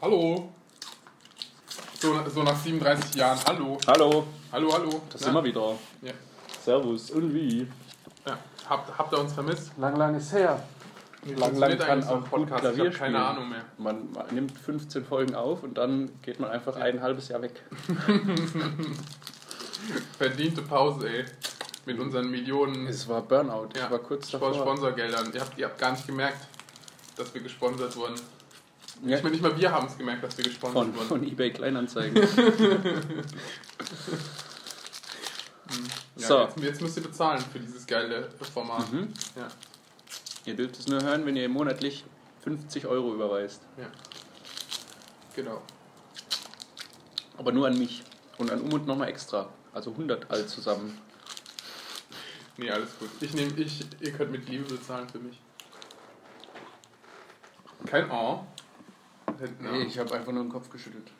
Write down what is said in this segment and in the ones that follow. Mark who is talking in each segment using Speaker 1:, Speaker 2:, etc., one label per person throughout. Speaker 1: Hallo. So, so nach 37 Jahren. Hallo.
Speaker 2: Hallo,
Speaker 1: Hallo, hallo.
Speaker 2: das
Speaker 1: Na?
Speaker 2: sind wir wieder.
Speaker 1: Ja.
Speaker 2: Servus, und wie?
Speaker 1: Ja. Habt, habt ihr uns vermisst?
Speaker 2: Lang, lang ist her.
Speaker 1: Wie
Speaker 2: Lang, lang
Speaker 1: funktioniert
Speaker 2: kann
Speaker 1: eigentlich so ein
Speaker 2: auch gut
Speaker 1: Podcast? Ich
Speaker 2: Klavier
Speaker 1: habe keine
Speaker 2: spielen.
Speaker 1: Ahnung mehr.
Speaker 2: Man, man nimmt 15 Folgen auf und dann geht man einfach ein halbes Jahr weg.
Speaker 1: Verdiente Pause, ey. Mit unseren Millionen
Speaker 2: Es war Burnout,
Speaker 1: Ja.
Speaker 2: ich war kurz
Speaker 1: Spon-
Speaker 2: davor.
Speaker 1: Sponsorgeldern. Ihr habt, ihr habt gar nicht gemerkt, dass wir gesponsert wurden.
Speaker 2: Ja,
Speaker 1: Ich meine, nicht mal wir haben es gemerkt, dass wir gesponsert
Speaker 2: von,
Speaker 1: wurden.
Speaker 2: von eBay Kleinanzeigen.
Speaker 1: Ja,
Speaker 2: So.
Speaker 1: jetzt, jetzt müsst ihr bezahlen für dieses geile Format.
Speaker 2: mhm.
Speaker 1: Ja.
Speaker 2: Ihr dürft es nur hören, wenn ihr monatlich 50 Euro überweist.
Speaker 1: Genau.
Speaker 2: Aber nur an mich und an Umut nochmal extra. Also 100 all zusammen.
Speaker 1: Nee, alles gut. Ich nehme, ich, ihr könnt mit Liebe bezahlen für mich. Kein Oh. Hinten am-
Speaker 2: habe einfach nur den Kopf geschüttelt.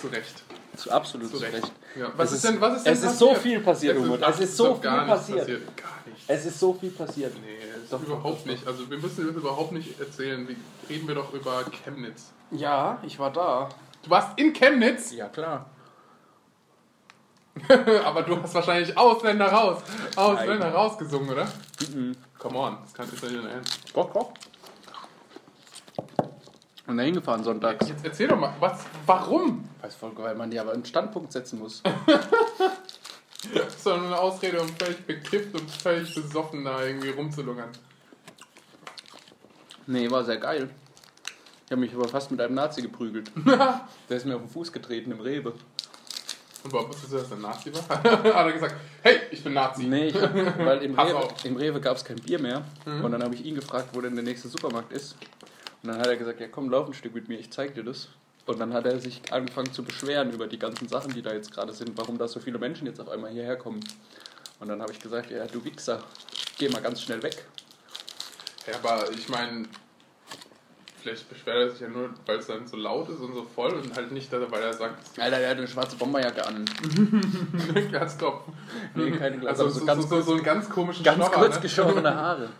Speaker 1: Zu Recht.
Speaker 2: Zu absolut
Speaker 1: Zu
Speaker 2: zu
Speaker 1: Recht.
Speaker 2: Recht.
Speaker 1: Ja. Was
Speaker 2: Es
Speaker 1: ist denn, was ist denn
Speaker 2: Es ist so
Speaker 1: passiert?
Speaker 2: viel passiert,
Speaker 1: Es ist-
Speaker 2: Umut.
Speaker 1: ach,
Speaker 2: Es ist so
Speaker 1: doch
Speaker 2: viel
Speaker 1: gar nicht
Speaker 2: passiert.
Speaker 1: Gar nichts.
Speaker 2: Es ist so viel passiert.
Speaker 1: Nee, das
Speaker 2: Doch,
Speaker 1: ist überhaupt
Speaker 2: doch, doch.
Speaker 1: nicht. Also wir müssen das überhaupt nicht erzählen. Wir reden wir doch über Chemnitz.
Speaker 3: Ja, ich war da.
Speaker 1: Du warst in Chemnitz,
Speaker 2: Ja, klar.
Speaker 1: aber du hast wahrscheinlich Ausländer raus. Ausländer
Speaker 2: Nein. Mhm.
Speaker 1: raus gesungen, oder? Come on, das kann ist ja nicht dein Ernst.
Speaker 2: Koch, koch. Und dahin gefahren sonntags.
Speaker 1: Jetzt erzähl doch mal, was, warum?
Speaker 2: Weiß voll, weil man die aber einen Standpunkt setzen muss.
Speaker 1: Das ist doch nur eine Ausrede, um völlig bekippt und völlig besoffen da irgendwie rumzulungern.
Speaker 2: Nee, war sehr geil. Ich habe mich aber fast mit einem Nazi geprügelt. Der ist mir auf den Fuß getreten im Rewe.
Speaker 1: Und warum wusstest du, dass er Nazi war? Hat er gesagt, hey, ich bin Nazi.
Speaker 2: Nee, ich hab, weil im
Speaker 1: Pass
Speaker 2: Rewe,
Speaker 1: auf. Mhm.
Speaker 2: im Rewe gab es kein Bier mehr. Und dann habe ich ihn gefragt, wo denn der nächste Supermarkt ist. Und dann hat er gesagt, ja komm, lauf ein Stück mit mir, ich zeig dir das. Und dann hat er sich angefangen zu beschweren über die ganzen Sachen, die da jetzt gerade sind, warum da so viele Menschen jetzt auf einmal hierher kommen. Und dann habe ich gesagt, ja du Wichser, geh mal ganz schnell weg.
Speaker 1: Ja, aber ich meine, vielleicht beschwert er sich ja nur, weil es dann so laut ist und so voll und halt nicht, dass er, weil er sagt, es
Speaker 2: Alter, der hat eine schwarze Bomberjacke an.
Speaker 1: gibt einen Glatzkopf.
Speaker 2: Nee, keine Glas,
Speaker 1: Also
Speaker 2: aber
Speaker 1: so,
Speaker 2: so
Speaker 1: so,
Speaker 2: ganz,
Speaker 1: so, so einen ganz komischen
Speaker 2: ganz
Speaker 1: Schnorrer,
Speaker 2: kurz
Speaker 1: ne?
Speaker 2: geschorene Haare.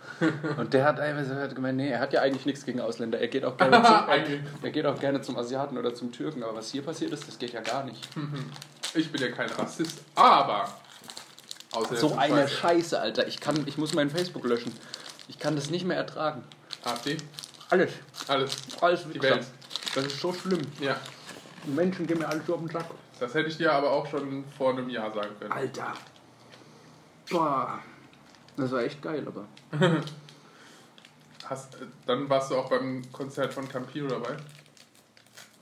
Speaker 2: Und der hat teilweise hat gemeint, nee, er hat ja eigentlich nichts gegen Ausländer. Er geht auch gerne
Speaker 1: Eigentlich.
Speaker 2: zum, er geht auch gerne zum Asiaten oder zum Türken. Aber was hier passiert ist, das geht ja gar nicht.
Speaker 1: Ich bin ja kein Rassist, aber... Außer
Speaker 2: So
Speaker 1: jetzt
Speaker 2: eine
Speaker 1: Scheiße.
Speaker 2: Scheiße, Alter. Ich, kann, ich muss mein Facebook löschen. Ich kann das nicht mehr ertragen.
Speaker 1: AfD,
Speaker 2: Alles.
Speaker 1: alles,
Speaker 2: Alles
Speaker 1: die
Speaker 2: wird
Speaker 1: Welt.
Speaker 2: Das ist so schlimm.
Speaker 1: Ja,
Speaker 2: Die Menschen gehen mir alles so auf den Sack.
Speaker 1: das hätte ich dir aber auch schon vor einem Jahr sagen können.
Speaker 3: Alter. Boah.
Speaker 2: Das war echt geil, aber.
Speaker 1: Hast, äh, dann warst du auch beim Konzert von Campino dabei.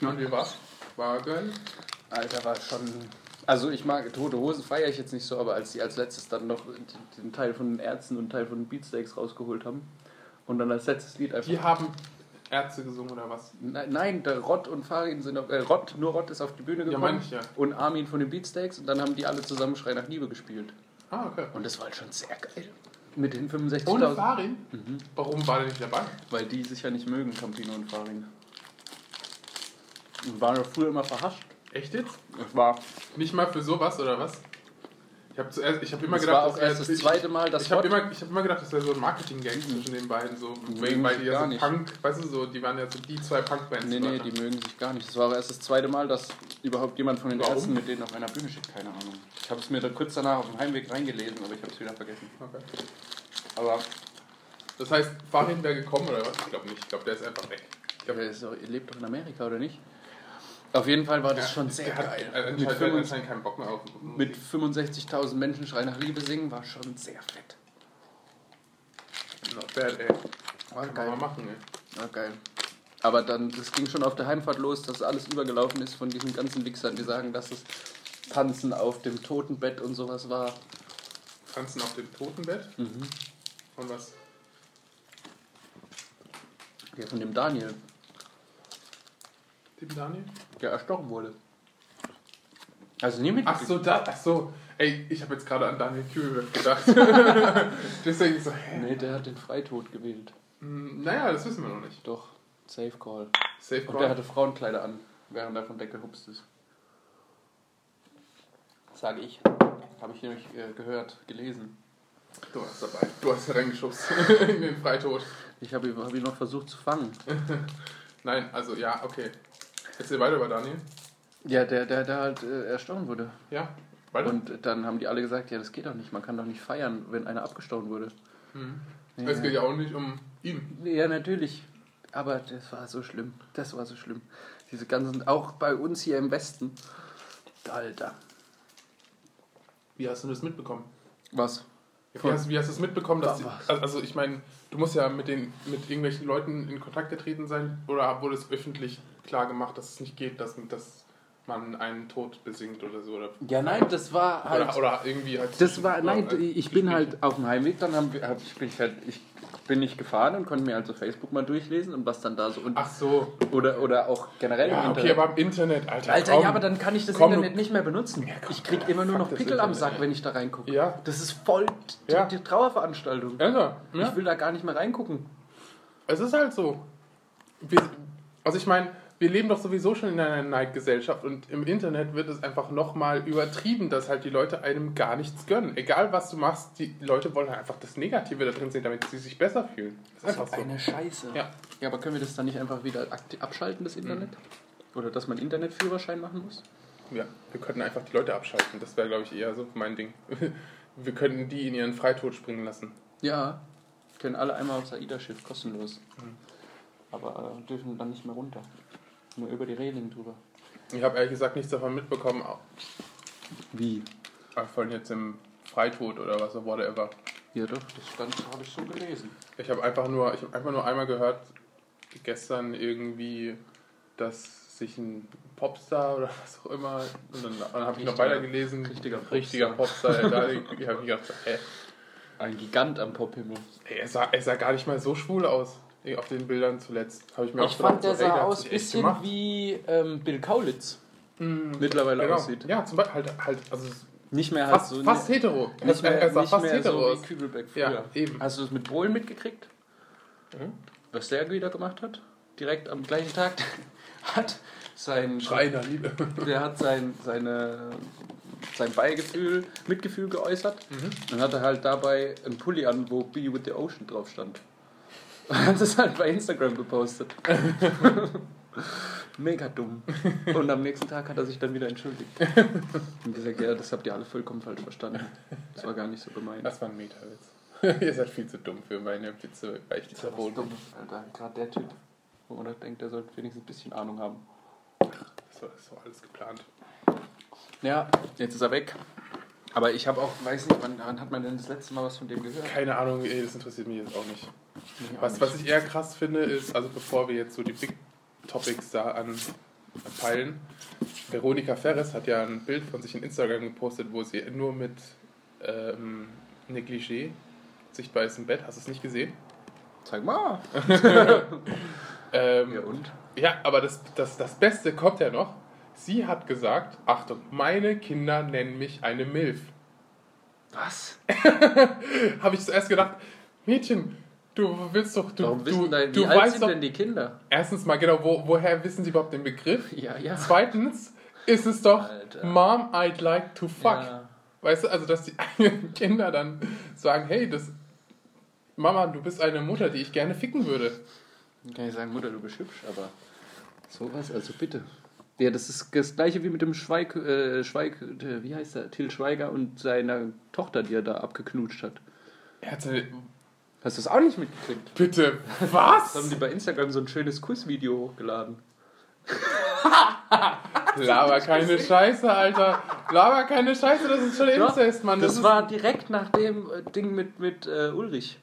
Speaker 1: Und wie war's? War geil.
Speaker 2: Alter, war schon. Also ich mag Tote Hosen feiere ich jetzt nicht so, aber als die als letztes dann noch den Teil von den Ärzten und einen Teil von den Beatsteaks rausgeholt haben und dann als letztes Lied einfach.
Speaker 1: Die haben Ärzte gesungen oder was?
Speaker 2: Nein, Ne-, nein, der Rott und Farin sind auf, äh, Rott, nur Rott ist auf die Bühne
Speaker 1: Ja,
Speaker 2: gekommen
Speaker 1: meine ich ja.
Speaker 2: und Armin von den Beatsteaks und dann haben die alle zusammen Schrei nach Liebe gespielt.
Speaker 1: Ah, okay.
Speaker 2: Und das war halt schon sehr geil. Mit den
Speaker 1: Ohne
Speaker 2: 65.000.
Speaker 1: Farin?
Speaker 2: Mhm.
Speaker 1: Warum war der nicht dabei?
Speaker 2: Weil die sich ja nicht mögen, Campino und Farin. Und waren doch früher immer verhascht.
Speaker 1: Echt jetzt?
Speaker 2: Das war,
Speaker 1: Nicht mal für sowas oder was? Ich habe zuerst, ich habe immer
Speaker 2: das
Speaker 1: gedacht,
Speaker 2: war auch
Speaker 1: dass er-
Speaker 2: erst das
Speaker 1: ich,
Speaker 2: zweite Mal, dass
Speaker 1: ich habe
Speaker 2: Rott-
Speaker 1: immer, ich hab immer gedacht, das wäre so ein Marketing-Gang zwischen den beiden, so wegen, weil die
Speaker 2: gar
Speaker 1: ja so
Speaker 2: nicht.
Speaker 1: Punk, weißt du so, die waren ja so die zwei Punk-Bands.
Speaker 2: Nee,
Speaker 1: in
Speaker 2: nee, die
Speaker 1: Deutschland.
Speaker 2: mögen sich gar nicht. Das war aber erst das zweite Mal, dass überhaupt jemand von den
Speaker 1: Warum?
Speaker 2: Ärzten mit denen auf einer Bühne steht. Keine Ahnung. Ich habe es mir da kurz danach auf dem Heimweg reingelesen, aber ich habe es wieder vergessen.
Speaker 1: okay.
Speaker 2: Aber
Speaker 1: Das heißt, Farin wäre gekommen oder was? Ich glaube nicht. Ich glaube, der ist einfach weg. Ich
Speaker 2: der
Speaker 1: glaube,
Speaker 2: ist doch, ihr lebt doch in Amerika, oder nicht? Auf jeden Fall war das schon sehr
Speaker 1: der hat
Speaker 2: geil.
Speaker 1: äh,
Speaker 2: Mit,
Speaker 1: anscheinend,
Speaker 2: fünfund-
Speaker 1: anscheinend keinen Bock mehr auf Musik.
Speaker 2: mit 65.000 Menschen Schrei nach Liebe singen war schon sehr fett.
Speaker 1: Not bad, ey.
Speaker 2: War
Speaker 1: Kann man
Speaker 2: geil.
Speaker 1: mal machen, ey.
Speaker 2: War geil. Aber dann, das ging schon auf der Heimfahrt los, dass alles übergelaufen ist von diesen ganzen Wichsern, die sagen, dass es Tanzen auf dem Totenbett und sowas war.
Speaker 1: Tanzen auf dem Totenbett. Und was?
Speaker 2: Ja, von dem Daniel,
Speaker 1: Dem Daniel?
Speaker 2: der erstochen wurde. Also nie mit.
Speaker 1: Ach so, da, ach so. Ey, ich habe jetzt gerade an Daniel Kübelberg gedacht. Deswegen so, hä?
Speaker 2: Nee, der hat den Freitod gewählt.
Speaker 1: Hm, Naja, das wissen wir noch nicht.
Speaker 2: Doch, Safe Call.
Speaker 1: Safe
Speaker 2: Und der
Speaker 1: Call.
Speaker 2: hatte Frauenkleider an, während er von Deck gehupst ist. Sage ich. Habe ich nämlich äh, gehört, gelesen.
Speaker 1: Du warst dabei. Du hast reingeschubst in den Freitod.
Speaker 2: Ich habe ihn, hab ihn noch versucht zu fangen.
Speaker 1: Nein, also ja, okay. Erzähl weiter über Daniel.
Speaker 2: Ja, der, der, der halt äh, erstochen wurde.
Speaker 1: Ja, weiter.
Speaker 2: Und dann haben die alle gesagt, ja, das geht doch nicht, man kann doch nicht feiern, wenn einer abgestochen wurde.
Speaker 1: Mhm.
Speaker 2: Ja.
Speaker 1: Es geht ja auch nicht um ihn.
Speaker 2: Ja, natürlich. Aber das war so schlimm. Das war so schlimm. Diese ganzen, auch bei uns hier im Westen. Alter.
Speaker 1: Wie hast du das mitbekommen?
Speaker 2: Was?
Speaker 1: Ja, Wie
Speaker 2: Voll.
Speaker 1: hast, wie hast du es mitbekommen, dass die,
Speaker 2: Da war's.
Speaker 1: also ich meine, du musst ja mit den mit irgendwelchen Leuten in Kontakt getreten sein oder wurde es öffentlich klar gemacht, dass es nicht geht, dass, dass man einen Tod besingt oder so oder,
Speaker 2: Ja, nein, das war halt.
Speaker 1: oder, oder irgendwie halt
Speaker 2: das war, nein,
Speaker 1: oder-
Speaker 2: ich bin
Speaker 1: Gespräche.
Speaker 2: halt auf dem Heimweg, dann haben wir, hab ich, bin ich, halt, ich bin nicht gefahren und konnte mir also Facebook mal durchlesen und was dann da so. Und,
Speaker 1: Ach so.
Speaker 2: oder, oder auch generell im
Speaker 1: Ja, okay,
Speaker 2: Internet.
Speaker 1: aber im Internet, Alter.
Speaker 2: Alter,
Speaker 1: komm.
Speaker 2: ja, aber dann kann ich das
Speaker 1: komm,
Speaker 2: Internet
Speaker 1: du-
Speaker 2: nicht mehr benutzen. ich krieg immer nur
Speaker 1: fuck
Speaker 2: noch
Speaker 1: das
Speaker 2: Pickel am
Speaker 1: Internet,
Speaker 2: Sack,
Speaker 1: ey.
Speaker 2: wenn ich da reingucke.
Speaker 1: Ja.
Speaker 2: Das ist voll die,
Speaker 1: Ja.
Speaker 2: die Trauerveranstaltung.
Speaker 1: Ja, ja.
Speaker 2: Ich will da gar nicht mehr reingucken.
Speaker 1: Es ist halt so. Wir, also ich meine, wir leben doch sowieso schon in einer Neidgesellschaft und im Internet wird es einfach nochmal übertrieben, dass halt die Leute einem gar nichts gönnen. Egal was du machst, die Leute wollen halt einfach das Negative da drin sehen, damit sie sich besser fühlen. Das ist
Speaker 2: Also
Speaker 1: einfach so.
Speaker 2: Scheiße.
Speaker 1: Ja.
Speaker 2: Ja. ja, aber können wir das dann nicht einfach wieder akti- abschalten, das Internet?
Speaker 1: Mhm.
Speaker 2: Oder dass man Internetführerschein machen muss?
Speaker 1: Ja, wir könnten einfach die Leute abschalten. Das wäre, glaube ich, eher so mein Ding. Wir könnten die in ihren Freitod springen lassen.
Speaker 2: Ja. Können alle einmal aufs AIDA-Schiff, kostenlos. Aber äh, dürfen dann nicht mehr runter. Nur über die Reling drüber.
Speaker 1: Ich habe ehrlich gesagt nichts davon mitbekommen, auch-
Speaker 2: Wie?
Speaker 1: auch von jetzt im Freitod oder was, whatever.
Speaker 2: Ja doch, das stand, habe ich so gelesen.
Speaker 1: Ich habe einfach nur, ich habe einfach nur einmal gehört gestern irgendwie, dass sich ein Popstar oder was auch immer und dann, dann habe ich noch
Speaker 2: Richtiger-
Speaker 1: weitergelesen.
Speaker 2: richtiger Popstar.
Speaker 1: richtiger Popstar. der da, ich habe gedacht, so, hä?
Speaker 2: Ein Gigant am Pophimmel.
Speaker 1: Ey, er sah, er sah gar nicht mal so schwul aus eh, auf den Bildern zuletzt. Habe ich mir
Speaker 2: Ich
Speaker 1: auch
Speaker 2: fand, der
Speaker 1: gedacht, so, ey,
Speaker 2: sah
Speaker 1: hat
Speaker 2: aus
Speaker 1: sich echt
Speaker 2: bisschen
Speaker 1: gemacht.
Speaker 2: wie ähm, Bill Kaulitz
Speaker 1: Mm,
Speaker 2: mittlerweile
Speaker 1: genau.
Speaker 2: aussieht.
Speaker 1: Ja, zum Beispiel halt, halt also
Speaker 2: Nicht mehr halt
Speaker 1: fast,
Speaker 2: so
Speaker 1: fast hetero.
Speaker 2: nicht
Speaker 1: er,
Speaker 2: mehr,
Speaker 1: er sah
Speaker 2: nicht
Speaker 1: fast
Speaker 2: mehr
Speaker 1: hetero
Speaker 2: so
Speaker 1: aus.
Speaker 2: wie Kübelbeck früher.
Speaker 1: Ja, eben.
Speaker 2: Hast du es mit Bohlen mitgekriegt?
Speaker 1: Mhm.
Speaker 2: Was der wieder gemacht hat? Direkt am gleichen Tag hat sein
Speaker 1: Schrei in der Liebe.
Speaker 2: der hat sein seine sein Beigefühl, Mitgefühl geäußert und hatte halt dabei einen Pulli an, wo Be With The Ocean drauf stand. Und hat es halt bei Instagram gepostet. Mega dumm. Und am nächsten Tag hat er sich dann wieder entschuldigt. Und gesagt, ja, das habt ihr alle vollkommen falsch verstanden. Das war gar nicht so gemeint.
Speaker 1: Das war ein Meterwitz. Ihr seid viel zu dumm für meine Witze, weil ich die verboten
Speaker 2: Alter. Gerade der Typ, wo man doch denkt, der sollte wenigstens ein bisschen Ahnung haben.
Speaker 1: Das war, das war alles geplant.
Speaker 2: Ja, jetzt ist er weg. Aber ich habe auch, weiß nicht, wann, wann hat man denn das letzte Mal was von dem gehört?
Speaker 1: Keine Ahnung, ey, das interessiert mich jetzt auch nicht.
Speaker 2: Nee, auch
Speaker 1: Was,
Speaker 2: nicht.
Speaker 1: was ich eher krass finde, ist, also bevor wir jetzt so die Big Topics da anpeilen, Veronika Ferres hat ja ein Bild von sich in Instagram gepostet, wo sie nur mit ähm, Negligé sichtbar ist im Bett. Hast du es nicht gesehen?
Speaker 2: Zeig mal.
Speaker 1: Ähm,
Speaker 2: Ja, und?
Speaker 1: Ja, aber das, das, das Beste kommt ja noch. Sie hat gesagt, Achtung, meine Kinder nennen mich eine Milf.
Speaker 2: Was?
Speaker 1: Habe ich zuerst gedacht, Mädchen, du willst doch, du,
Speaker 2: Warum
Speaker 1: du,
Speaker 2: wissen denn, wie
Speaker 1: du
Speaker 2: alt
Speaker 1: weißt
Speaker 2: sind
Speaker 1: doch,
Speaker 2: denn die Kinder?
Speaker 1: erstens mal genau, wo, woher wissen sie überhaupt den Begriff?
Speaker 2: Ja, ja.
Speaker 1: Zweitens ist es doch,
Speaker 2: Alter.
Speaker 1: Mom, I'd like to fuck.
Speaker 2: Ja.
Speaker 1: Weißt du, also dass die eigenen Kinder dann sagen, hey, das, Mama, du bist eine Mutter, die ich gerne ficken würde.
Speaker 2: Dann kann ich sagen, Mutter, du bist hübsch, aber sowas, also bitte. Ja, das ist das gleiche wie mit dem Schweig, äh, Schweig, äh, wie heißt der? Till Schweiger und seiner Tochter, die er da abgeknutscht hat.
Speaker 1: Er hat seine,
Speaker 2: Hast du das auch nicht mitgekriegt?
Speaker 1: bitte,
Speaker 2: Das haben
Speaker 1: was?
Speaker 2: die bei Instagram so ein schönes Kussvideo hochgeladen.
Speaker 1: Laber keine Scheiße, Alter. Laber keine Scheiße, das ist schon Inzest, Mann.
Speaker 2: das
Speaker 1: ist-
Speaker 2: war direkt nach dem äh, Ding mit, mit äh, Ulrich.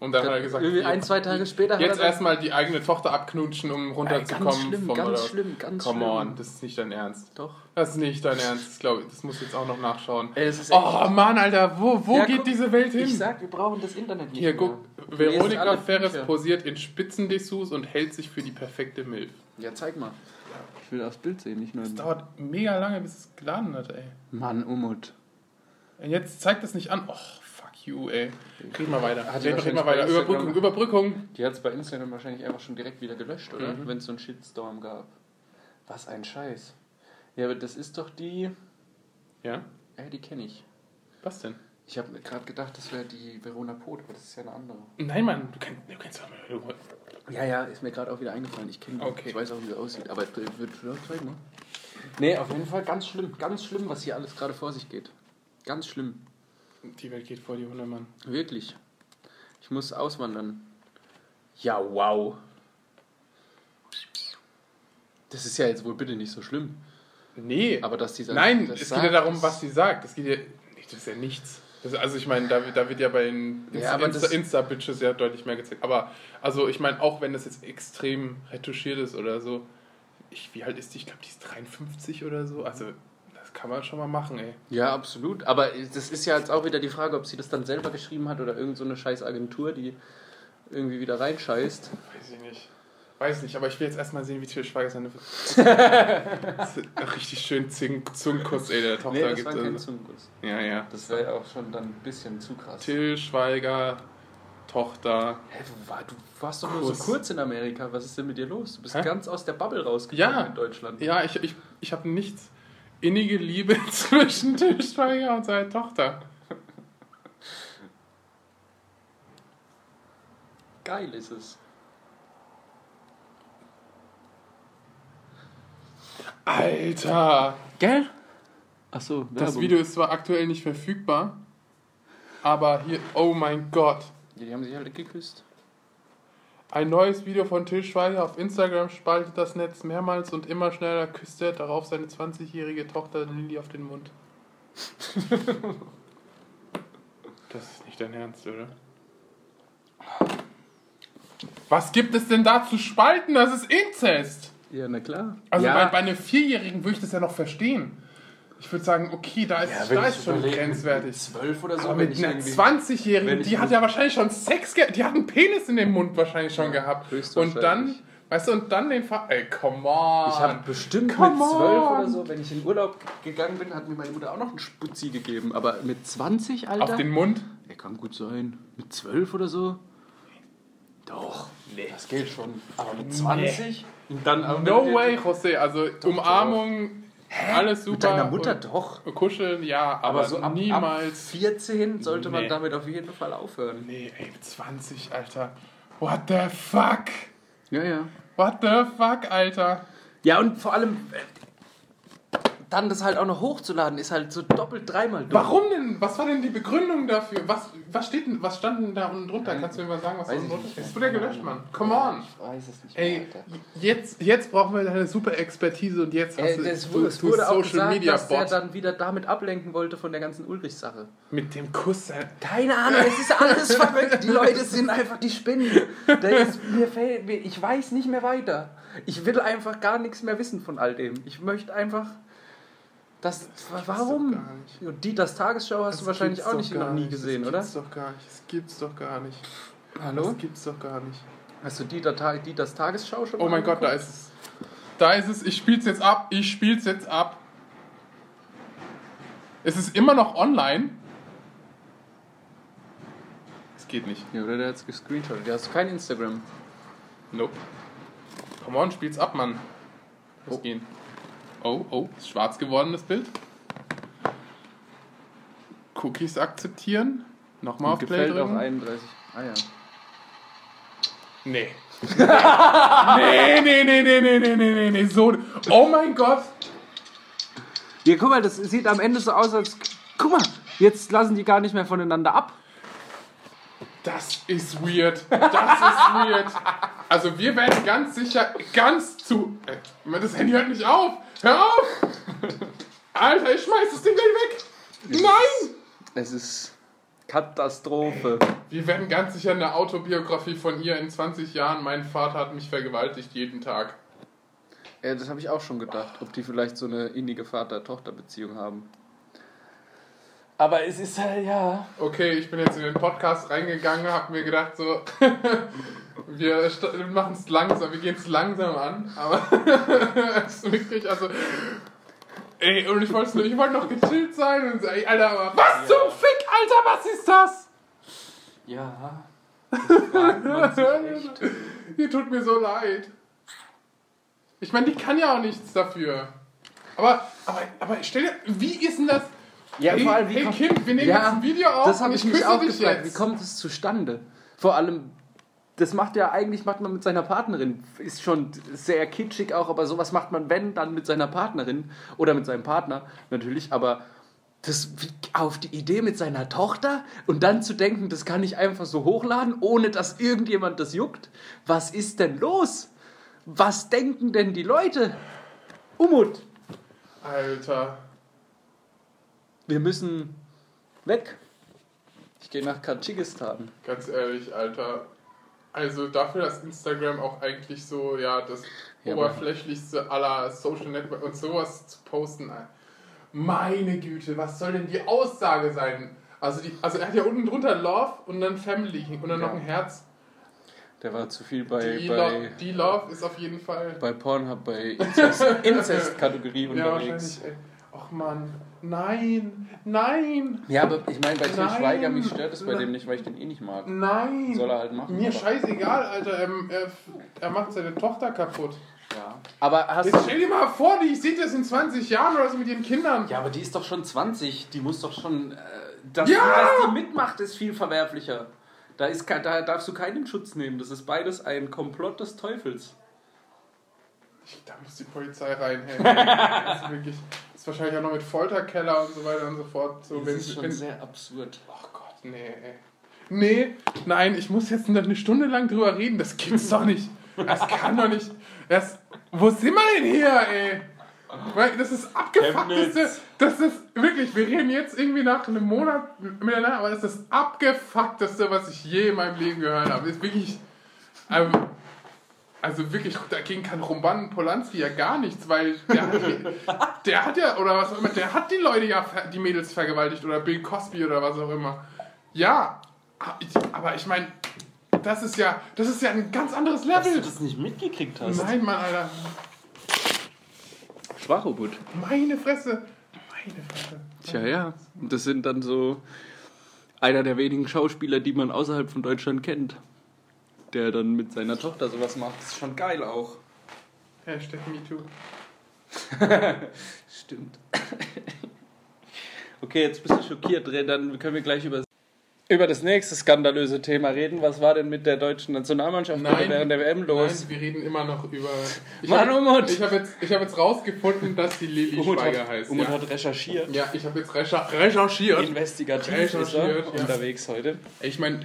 Speaker 1: Und dann hat er gesagt,
Speaker 2: Irgendwie ein, zwei Tage später hat er
Speaker 1: jetzt
Speaker 2: dann-
Speaker 1: erstmal die eigene Tochter abknutschen, um
Speaker 2: Ey,
Speaker 1: runterzukommen.
Speaker 2: ganz schlimm,
Speaker 1: vom-
Speaker 2: ganz
Speaker 1: oder-
Speaker 2: schlimm, ganz
Speaker 1: Come
Speaker 2: schlimm.
Speaker 1: on, das ist nicht dein Ernst.
Speaker 2: Doch.
Speaker 1: Das ist nicht dein Ernst, ich glaube, das muss jetzt auch noch nachschauen.
Speaker 2: Ey, es ist
Speaker 1: oh Mann, Alter, wo, wo
Speaker 2: Ja,
Speaker 1: geht
Speaker 2: guck,
Speaker 1: diese Welt hin?
Speaker 2: Ich sag, wir brauchen das Internet nicht
Speaker 1: Hier,
Speaker 2: mehr.
Speaker 1: guck,
Speaker 2: Wir lesen
Speaker 1: Veronika
Speaker 2: alle
Speaker 1: Ferres
Speaker 2: Bücher.
Speaker 1: posiert in Spitzendessous und hält sich für die perfekte Milf.
Speaker 2: Ja, zeig mal. Ich will das Bild sehen, nicht nur...
Speaker 1: Das dauert mega lange, bis es geladen hat, ey.
Speaker 2: Mann, Umut.
Speaker 1: Und jetzt zeigt das nicht an. Och, fuck you, ey. Red mal weiter.
Speaker 2: Hat die
Speaker 1: Red, red mal weiter.
Speaker 2: wahrscheinlich bei Instagram-
Speaker 1: Überbrückung, Überbrückung.
Speaker 2: Die hat es bei Instagram wahrscheinlich einfach schon direkt wieder gelöscht, oder?
Speaker 1: Mhm.
Speaker 2: Wenn es so einen Shitstorm gab. Was ein Scheiß. Ja, aber das ist doch die...
Speaker 1: Ja?
Speaker 2: Ey, die kenne ich.
Speaker 1: Was denn?
Speaker 2: Ich habe mir gerade gedacht, das wäre die Verona Pot, aber das ist ja eine andere.
Speaker 1: Nein, Mann, du, kennst, du kennst doch mal.
Speaker 2: Ja, ja, ist mir gerade auch wieder eingefallen. Ich kenne
Speaker 1: Okay.
Speaker 2: Ich weiß auch, wie sie aussieht. Aber äh, wird ja, zeig mal. Nee, auf jeden Fall ganz schlimm. Ganz schlimm, was hier alles gerade vor sich geht. Ganz schlimm.
Speaker 1: Die Welt geht vor die Hunde, Mann.
Speaker 2: Wirklich. Ich muss auswandern. Ja, wow. Das ist ja jetzt wohl bitte nicht so schlimm.
Speaker 1: Nee.
Speaker 2: Aber dass dieser.
Speaker 1: Nein,
Speaker 2: das
Speaker 1: es
Speaker 2: sagt,
Speaker 1: geht ja darum,
Speaker 2: das-
Speaker 1: was sie sagt. Es geht ja, nee, das ist ja nichts. Das, also ich meine, da, wird- da wird ja bei den Insta-
Speaker 2: Ja, aber
Speaker 1: Insta-
Speaker 2: das-
Speaker 1: Insta-Bitches ja deutlich mehr gezeigt. Aber also ich meine, auch wenn das jetzt extrem retuschiert ist oder so, ich, wie alt ist die? Ich glaube, die ist 53 oder so. Also das kann man schon mal machen, ey.
Speaker 2: Ja, absolut. Aber das ist ja jetzt auch wieder die Frage, ob sie das dann selber geschrieben hat oder irgend so eine scheiß Agentur, die irgendwie wieder reinscheißt.
Speaker 1: Weiß ich nicht. Weiß nicht, aber ich will jetzt erstmal sehen, wie Till Schweiger seine... Das ist ein richtig schön Zing- Zungenkuss, ey, der Tochter
Speaker 2: Nee, das
Speaker 1: gibt.
Speaker 2: war kein
Speaker 1: Also.
Speaker 2: Zungenkuss.
Speaker 1: Ja, ja.
Speaker 2: Das wäre ja auch schon dann ein bisschen zu krass.
Speaker 1: Till Schweiger, Tochter...
Speaker 2: Hä, du, war, du warst doch nur
Speaker 1: Kuss.
Speaker 2: so kurz in Amerika. Was ist denn mit dir los? Du bist
Speaker 1: Hä?
Speaker 2: ganz aus der Bubble rausgekommen
Speaker 1: Ja.
Speaker 2: in Deutschland.
Speaker 1: Ja, ich, ich, ich habe nichts. Innige Liebe zwischen Til Schweiger und seiner Tochter.
Speaker 2: Geil ist es.
Speaker 1: Alter!
Speaker 2: Gell? Achso,
Speaker 1: Das Video ist zwar aktuell nicht verfügbar, aber hier, oh mein Gott.
Speaker 2: Ja, die haben sich alle geküsst.
Speaker 1: Ein neues Video von Til Schweiger auf Instagram spaltet das Netz mehrmals und immer schneller küsst er darauf seine 20-jährige Tochter Lilly auf den Mund. Das ist nicht dein Ernst, oder? Was gibt es denn da zu spalten? Das ist Inzest!
Speaker 2: Ja, na klar.
Speaker 1: Also
Speaker 2: ja,
Speaker 1: bei, bei einem Vierjährigen würde ich das ja noch verstehen. Ich würde sagen, okay, da ist, da ist schon grenzwertig.
Speaker 2: Zwölf oder so,
Speaker 1: Aber mit
Speaker 2: ich
Speaker 1: einer
Speaker 2: irgendwie-
Speaker 1: 20-Jährigen,
Speaker 2: wenn ich
Speaker 1: die hat
Speaker 2: mit-
Speaker 1: ja wahrscheinlich schon Sex gehabt, die hat einen Penis in dem Mund wahrscheinlich schon gehabt.
Speaker 2: höchstwahrscheinlich.
Speaker 1: Und dann, weißt du, und dann den Ver... Ey, come on.
Speaker 2: Ich habe bestimmt
Speaker 1: Come
Speaker 2: mit zwölf
Speaker 1: on.
Speaker 2: oder so, wenn ich in Urlaub gegangen bin, hat mir meine Mutter auch noch einen Sputzi gegeben. Aber mit 20, Alter?
Speaker 1: Auf den Mund?
Speaker 2: Er kann gut sein. Mit 12 oder so? Doch. Nee. Das geht schon. Aber mit 20? Und dann auch
Speaker 1: No
Speaker 2: mit-
Speaker 1: way, José. Also Umarmung, alles super.
Speaker 2: Mit deiner Mutter doch.
Speaker 1: Und kuscheln, ja, aber,
Speaker 2: Aber so ab,
Speaker 1: niemals...
Speaker 2: ab 14 sollte man
Speaker 1: Nee.
Speaker 2: damit auf jeden Fall aufhören.
Speaker 1: nee, ey, 20, Alter. What the fuck?
Speaker 2: Ja, ja.
Speaker 1: What the fuck, Alter?
Speaker 2: Ja, und vor allem äh, dann das halt auch noch hochzuladen, ist halt so doppelt dreimal dumm.
Speaker 1: Warum denn? Was war denn die Begründung dafür? Was, was, steht denn, was stand denn da unten drunter? Kannst du mir mal sagen, was da
Speaker 2: Weiß
Speaker 1: unten
Speaker 2: ich
Speaker 1: drunter
Speaker 2: nicht
Speaker 1: steht?
Speaker 2: mehr.
Speaker 1: Es wurde ja gelöscht, Mann. Come on.
Speaker 2: Ich weiß es nicht mehr,
Speaker 1: Ey,
Speaker 2: Alter.
Speaker 1: jetzt, jetzt brauchen wir deine super Expertise und jetzt hast
Speaker 2: Äh,
Speaker 1: du,
Speaker 2: das
Speaker 1: du,
Speaker 2: wurde, es wurde auch
Speaker 1: Social
Speaker 2: gesagt,
Speaker 1: Media
Speaker 2: dass der
Speaker 1: Bot
Speaker 2: dann wieder damit ablenken wollte von der ganzen Ulrich-Sache.
Speaker 1: mit dem Kuss. äh,
Speaker 2: Keine Ahnung, es ist alles verrückt. Die Leute sind einfach die Spinnen. Da ist, mir fällt, mir, ich weiß nicht mehr weiter. Ich will einfach gar nichts mehr wissen von all dem. Ich möchte einfach. Das, warum?
Speaker 1: doch gar nicht.
Speaker 2: Und die, das Tagesschau hast
Speaker 1: das
Speaker 2: du wahrscheinlich
Speaker 1: gibt's
Speaker 2: auch
Speaker 1: doch
Speaker 2: nicht,
Speaker 1: gar
Speaker 2: noch nie
Speaker 1: nicht.
Speaker 2: gesehen,
Speaker 1: das
Speaker 2: oder?
Speaker 1: Gibt's doch gar nicht. Das gibt's doch gar nicht.
Speaker 2: Hallo?
Speaker 1: Das gibt's doch gar nicht.
Speaker 2: Hast du die, der Ta- die das Tagesschau schon?
Speaker 1: Oh mein Gott, da ist es. Da ist es. Ich spiel's jetzt ab. Ich spiel's jetzt ab. Es ist immer noch online. Es geht nicht.
Speaker 2: Ja, oder der hat's gescreenshottet. Der hast kein Instagram.
Speaker 1: Nope. Come on, spiel's ab, Mann. Muss
Speaker 2: Oh.
Speaker 1: gehen. Oh, oh, ist schwarz geworden das Bild. Cookies akzeptieren. Nochmal auf Play
Speaker 2: gefällt auch
Speaker 1: drücken.
Speaker 2: 31. Ah ja.
Speaker 1: Nee. nee. Nee, nee, nee, nee, nee, nee, nee, nee, so. Oh mein Gott.
Speaker 2: Ja, guck mal, das sieht am Ende so aus, als. Guck mal, jetzt lassen die gar nicht mehr voneinander ab.
Speaker 1: Das ist weird. Das ist weird. Also wir werden ganz sicher ganz zu. Äh, Mann, das Handy hört nicht auf. Hör auf. Alter, ich schmeiß das Ding gleich weg. Nein.
Speaker 2: Es ist Katastrophe.
Speaker 1: Wir werden ganz sicher eine Autobiografie von ihr in 20 Jahren. Mein Vater hat mich vergewaltigt jeden Tag.
Speaker 2: Ja, das habe ich auch schon gedacht, ob die vielleicht so eine innige Vater-Tochter-Beziehung haben. Aber es ist halt, ja.
Speaker 1: Okay, ich bin jetzt in den Podcast reingegangen, hab mir gedacht so, wir machen es langsam, wir gehen es langsam an, aber es ist wirklich, also, ey, und ich wollte ich wollt noch gechillt sein und so, ey, Alter, aber was zum Fick, Alter, was ist das?
Speaker 2: Ja.
Speaker 1: Ihr tut mir so leid. Ich meine, die kann ja auch nichts dafür. Aber, aber, aber stell dir, wie ist denn das?
Speaker 2: Ja,
Speaker 1: Hey,
Speaker 2: vor allem, wie
Speaker 1: hey
Speaker 2: kommt-
Speaker 1: Kind, wir nehmen jetzt ein Video auf
Speaker 2: Das
Speaker 1: und
Speaker 2: habe ich
Speaker 1: ich
Speaker 2: mich
Speaker 1: küsse
Speaker 2: auch
Speaker 1: dich
Speaker 2: gefragt. Wie
Speaker 1: jetzt.
Speaker 2: kommt es zustande? Vor allem, das macht ja eigentlich, macht man mit seiner Partnerin. Ist schon sehr kitschig auch, aber sowas macht man, wenn, dann mit seiner Partnerin oder mit seinem Partner natürlich, aber. Das wie, auf die Idee mit seiner Tochter und dann zu denken, das kann ich einfach so hochladen, ohne dass irgendjemand das juckt. Was ist denn los? Was denken denn die Leute? Umut,
Speaker 1: Alter.
Speaker 2: wir müssen weg. Ich gehe nach Kadschikistan.
Speaker 1: Ganz ehrlich, Alter. Also dafür, dass Instagram auch eigentlich so, ja, das
Speaker 2: Ja, aber-
Speaker 1: oberflächlichste aller Social Network und sowas zu posten. ey. Meine Güte, was soll denn die Aussage sein? Also, die, also er hat ja unten drunter Love und dann Family und dann
Speaker 2: Ja.
Speaker 1: noch ein Herz.
Speaker 2: Der war zu viel bei,
Speaker 1: Die, Lo
Speaker 2: bei,
Speaker 1: die Love ist auf jeden Fall.
Speaker 2: bei Pornhub, bei Inzest- Inzest-Kategorie
Speaker 1: Ja,
Speaker 2: unterwegs.
Speaker 1: wahrscheinlich. ey. Och Mann, nein, nein,
Speaker 2: Ja, aber ich meine, bei Till
Speaker 1: Nein.
Speaker 2: Schweiger, mich stört es bei
Speaker 1: Nein.
Speaker 2: dem nicht, weil ich den eh nicht mag.
Speaker 1: nein.
Speaker 2: Soll er halt machen,
Speaker 1: Mir
Speaker 2: aber-
Speaker 1: scheißegal, Alter. Ähm, er, er macht seine Tochter kaputt.
Speaker 3: Ja.
Speaker 2: Aber hast
Speaker 1: Jetzt
Speaker 2: du.
Speaker 1: stell dir mal vor, die sieht das in 20 Jahren oder so mit ihren Kindern.
Speaker 3: ja, aber die ist doch schon 20. Die muss doch schon. Äh, dass,
Speaker 1: Ja!
Speaker 3: dass die mitmacht, ist viel verwerflicher. Da, ist, ke- da darfst du keinen Schutz nehmen. Das ist beides ein Komplott des Teufels.
Speaker 1: Ich, da muss die Polizei rein. Hey. das ist wirklich. Das ist wahrscheinlich auch noch mit Folterkeller und so weiter und so fort. So, wenn, wenn,
Speaker 3: sehr absurd.
Speaker 1: oh Gott, nee, ey. Nee, nein, ich muss jetzt noch eine Stunde lang drüber reden. Das gibt's doch nicht. Das kann doch nicht. Das, wo sind wir denn hier, ey? Weil Das ist abgefuckteste.
Speaker 3: Chemnitz.
Speaker 1: Das ist wirklich, wir reden jetzt irgendwie nach einem Monat miteinander, aber das ist das abgefuckteste, was ich je in meinem Leben gehört habe. Ist wirklich. Ähm, also wirklich, dagegen kann Roman Polanski ja gar nichts, weil der hat, der hat ja, oder was auch immer, der hat die Leute ja, ver- die Mädels vergewaltigt oder Bill Cosby oder was auch immer. Ja, aber ich meine, das ist ja, das ist ja ein ganz anderes
Speaker 3: Dass du
Speaker 1: Level.
Speaker 3: das nicht mitgekriegt hast.
Speaker 1: Nein, Mann, Alter.
Speaker 2: Schwachobut.
Speaker 1: Meine Fresse. Meine Fresse.
Speaker 2: Tja, ja. Das sind dann so. Einer der wenigen Schauspieler, die man außerhalb von Deutschland kennt. Der dann mit seiner Tochter sowas macht.
Speaker 3: Das ist schon geil auch.
Speaker 1: Hashtag MeToo.
Speaker 2: Stimmt. Okay, jetzt bist du schockiert, Dre, dann können wir gleich über, über das nächste skandalöse Thema reden. Was war denn mit der deutschen Nationalmannschaft
Speaker 1: Nein.
Speaker 2: während der WM los?
Speaker 1: Nein, wir reden immer noch über. Ich
Speaker 2: Mann,
Speaker 1: hab-
Speaker 2: Umut.
Speaker 1: Ich habe jetzt, ich hab jetzt rausgefunden, dass die Lilly
Speaker 2: Umut
Speaker 1: Schweiger
Speaker 2: hat,
Speaker 1: heißt.
Speaker 2: Umut
Speaker 1: Ja,
Speaker 2: hat recherchiert,
Speaker 1: ja ich habe jetzt recher recherchiert.
Speaker 2: investigativ ist er
Speaker 1: Recherchiert, ja.
Speaker 2: unterwegs heute.
Speaker 1: Ich meine,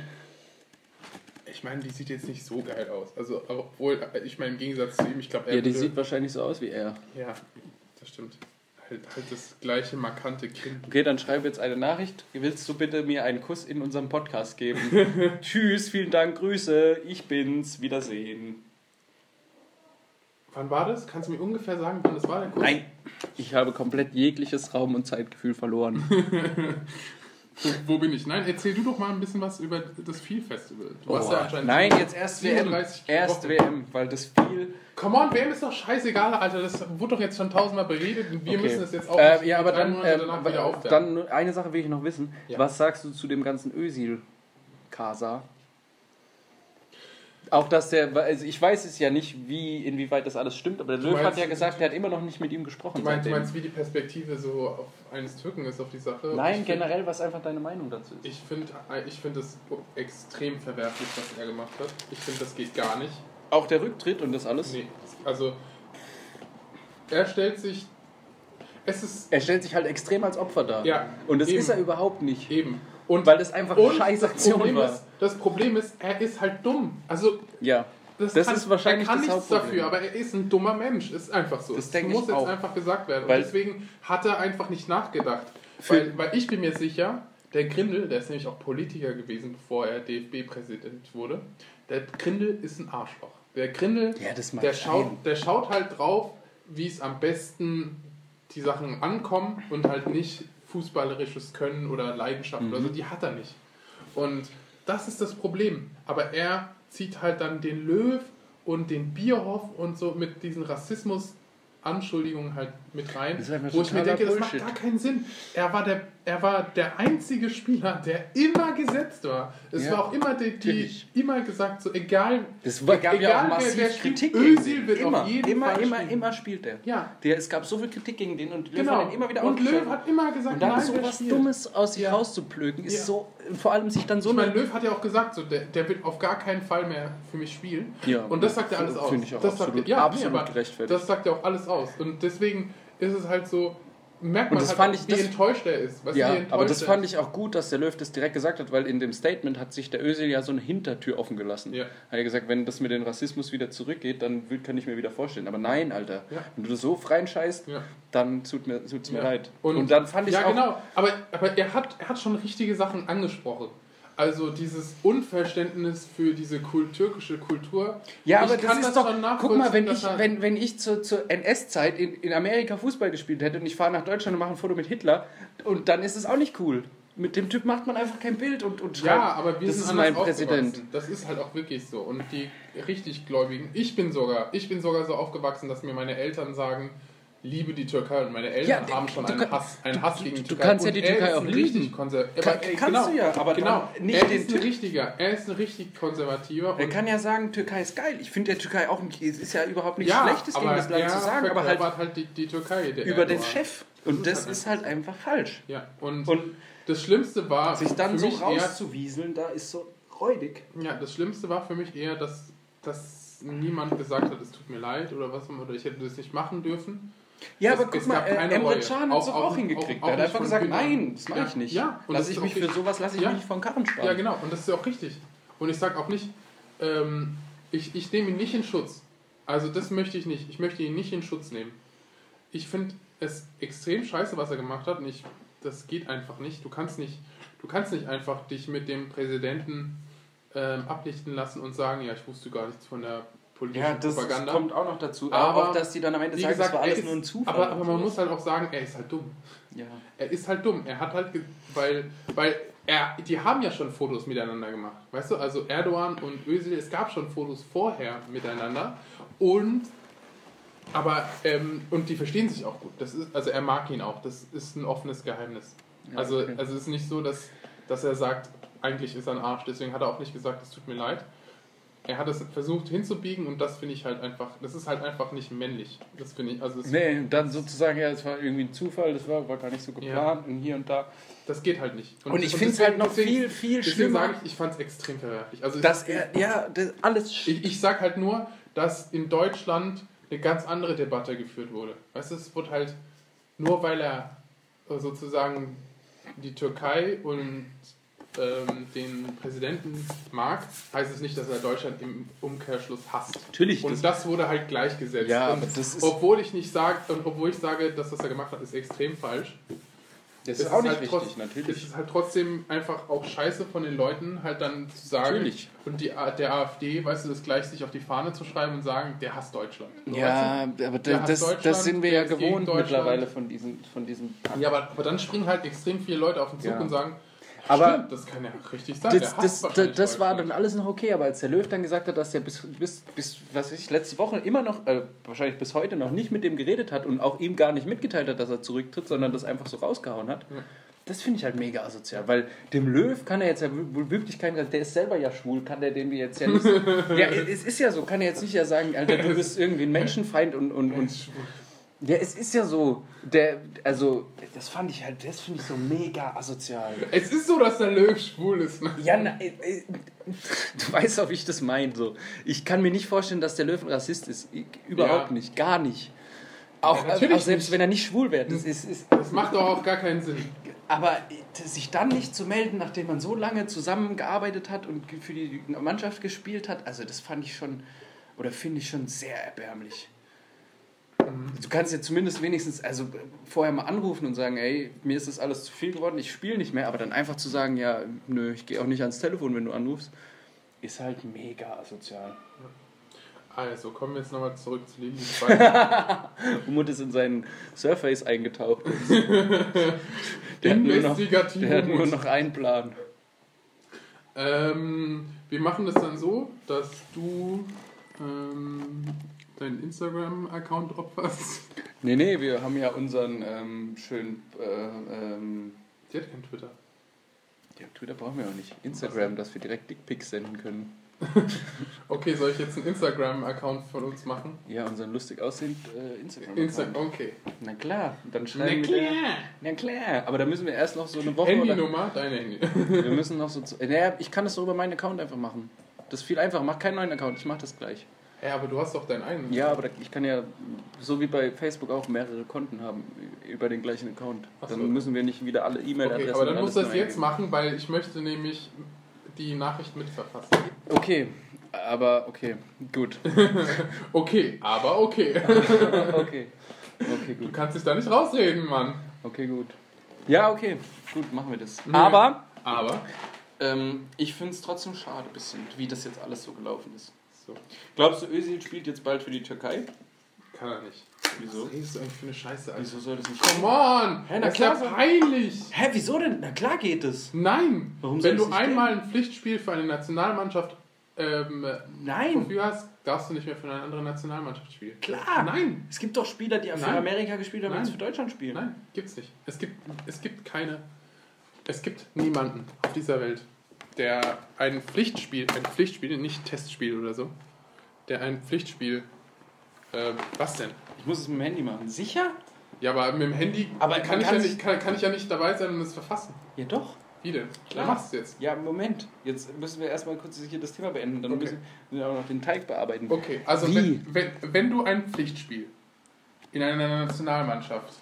Speaker 1: ich meine, die sieht jetzt nicht so geil aus. Also, obwohl, ich meine, im Gegensatz zu ihm, ich glaube, er
Speaker 2: Ja, die
Speaker 1: würde-
Speaker 2: sieht wahrscheinlich so aus wie er.
Speaker 1: Ja, das stimmt. Halt, halt das gleiche markante Kinn.
Speaker 2: Okay, dann schreibe jetzt eine Nachricht. Willst du bitte mir einen Kuss in unserem Podcast geben? Tschüss, vielen Dank, Grüße, ich bin's, Wiedersehen.
Speaker 1: Wann war das? Kannst du mir ungefähr sagen, wann das war der Kuss?
Speaker 2: Nein, ich habe komplett jegliches Raum- und Zeitgefühl verloren.
Speaker 1: Wo, wo bin ich? Nein, erzähl du doch mal ein bisschen was über das Feel-Festival. Du warst ja anscheinend.
Speaker 2: Nein, jetzt erst WM.
Speaker 1: 37
Speaker 2: Erst
Speaker 1: Wochen.
Speaker 2: WM, weil das viel.
Speaker 1: Come on, WM ist doch scheißegal, Alter. Das wurde doch jetzt schon tausendmal beredet und wir
Speaker 2: Okay.
Speaker 1: müssen das jetzt auch
Speaker 2: Äh,
Speaker 1: nicht
Speaker 2: ja, aber
Speaker 1: drei
Speaker 2: dann,
Speaker 1: Monate
Speaker 2: ähm,
Speaker 1: danach wieder aufwärmen.
Speaker 2: dann nur eine Sache will ich noch wissen.
Speaker 1: Ja.
Speaker 2: Was sagst du zu dem ganzen Ösil Kasa? Auch dass der, also ich weiß es ja nicht, wie inwieweit das alles stimmt, aber der Löw hat
Speaker 1: meinst-
Speaker 2: ja gesagt, er hat immer noch nicht mit ihm gesprochen.
Speaker 1: Du meinst, du
Speaker 2: seitdem.
Speaker 1: meinst, wie die Perspektive so auf eines Türken ist auf die Sache?
Speaker 2: Nein,
Speaker 1: Ich find-
Speaker 2: generell, was einfach deine Meinung dazu ist.
Speaker 1: Ich finde ich find es extrem verwerflich, was er gemacht hat. Ich finde, das geht gar nicht.
Speaker 2: Auch der Rücktritt und das alles.
Speaker 1: Nee, also er stellt sich. Es ist
Speaker 2: Er stellt sich halt extrem als Opfer dar.
Speaker 1: Ja,
Speaker 2: und das
Speaker 1: eben.
Speaker 2: ist er überhaupt nicht.
Speaker 1: eben. Und
Speaker 2: Weil das einfach eine
Speaker 1: und
Speaker 2: scheiß
Speaker 1: das
Speaker 2: Aktion
Speaker 1: Problem
Speaker 2: war.
Speaker 1: Ist, das Problem ist, er ist halt dumm. Also
Speaker 2: Ja.
Speaker 1: das,
Speaker 2: Das
Speaker 1: kann,
Speaker 2: ist wahrscheinlich
Speaker 1: er kann
Speaker 2: das
Speaker 1: nichts
Speaker 2: Hauptproblem.
Speaker 1: dafür, aber er ist ein dummer Mensch. Ist einfach so.
Speaker 2: Das
Speaker 1: Es
Speaker 2: denke
Speaker 1: muss
Speaker 2: ich
Speaker 1: jetzt
Speaker 2: auch.
Speaker 1: einfach gesagt werden.
Speaker 2: Weil-
Speaker 1: und deswegen hat er einfach nicht nachgedacht.
Speaker 2: Für-
Speaker 1: Weil, weil ich bin mir sicher, der Grindel, der ist nämlich auch Politiker gewesen, bevor er DFB-Präsident wurde, der Grindel ist ein Arschloch. Der Grindel,
Speaker 2: Ja, das mag
Speaker 1: der,
Speaker 2: sein.
Speaker 1: schaut, der schaut halt drauf, wie es am besten die Sachen ankommen und halt nicht fußballerisches Können oder Leidenschaft oder so,
Speaker 2: Mhm.
Speaker 1: die hat er nicht. Und das ist das Problem. Aber er zieht halt dann den Löw und den Bierhoff und so mit diesem Rassismus Anschuldigungen halt mit rein,
Speaker 2: Das ist einfach
Speaker 1: wo ich mir
Speaker 2: totaler
Speaker 1: denke, das macht
Speaker 2: Bullshit.
Speaker 1: gar keinen Sinn. Er war der, er war der einzige Spieler, der immer gesetzt war. Es
Speaker 2: Ja,
Speaker 1: war auch immer die, die
Speaker 2: natürlich.
Speaker 1: immer gesagt, so egal,
Speaker 2: Das
Speaker 3: Da gab ja
Speaker 1: Egal,
Speaker 3: auch
Speaker 1: wer-
Speaker 3: massiv
Speaker 1: wer spielt,
Speaker 3: Kritik.
Speaker 1: Özil
Speaker 3: gegen den.
Speaker 1: wird auf
Speaker 3: immer,
Speaker 1: jeden
Speaker 3: immer,
Speaker 1: Fall
Speaker 3: immer,
Speaker 1: spielen.
Speaker 3: immer spielt er.
Speaker 1: ja,
Speaker 3: Der, es gab so viel Kritik gegen den und Löw hat
Speaker 1: genau.
Speaker 3: ihn immer wieder
Speaker 1: Und Löw
Speaker 3: aufgestellt.
Speaker 1: hat immer gesagt,
Speaker 3: Und dann
Speaker 1: nein,
Speaker 3: so
Speaker 1: der
Speaker 3: was
Speaker 1: spielt.
Speaker 3: Dummes aus sich
Speaker 1: Ja.
Speaker 3: rauszuplöken, ist
Speaker 1: Ja.
Speaker 3: so, vor allem sich dann so
Speaker 1: Ich meine,
Speaker 3: eine-
Speaker 1: Löw hat ja auch gesagt, so, der, der wird auf gar keinen Fall mehr für mich spielen.
Speaker 2: Ja,
Speaker 1: und das sagt ja alles aus.
Speaker 2: finde ich auch
Speaker 1: das
Speaker 2: absolut-
Speaker 1: sagt, ja,
Speaker 2: absolut
Speaker 1: nee, aber
Speaker 2: gerechtfertigt.
Speaker 1: Das sagt ja auch alles aus. Und deswegen ist es halt so, merkt
Speaker 2: Und
Speaker 1: man
Speaker 2: das
Speaker 1: halt,
Speaker 2: fand
Speaker 1: auch,
Speaker 2: ich-
Speaker 1: wie
Speaker 2: das-
Speaker 1: enttäuscht er ist. Weißt, du, wie
Speaker 2: Ja,
Speaker 1: enttäuscht
Speaker 2: aber das
Speaker 1: er
Speaker 2: fand
Speaker 1: ist.
Speaker 2: ich auch gut, dass der Löw das direkt gesagt hat, weil in dem Statement hat sich der Özil ja so eine Hintertür offen gelassen.
Speaker 1: Ja.
Speaker 2: Hat er gesagt, wenn das mit dem Rassismus wieder zurückgeht, dann wür- kann ich mir wieder vorstellen. Aber nein, Alter,
Speaker 1: Ja.
Speaker 2: wenn du das so reinscheißt,
Speaker 1: Ja.
Speaker 2: dann tut mir, tut's mir
Speaker 1: Ja.
Speaker 2: leid. Und, dann fand ich
Speaker 1: ja,
Speaker 2: auch,
Speaker 1: genau. Aber, aber er, hat, er hat schon richtige Sachen angesprochen. Also dieses Unverständnis für diese kul- türkische Kultur.
Speaker 2: Ja,
Speaker 1: Ich
Speaker 2: aber das
Speaker 1: kann
Speaker 2: ist doch.
Speaker 1: schon
Speaker 2: guck mal,
Speaker 1: nachvollziehen,
Speaker 2: wenn ich,
Speaker 1: dass er-
Speaker 2: wenn, wenn ich zur, zur NS-Zeit in, in Amerika Fußball gespielt hätte und ich fahre nach Deutschland und mache ein Foto mit Hitler und dann ist es auch nicht cool. Mit dem Typ macht man einfach kein Bild und, und schreibt.
Speaker 1: Ja, aber wir
Speaker 2: das
Speaker 1: sind
Speaker 2: ist
Speaker 1: anders
Speaker 2: mein Präsident.
Speaker 1: aufgewachsen. Das ist halt auch wirklich so. Und die richtig Gläubigen, ich bin sogar, ich bin sogar so aufgewachsen, dass mir meine Eltern sagen, liebe die Türkei. Und meine Eltern
Speaker 2: Ja,
Speaker 1: haben schon
Speaker 2: du
Speaker 1: einen
Speaker 2: kann-
Speaker 1: Hass, einen Hass gegen die
Speaker 2: du
Speaker 1: Türkei.
Speaker 2: kannst ja
Speaker 1: Und
Speaker 2: die
Speaker 1: er
Speaker 2: Türkei
Speaker 1: ist
Speaker 2: auch
Speaker 1: ein
Speaker 2: lieben.
Speaker 1: richtig konservativ.
Speaker 2: Kann- kannst du ja, aber
Speaker 1: äh, genau.
Speaker 2: dann nicht
Speaker 1: er
Speaker 2: den
Speaker 1: ist ein
Speaker 2: Typ.
Speaker 1: richtiger, er ist ein richtig konservativer.
Speaker 2: Er
Speaker 1: und-
Speaker 2: kann ja sagen, Türkei ist geil. Ich finde der Türkei auch nicht, es ist ja überhaupt nichts Schlechtes gegen
Speaker 1: aber genau.
Speaker 2: das Land
Speaker 1: er
Speaker 2: zu sagen, aber halt
Speaker 1: verkörpert halt die, die Türkei. der
Speaker 2: über den
Speaker 1: Erdogan.
Speaker 2: Chef. Und das ist halt einfach falsch.
Speaker 1: Ja, und,
Speaker 2: Und
Speaker 1: das Schlimmste war
Speaker 2: sich dann
Speaker 1: für
Speaker 2: so
Speaker 1: mich eher
Speaker 2: rauszuwieseln, da ist so räudig.
Speaker 1: Ja, das Schlimmste war für mich eher, dass, dass niemand gesagt hat, es tut mir leid oder was oder ich hätte das nicht machen dürfen.
Speaker 2: Ja,
Speaker 1: Es-
Speaker 2: aber guck
Speaker 1: es
Speaker 2: mal,
Speaker 1: gab keine
Speaker 2: äh, Emre
Speaker 1: Reue.
Speaker 2: Can hat
Speaker 1: Auch-
Speaker 2: es auch,
Speaker 1: auch-
Speaker 2: auch hingekriegt.
Speaker 1: auch-
Speaker 2: er
Speaker 1: auch
Speaker 2: hat einfach
Speaker 1: nicht
Speaker 2: gesagt,
Speaker 1: von Günther.
Speaker 2: nein, das mache ich
Speaker 1: Ja,
Speaker 2: nicht.
Speaker 1: ja, und das
Speaker 2: lass ich
Speaker 1: ist
Speaker 2: mich
Speaker 1: auch
Speaker 2: für
Speaker 1: okay.
Speaker 2: sowas lasse ich
Speaker 1: Ja.
Speaker 2: mich nicht vom Karren spannen.
Speaker 1: Ja, genau, und das ist ja auch richtig. Und ich sage auch nicht, ähm, ich, ich nehme ihn nicht in Schutz. Also das möchte ich nicht. Ich möchte ihn nicht in Schutz nehmen. Ich finde es extrem scheiße, was er gemacht hat. Und ich, das geht einfach nicht. Du kannst nicht, du kannst nicht einfach dich mit dem Präsidenten ähm, ablichten lassen und sagen, ja, ich wusste gar nichts von der politischen
Speaker 2: Ja, das
Speaker 1: Propaganda.
Speaker 2: kommt auch noch dazu.
Speaker 1: Aber,
Speaker 2: Aber auch, dass die dann am Ende
Speaker 1: Wie
Speaker 2: sagen, es war
Speaker 1: er
Speaker 2: alles
Speaker 1: ist-
Speaker 2: nur ein Zufall.
Speaker 1: Aber, aber man muss halt auch sagen, er ist halt dumm.
Speaker 2: Ja.
Speaker 1: Er ist halt dumm. Er hat halt, ge- weil, weil er, die haben ja schon Fotos miteinander gemacht. Weißt du, also Erdogan und Özil, es gab schon Fotos vorher miteinander. Und, aber, ähm, und die verstehen sich auch gut. Das ist, also er mag ihn auch. Das ist ein offenes Geheimnis.
Speaker 2: Ja,
Speaker 1: Also,
Speaker 2: okay.
Speaker 1: also es ist nicht so, dass, dass er sagt, eigentlich ist er ein Arsch. Deswegen hat er auch nicht gesagt, es tut mir leid. Er hat es versucht hinzubiegen und das finde ich halt einfach, das ist halt einfach nicht männlich. Das finde ich, also es,
Speaker 2: Nee, und dann sozusagen, ja, es war irgendwie ein Zufall, das war, war gar nicht so geplant und hier und da.
Speaker 1: das geht halt nicht.
Speaker 2: Und, ich finde es halt noch
Speaker 1: deswegen-
Speaker 2: viel, viel
Speaker 1: Deswegen
Speaker 2: schlimmer,
Speaker 1: sage ich, ich fand es extrem verwerflich. Also
Speaker 2: dass er, ja, das alles sch-
Speaker 1: ich, ich sage halt nur, dass in Deutschland eine ganz andere Debatte geführt wurde. Weißt du, es wurde halt nur, weil er äh, sozusagen die Türkei und ähm, den Präsidenten mag, heißt es nicht, dass er Deutschland im Umkehrschluss hasst.
Speaker 2: Natürlich, das-
Speaker 1: Und das wurde halt gleichgesetzt.
Speaker 2: Ja,
Speaker 1: und
Speaker 2: aber das ist-
Speaker 1: obwohl ich nicht sage, und obwohl ich sage, dass was er gemacht hat, ist extrem falsch.
Speaker 2: Das
Speaker 1: Es
Speaker 2: ist auch nicht
Speaker 1: halt
Speaker 2: richtig,
Speaker 1: trotz- Es
Speaker 2: natürlich.
Speaker 1: ist halt trotzdem einfach auch scheiße von den Leuten, halt dann zu sagen,
Speaker 2: Natürlich.
Speaker 1: und die, A- der AfD, weißt du, das gleich sich auf die Fahne zu schreiben und sagen, der hasst Deutschland. So,
Speaker 2: Ja, aber
Speaker 1: Der
Speaker 2: da-
Speaker 1: hasst
Speaker 2: das,
Speaker 1: Deutschland,
Speaker 2: das sind wir
Speaker 1: der
Speaker 2: ja
Speaker 1: ist gegen
Speaker 2: gewohnt
Speaker 1: Deutschland.
Speaker 2: mittlerweile von diesen, von diesen
Speaker 1: weißt du? ja aber, aber dann springen halt extrem viele Leute auf den Zug
Speaker 2: Ja.
Speaker 1: und sagen,
Speaker 2: Aber
Speaker 1: stimmt, das kann ja richtig sein.
Speaker 2: das,
Speaker 1: der
Speaker 2: das,
Speaker 1: hasst
Speaker 2: das,
Speaker 1: wahrscheinlich
Speaker 2: das war dann
Speaker 1: Deutschland.
Speaker 2: alles noch okay, aber als der Löw dann gesagt hat, dass er bis, bis, bis was weiß ich, letzte Woche immer noch, äh, wahrscheinlich bis heute noch nicht mit dem geredet hat und auch ihm gar nicht mitgeteilt hat, dass er zurücktritt, sondern das einfach so rausgehauen hat, das finde ich halt mega asozial, weil dem Löw kann er jetzt ja wohl wirklich keinen, also der ist selber ja schwul, kann der dem jetzt ja nicht, ja, es ist ja so, kann er jetzt nicht ja sagen, Alter, du bist irgendwie ein Menschenfeind und, und, und ja, es ist ja so, der, also, das fand ich halt, das finde ich so mega asozial.
Speaker 1: Es ist so, dass der Löw schwul ist. ne?
Speaker 2: Ja, na, äh, äh, du weißt auch, wie ich das meine. So. Ich kann mir nicht vorstellen, dass der Löwen Rassist ist. Ich, überhaupt
Speaker 1: Ja.
Speaker 2: nicht, gar nicht. Auch, äh,
Speaker 1: Ja, natürlich
Speaker 2: auch selbst
Speaker 1: nicht.
Speaker 2: wenn er nicht schwul wäre. Das ist, ist,
Speaker 1: Das macht doch auch gar keinen Sinn.
Speaker 2: aber äh, sich dann nicht zu melden, nachdem man so lange zusammengearbeitet hat und für die Mannschaft gespielt hat, also das fand ich schon, oder finde ich schon sehr erbärmlich. Du kannst ja zumindest wenigstens, also äh, vorher mal anrufen und sagen, ey, mir ist das alles zu viel geworden, ich spiele nicht mehr, aber dann einfach zu sagen, ja, nö, ich gehe auch nicht ans Telefon, wenn du anrufst, ist halt mega asozial.
Speaker 1: Also, kommen wir jetzt nochmal zurück zu Leben. die Schweine.
Speaker 2: Umut ist in seinen Surface eingetaucht. der, hat nur noch,
Speaker 1: Investigativ.
Speaker 2: der hat nur
Speaker 1: Mut.
Speaker 2: noch einen Plan.
Speaker 1: Ähm, wir machen das dann so, dass du ähm, deinen Instagram-Account opferst.
Speaker 2: Nee, nee, wir haben ja unseren ähm, schönen. Äh, ähm,
Speaker 1: Sie hat keinen Twitter.
Speaker 2: ja, Twitter brauchen wir auch nicht. Instagram, dass wir direkt Dickpics senden können.
Speaker 1: Okay, soll ich jetzt einen Instagram-Account von uns machen?
Speaker 2: Ja, unseren lustig aussehend äh, Instagram.
Speaker 1: Insta okay.
Speaker 2: Na klar, dann schreiben wir. da- Na klar, aber da müssen wir erst noch so eine Woche oder.
Speaker 1: Handynummer, deine Handy.
Speaker 2: Wir müssen noch so. zu- Naja, ich kann das so über meinen Account einfach machen. Das ist viel einfacher. Mach keinen neuen Account, ich mach das gleich.
Speaker 1: Ja, aber du hast doch deinen eigenen.
Speaker 2: Ja, aber da- ich kann ja, so wie bei Facebook auch, mehrere Konten haben über den gleichen Account.
Speaker 1: Ach so.
Speaker 2: Dann müssen wir nicht wieder alle E-Mail-Adressen.
Speaker 1: Okay, aber
Speaker 2: und
Speaker 1: dann
Speaker 2: alles
Speaker 1: musst du das
Speaker 2: neu
Speaker 1: jetzt
Speaker 2: eingeben.
Speaker 1: machen, weil ich möchte nämlich die Nachricht mitverfassen.
Speaker 2: Okay, aber okay, gut.
Speaker 1: Okay, aber okay.
Speaker 2: okay. Okay,
Speaker 1: Du
Speaker 2: gut.
Speaker 1: kannst dich da nicht rausreden, Mann.
Speaker 2: Okay, gut. Ja, okay. Gut, machen wir das.
Speaker 1: Nö.
Speaker 2: Aber
Speaker 1: Aber.
Speaker 3: Mhm. Ähm, ich finde es trotzdem schade, bisschen, wie das jetzt alles so gelaufen ist.
Speaker 1: So,
Speaker 3: Glaubst du, Özil spielt jetzt bald für die Türkei?
Speaker 1: kann er nicht.
Speaker 3: Wieso?
Speaker 1: Was redest du eigentlich für eine Scheiße, Alter?
Speaker 3: Wieso soll das nicht
Speaker 1: Come on!
Speaker 3: Hä, na
Speaker 1: das ist ja
Speaker 3: klar.
Speaker 1: peinlich!
Speaker 3: Hä, wieso denn? Na klar geht es.
Speaker 1: Nein!
Speaker 3: Warum soll
Speaker 1: Wenn
Speaker 3: das
Speaker 1: du
Speaker 3: nicht gehen?
Speaker 1: einmal ein Pflichtspiel für eine Nationalmannschaft ähm,
Speaker 3: Nein,
Speaker 1: wofür hast, darfst du nicht mehr für eine andere Nationalmannschaft spielen.
Speaker 3: klar.
Speaker 1: Nein!
Speaker 3: Es gibt doch Spieler, die für
Speaker 1: Nein.
Speaker 3: Amerika gespielt haben, die
Speaker 1: Nein.
Speaker 3: jetzt für Deutschland spielen.
Speaker 1: Nein, gibt's nicht. Es gibt, es gibt keine. Es gibt niemanden auf dieser Welt, der ein Pflichtspiel, ein Pflichtspiel, nicht Testspiel oder so, der ein Pflichtspiel. Äh, was denn?
Speaker 2: ich muss es mit dem Handy machen.
Speaker 3: Sicher?
Speaker 1: Ja, aber mit dem Handy
Speaker 2: Aber
Speaker 1: kann,
Speaker 2: man
Speaker 1: ich ja
Speaker 2: kann
Speaker 1: nicht, kann, kann ich ja nicht dabei sein und es verfassen.
Speaker 2: Ja, doch.
Speaker 1: Wie denn?
Speaker 2: Klar.
Speaker 1: Du machst es jetzt.
Speaker 2: Ja, Moment. Jetzt müssen wir erstmal kurz hier das Thema beenden. Dann
Speaker 1: Okay.
Speaker 2: müssen wir auch noch den Teig bearbeiten.
Speaker 1: Okay, also
Speaker 2: Wie?
Speaker 1: wenn, wenn, wenn du ein Pflichtspiel in einer Nationalmannschaft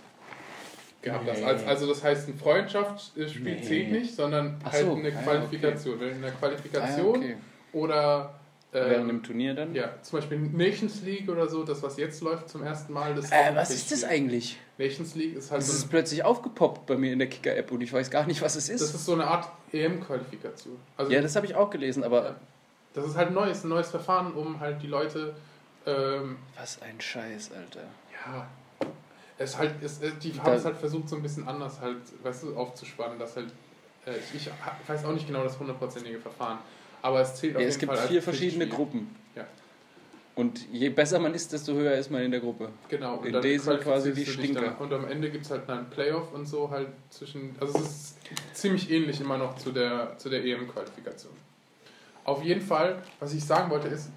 Speaker 1: gehabt hast,
Speaker 2: Nee.
Speaker 1: als, also das heißt ein Freundschaftsspiel
Speaker 2: Nee.
Speaker 1: zählt nicht, sondern
Speaker 2: Ach
Speaker 1: halt
Speaker 2: so,
Speaker 1: eine
Speaker 2: ah ja,
Speaker 1: Qualifikation. Wenn in der
Speaker 2: Ah, ja,
Speaker 1: Qualifikation
Speaker 2: okay.
Speaker 1: oder äh,
Speaker 2: Während dem Turnier dann?
Speaker 1: ja, zum Beispiel Nations League oder so, das was jetzt läuft zum ersten Mal. Das
Speaker 2: Äh, was ist das eigentlich?
Speaker 1: Nations League ist halt
Speaker 2: Das
Speaker 1: so
Speaker 2: ist
Speaker 1: ein,
Speaker 2: plötzlich aufgepoppt bei mir in der Kicker-App und ich weiß gar nicht, was es
Speaker 1: das
Speaker 2: ist.
Speaker 1: ist so eine Art EM-Qualifikation. Also
Speaker 2: Ja, das habe ich auch gelesen, aber
Speaker 1: das ist halt neu, ist ein neues Verfahren, um halt die Leute ähm,
Speaker 2: was ein Scheiß, Alter.
Speaker 1: Ja. Es halt, es, äh, die
Speaker 2: Da-
Speaker 1: haben es halt versucht, so ein bisschen anders halt, weißt du, aufzuspannen, dass halt, äh, ich, ich ha- weiß auch nicht genau das hundertprozentige Verfahren, aber es zählt
Speaker 2: Ja,
Speaker 1: auf jeden
Speaker 2: es gibt
Speaker 1: Fall als
Speaker 2: vier verschiedene
Speaker 1: Pflichtspiel.
Speaker 2: Gruppen.
Speaker 1: Ja.
Speaker 2: Und je besser man ist, desto höher ist man in der Gruppe.
Speaker 1: Genau, und
Speaker 2: In
Speaker 1: dann
Speaker 2: der sind quasi
Speaker 1: qualifizierst
Speaker 2: die
Speaker 1: du dich
Speaker 2: Stinker.
Speaker 1: dann. Und am Ende gibt es halt einen Playoff und so halt zwischen, also es ist ziemlich ähnlich immer noch zu der, zu der EM-Qualifikation. Auf jeden Fall, was ich sagen wollte ist,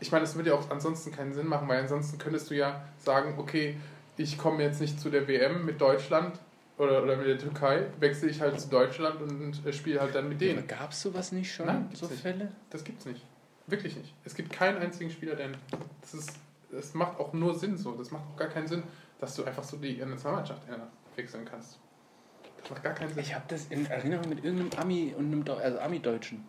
Speaker 1: ich meine, es würde ja auch ansonsten keinen Sinn machen, weil ansonsten könntest du ja sagen, okay, ich komme jetzt nicht zu der WM mit Deutschland oder, oder mit der Türkei, wechsle ich halt zu Deutschland und äh, spiele halt dann mit
Speaker 2: Aber
Speaker 1: denen.
Speaker 2: gab es sowas nicht schon?
Speaker 1: Nein, gibt's
Speaker 2: so
Speaker 1: nicht.
Speaker 2: Fälle?
Speaker 1: Das gibt's nicht. Wirklich nicht. Es gibt keinen einzigen Spieler, der. Das, ist, das macht auch nur Sinn so. Das macht auch gar keinen Sinn, dass du einfach so die Nationalmannschaft äh, wechseln kannst. Das macht gar keinen Sinn.
Speaker 2: Ich habe das in Erinnerung mit irgendeinem Ami und einem Deu- also Ami-Deutschen.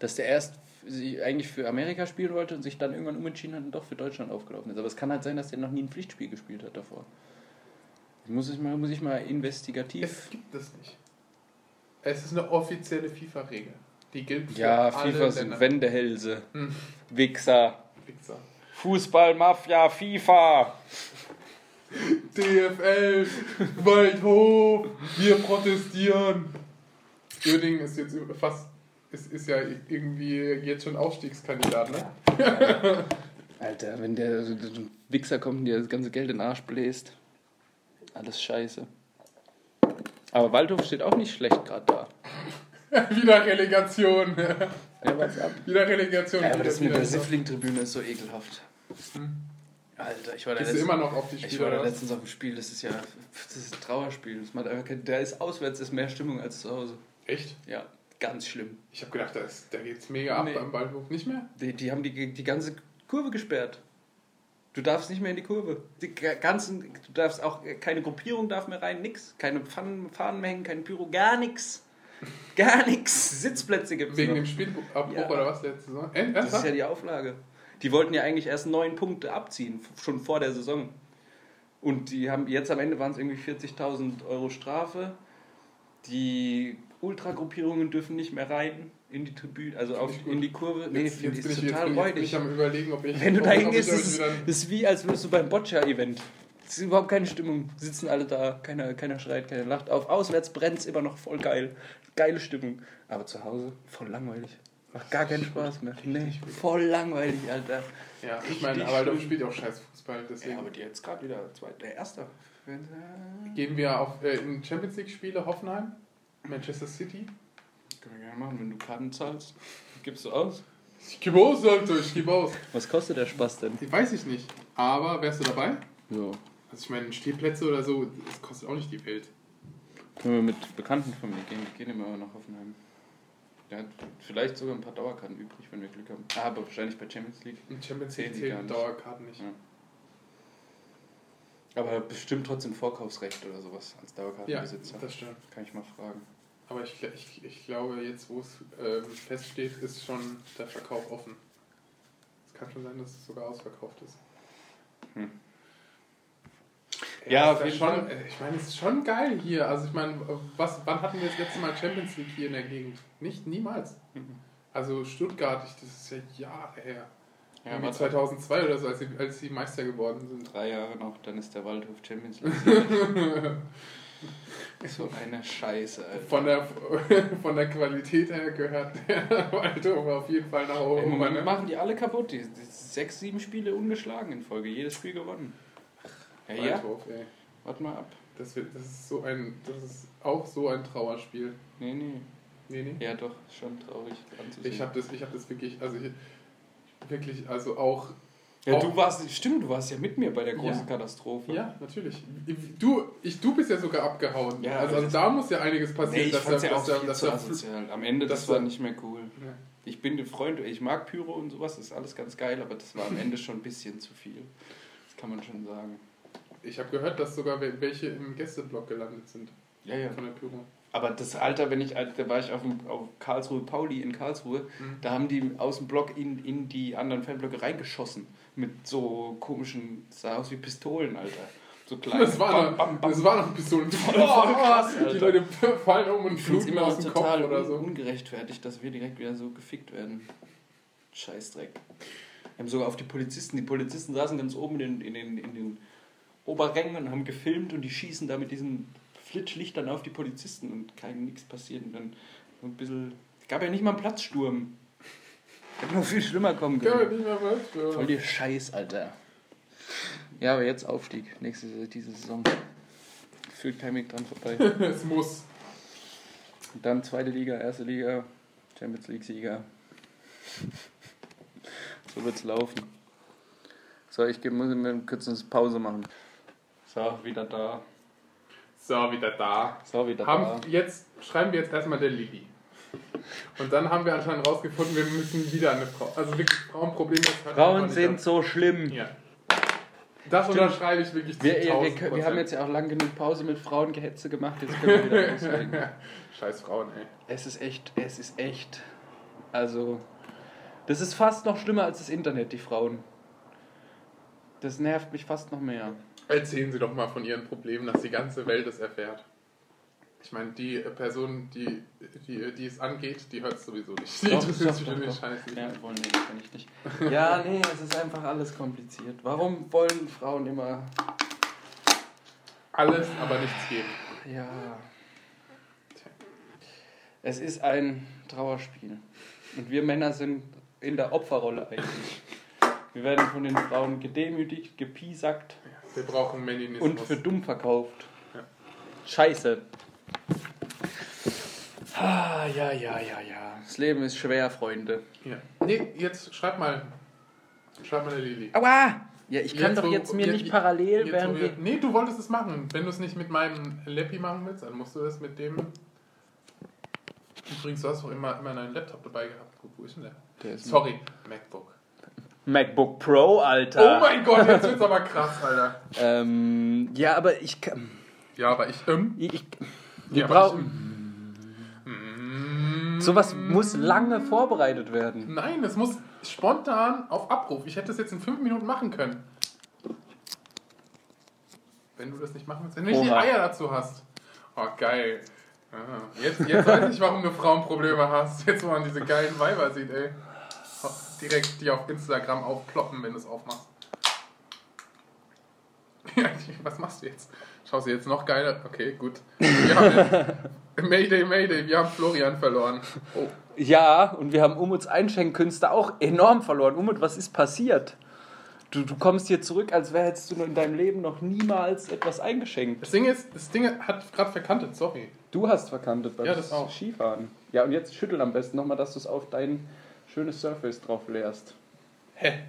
Speaker 2: Dass der erst sie eigentlich für Amerika spielen wollte und sich dann irgendwann umentschieden hat und doch für Deutschland aufgelaufen ist. Aber es kann halt sein, dass der noch nie ein Pflichtspiel gespielt hat davor. Muss ich mal, muss ich mal investigativ.
Speaker 1: Es gibt es nicht. Es ist eine offizielle FIFA-Regel. Die gilt für
Speaker 2: ja,
Speaker 1: alle
Speaker 2: FIFA sind
Speaker 1: Länder.
Speaker 2: Wendehälse.
Speaker 1: Hm.
Speaker 2: Wichser.
Speaker 1: Wichser.
Speaker 2: Fußball, Mafia, FIFA.
Speaker 1: DFL, Waldhof, wir protestieren. Uerdingen ist jetzt über- fast, ist, ist ja irgendwie jetzt schon Aufstiegskandidat, ne?
Speaker 2: Alter, wenn der so ein Wichser kommt und dir das ganze Geld in den Arsch bläst. Alles scheiße. Aber Waldhof steht auch nicht schlecht gerade da.
Speaker 1: Wieder Relegation.
Speaker 2: Ja, was ab?
Speaker 1: Wieder Relegation.
Speaker 2: Ja, aber
Speaker 1: wieder,
Speaker 2: das mit
Speaker 1: wieder.
Speaker 2: der Siffling-Tribüne ist so ekelhaft.
Speaker 1: Hm.
Speaker 2: Alter, ich war da
Speaker 1: Gehst du immer
Speaker 2: letztens,
Speaker 1: noch auf die
Speaker 2: ich war da
Speaker 1: Spieler?
Speaker 2: letztens auf dem Spiel, das ist ja das ist ein Trauerspiel. Das macht einfach kein, da ist auswärts ist mehr Stimmung als zu Hause.
Speaker 1: Echt?
Speaker 2: Ja, ganz schlimm.
Speaker 1: Ich habe gedacht, da, ist, da geht's mega ab
Speaker 2: Nee.
Speaker 1: beim Ballhof. Nicht mehr?
Speaker 2: Die, die haben die, die ganze Kurve gesperrt. Du darfst nicht mehr in die Kurve. Die ga- ganzen, du darfst auch, äh, keine Gruppierung darf mehr rein, nix. Keine Pfannen, Fahnen mehr hängen, kein Pyro, gar nix. Gar nix. Sitzplätze gibt's
Speaker 1: Wegen
Speaker 2: noch.
Speaker 1: dem Spielabbruch
Speaker 2: Ja.
Speaker 1: oder was letzte Saison? Äh,
Speaker 2: Das ist
Speaker 1: ernsthaft?
Speaker 2: ja die Auflage. Die wollten ja eigentlich erst neun Punkte abziehen, f- schon vor der Saison. Und die haben jetzt am Ende waren es irgendwie 40.000 Euro Strafe. Die Ultragruppierungen dürfen nicht mehr rein in die Tribüne, also auf,
Speaker 1: ich gut.
Speaker 2: in die Kurve. Nee,
Speaker 1: Jetzt,
Speaker 2: finde
Speaker 1: jetzt,
Speaker 2: ich
Speaker 1: bin ich, jetzt bin
Speaker 2: total
Speaker 1: ich jetzt bin ich
Speaker 2: räudig.
Speaker 1: am überlegen, ob ich...
Speaker 2: Wenn du da
Speaker 1: ob ich- ob
Speaker 2: hingehst,
Speaker 1: ich
Speaker 2: ist es
Speaker 1: wieder-
Speaker 2: ist wie, als würdest du beim Boccia-Event. Es ist überhaupt keine Stimmung. Sitzen alle da, keiner, keiner schreit, keiner lacht. Auf auswärts brennt es immer noch voll geil. Geile Stimmung. Aber zu Hause voll langweilig.
Speaker 4: Macht gar keinen Spaß mehr. Nee, voll langweilig, Alter.
Speaker 1: Ja, ich meine, aber Waldorf spielt auch scheiß Fußball, deswegen
Speaker 2: Ja, aber die jetzt gerade wieder zweiter, erster. Können
Speaker 1: geben wir auf äh, in Champions League Spiele Hoffenheim, Manchester City.
Speaker 2: wir gerne machen, wenn du Karten zahlst. Gibst du aus?
Speaker 1: Ich gebe aus, Leute, ich gebe aus.
Speaker 4: Was kostet der Spaß denn?
Speaker 1: Die weiß ich nicht. Aber wärst du dabei?
Speaker 4: Ja.
Speaker 1: Also ich meine, Stehplätze oder so, das kostet auch nicht die Welt.
Speaker 4: Können wir mit Bekannten
Speaker 2: Von mir gehen, wir gehen immer nach Hoffenheim. Der hat vielleicht sogar ein paar Dauerkarten übrig, wenn wir Glück haben. Ah, aber wahrscheinlich bei Champions League.
Speaker 1: In Champions
Speaker 2: Zählen
Speaker 1: League
Speaker 2: die gar
Speaker 1: zählen
Speaker 2: nicht.
Speaker 1: Dauerkarten nicht.
Speaker 2: Ja. Aber bestimmt trotzdem Vorkaufsrecht oder sowas als
Speaker 1: Ja,
Speaker 2: Dauerkartenbesitzer.
Speaker 1: das stimmt.
Speaker 2: Kann ich mal fragen.
Speaker 1: Aber ich, gl- ich, ich glaube, jetzt wo es ähm, feststeht, ist schon der Verkauf offen. Es kann schon sein, dass es sogar ausverkauft ist.
Speaker 2: Hm.
Speaker 1: Ja,
Speaker 2: Ja,
Speaker 1: auf
Speaker 2: auf jeden
Speaker 1: schon,
Speaker 2: Fall.
Speaker 1: äh, Ich meine, es ist schon geil hier. Also ich meine, was, wann hatten wir das letzte Mal Champions League hier in der Gegend? Nicht, niemals.
Speaker 2: Mhm.
Speaker 1: Also Stuttgart, ich, das ist ja Jahre her.
Speaker 2: Ja,
Speaker 1: Irgendwie
Speaker 2: war
Speaker 1: 2002 oder so, als sie, als sie Meister geworden sind.
Speaker 2: drei Jahre noch, dann ist der Waldhof Champions League. so eine Scheiße, Alter.
Speaker 1: Von der, von der Qualität her gehört der Waldhofer auf jeden Fall nach oben.
Speaker 2: Im Moment
Speaker 1: ne?
Speaker 2: machen die alle kaputt. Die, die sechs, sieben Spiele ungeschlagen in Folge. Jedes Spiel gewonnen. Ja, ja.
Speaker 1: Waldhof, ey.
Speaker 2: Warte mal ab.
Speaker 1: Das, wird, das ist so ein, das ist auch so ein Trauerspiel.
Speaker 2: Nee, nee.
Speaker 1: Nee, nee.
Speaker 2: Ja, doch. Ist Schon traurig anzusehen.
Speaker 1: Ich habe das, ich habe das wirklich, also ich, wirklich, also auch.
Speaker 2: ja,
Speaker 1: auch-
Speaker 2: du warst, stimmt, du warst ja mit mir bei der großen
Speaker 1: Ja.
Speaker 2: Katastrophe.
Speaker 1: Ja, natürlich. Du, ich, du bist ja sogar abgehauen.
Speaker 2: Ja,
Speaker 1: also,
Speaker 2: aber
Speaker 1: also da muss ja einiges
Speaker 2: Nee,
Speaker 1: passieren,
Speaker 2: ich fand's ja auch
Speaker 1: dass, er-
Speaker 2: viel
Speaker 1: dass,
Speaker 2: zu
Speaker 1: er-
Speaker 2: asozial. Am Ende, das,
Speaker 1: dass
Speaker 2: war
Speaker 1: er-
Speaker 2: nicht mehr cool.
Speaker 1: Ja.
Speaker 2: Ich bin ein Freund, ich mag Pyro und sowas, das ist alles ganz geil, aber das war am Ende schon ein bisschen zu viel. Das kann man schon sagen.
Speaker 1: Ich habe gehört, dass sogar wel- welche im Gästeblock gelandet sind
Speaker 2: Ja, ja.
Speaker 1: von der Pyro.
Speaker 2: Aber das Alter, wenn ich, alt- da war ich auf, dem, auf Karlsruhe Pauli in Karlsruhe,
Speaker 1: Mhm.
Speaker 2: da haben die aus dem Block in, in die anderen Fanblöcke reingeschossen. Mit so komischen, sah aus wie Pistolen, Alter. So kleine.
Speaker 1: Das war,
Speaker 2: bam,
Speaker 1: noch,
Speaker 2: bam, bam.
Speaker 1: das war noch Pistolen.
Speaker 2: voll krass,
Speaker 1: die
Speaker 2: Alter.
Speaker 1: Leute fallen um und
Speaker 2: ich finde es
Speaker 1: fluten
Speaker 2: immer
Speaker 1: aus
Speaker 2: noch
Speaker 1: dem
Speaker 2: total
Speaker 1: Kopf oder so.
Speaker 2: ungerechtfertigt, dass wir direkt wieder so gefickt werden. Scheißdreck. Wir haben sogar auf die Polizisten, die Polizisten saßen ganz oben in den, in den, in den Oberrängen und haben gefilmt und die schießen da mit diesen Flitschlichtern auf die Polizisten und kein nichts passiert. Und dann so ein bisschen. Es gab ja nicht mal einen Platzsturm. Hätte noch viel schlimmer kommen
Speaker 1: Können wir
Speaker 2: können.
Speaker 1: nicht mehr was?
Speaker 2: Voll
Speaker 1: Ja.
Speaker 2: die Scheiß, Alter. Ja, aber jetzt Aufstieg. Nächste diese Saison. Fühlt kein Weg dran vorbei.
Speaker 1: Es muss.
Speaker 2: Und dann zweite Liga, erste Liga, Champions League Sieger. So wird's laufen. So, ich geb- muss mir eine kurze Pause machen. So, wieder da.
Speaker 1: So, wieder da.
Speaker 2: So, wieder
Speaker 1: Haben, jetzt schreiben wir jetzt erstmal der Lili. Und dann haben wir anscheinend rausgefunden, wir müssen wieder eine Frau. Also wirklich Frauenprobleme. das hört
Speaker 2: Frauen
Speaker 1: man nicht
Speaker 2: sind so
Speaker 1: an.
Speaker 2: schlimm.
Speaker 1: Ja. Das
Speaker 2: Stimmt.
Speaker 1: unterschreibe ich wirklich zu
Speaker 2: Wir, wir,
Speaker 1: 1000
Speaker 2: wir, wir haben jetzt ja auch lang genug Pause mit Frauengehetze gemacht, jetzt können wir wieder loslegen.
Speaker 1: Scheiß Frauen, ey.
Speaker 2: Es ist echt, es ist echt. Also, das ist fast noch schlimmer als das Internet, die Frauen. Das nervt mich fast noch mehr.
Speaker 1: Erzählen Sie doch mal von Ihren Problemen, dass die ganze Welt es erfährt. Ich meine, die äh, Person, die, die, die es angeht, die hört es sowieso nicht. Die
Speaker 2: Doch,
Speaker 1: interessiert
Speaker 2: doch,
Speaker 1: sich
Speaker 2: doch,
Speaker 1: für den
Speaker 2: doch.
Speaker 1: Scheiß nicht.
Speaker 2: Ja, wollen wir kann ich nicht. Ja, nee, es ist einfach alles kompliziert. Warum wollen Frauen immer.
Speaker 1: Alles, aber nichts geben.
Speaker 2: Ja. Es ist ein Trauerspiel. Und wir Männer sind in der Opferrolle eigentlich. Wir werden von den Frauen gedemütigt, gepiesackt
Speaker 1: Wir brauchen Meninismus.
Speaker 2: und für dumm verkauft.
Speaker 1: Ja.
Speaker 2: Scheiße. Ah, ja, ja, ja, ja. Das Leben ist schwer, Freunde.
Speaker 1: ja. Nee, jetzt schreib mal. Schreib mal der Lili.
Speaker 2: Aua! Ja, ich kann
Speaker 1: Jetzt,
Speaker 2: doch
Speaker 1: wo-
Speaker 2: jetzt mir
Speaker 1: je-
Speaker 2: nicht
Speaker 1: je-
Speaker 2: parallel,
Speaker 1: Jetzt,
Speaker 2: während
Speaker 1: wo
Speaker 2: wir.
Speaker 1: wir- nee, du wolltest es machen. Wenn du es nicht mit meinem Lappi machen willst, dann musst du es mit dem. Übrigens, du hast doch immer, immer deinen Laptop dabei gehabt. Gut, wo ist denn der?
Speaker 2: Der ist
Speaker 1: Sorry, MacBook.
Speaker 2: MacBook Pro, Alter.
Speaker 1: Oh mein Gott, jetzt wird's aber krass, Alter.
Speaker 2: Ähm, ja, aber ich kann.
Speaker 1: Ja, aber ich. Ähm,
Speaker 2: Ich, ich, wir
Speaker 1: ja, aber
Speaker 2: brauchen. Sowas muss lange vorbereitet
Speaker 1: ich-
Speaker 2: werden.
Speaker 1: Nein, es muss spontan auf Abruf. Ich hätte es jetzt in fünf Minuten machen können. Wenn du das nicht machen willst. Wenn du nicht die
Speaker 2: Oha.
Speaker 1: Eier dazu hast. Oh, geil. Ah, Jetzt, jetzt weiß ich, warum du Frauenprobleme hast. Jetzt, wo man diese geilen Weiber sieht, ey. Oh, Direkt die auf Instagram aufploppen, wenn du es aufmachst. Ja, was machst du jetzt? Schaust du jetzt noch geiler? Okay, gut. Wir haben jetzt Mayday, Mayday, wir haben Florian verloren. Oh.
Speaker 2: Ja, und wir haben Umuts Einschenkkünste auch enorm verloren. Umut, was ist passiert? Du, du kommst hier zurück, als wär, hättest du in deinem Leben noch niemals etwas eingeschenkt.
Speaker 1: Das Ding ist, das Ding hat gerade verkantet, sorry.
Speaker 2: Du hast verkantet beim
Speaker 1: Ja, das auch.
Speaker 2: Skifahren. Ja, und jetzt schüttel am besten nochmal, dass du es auf dein schönes Surface drauf leerst.
Speaker 1: Hä?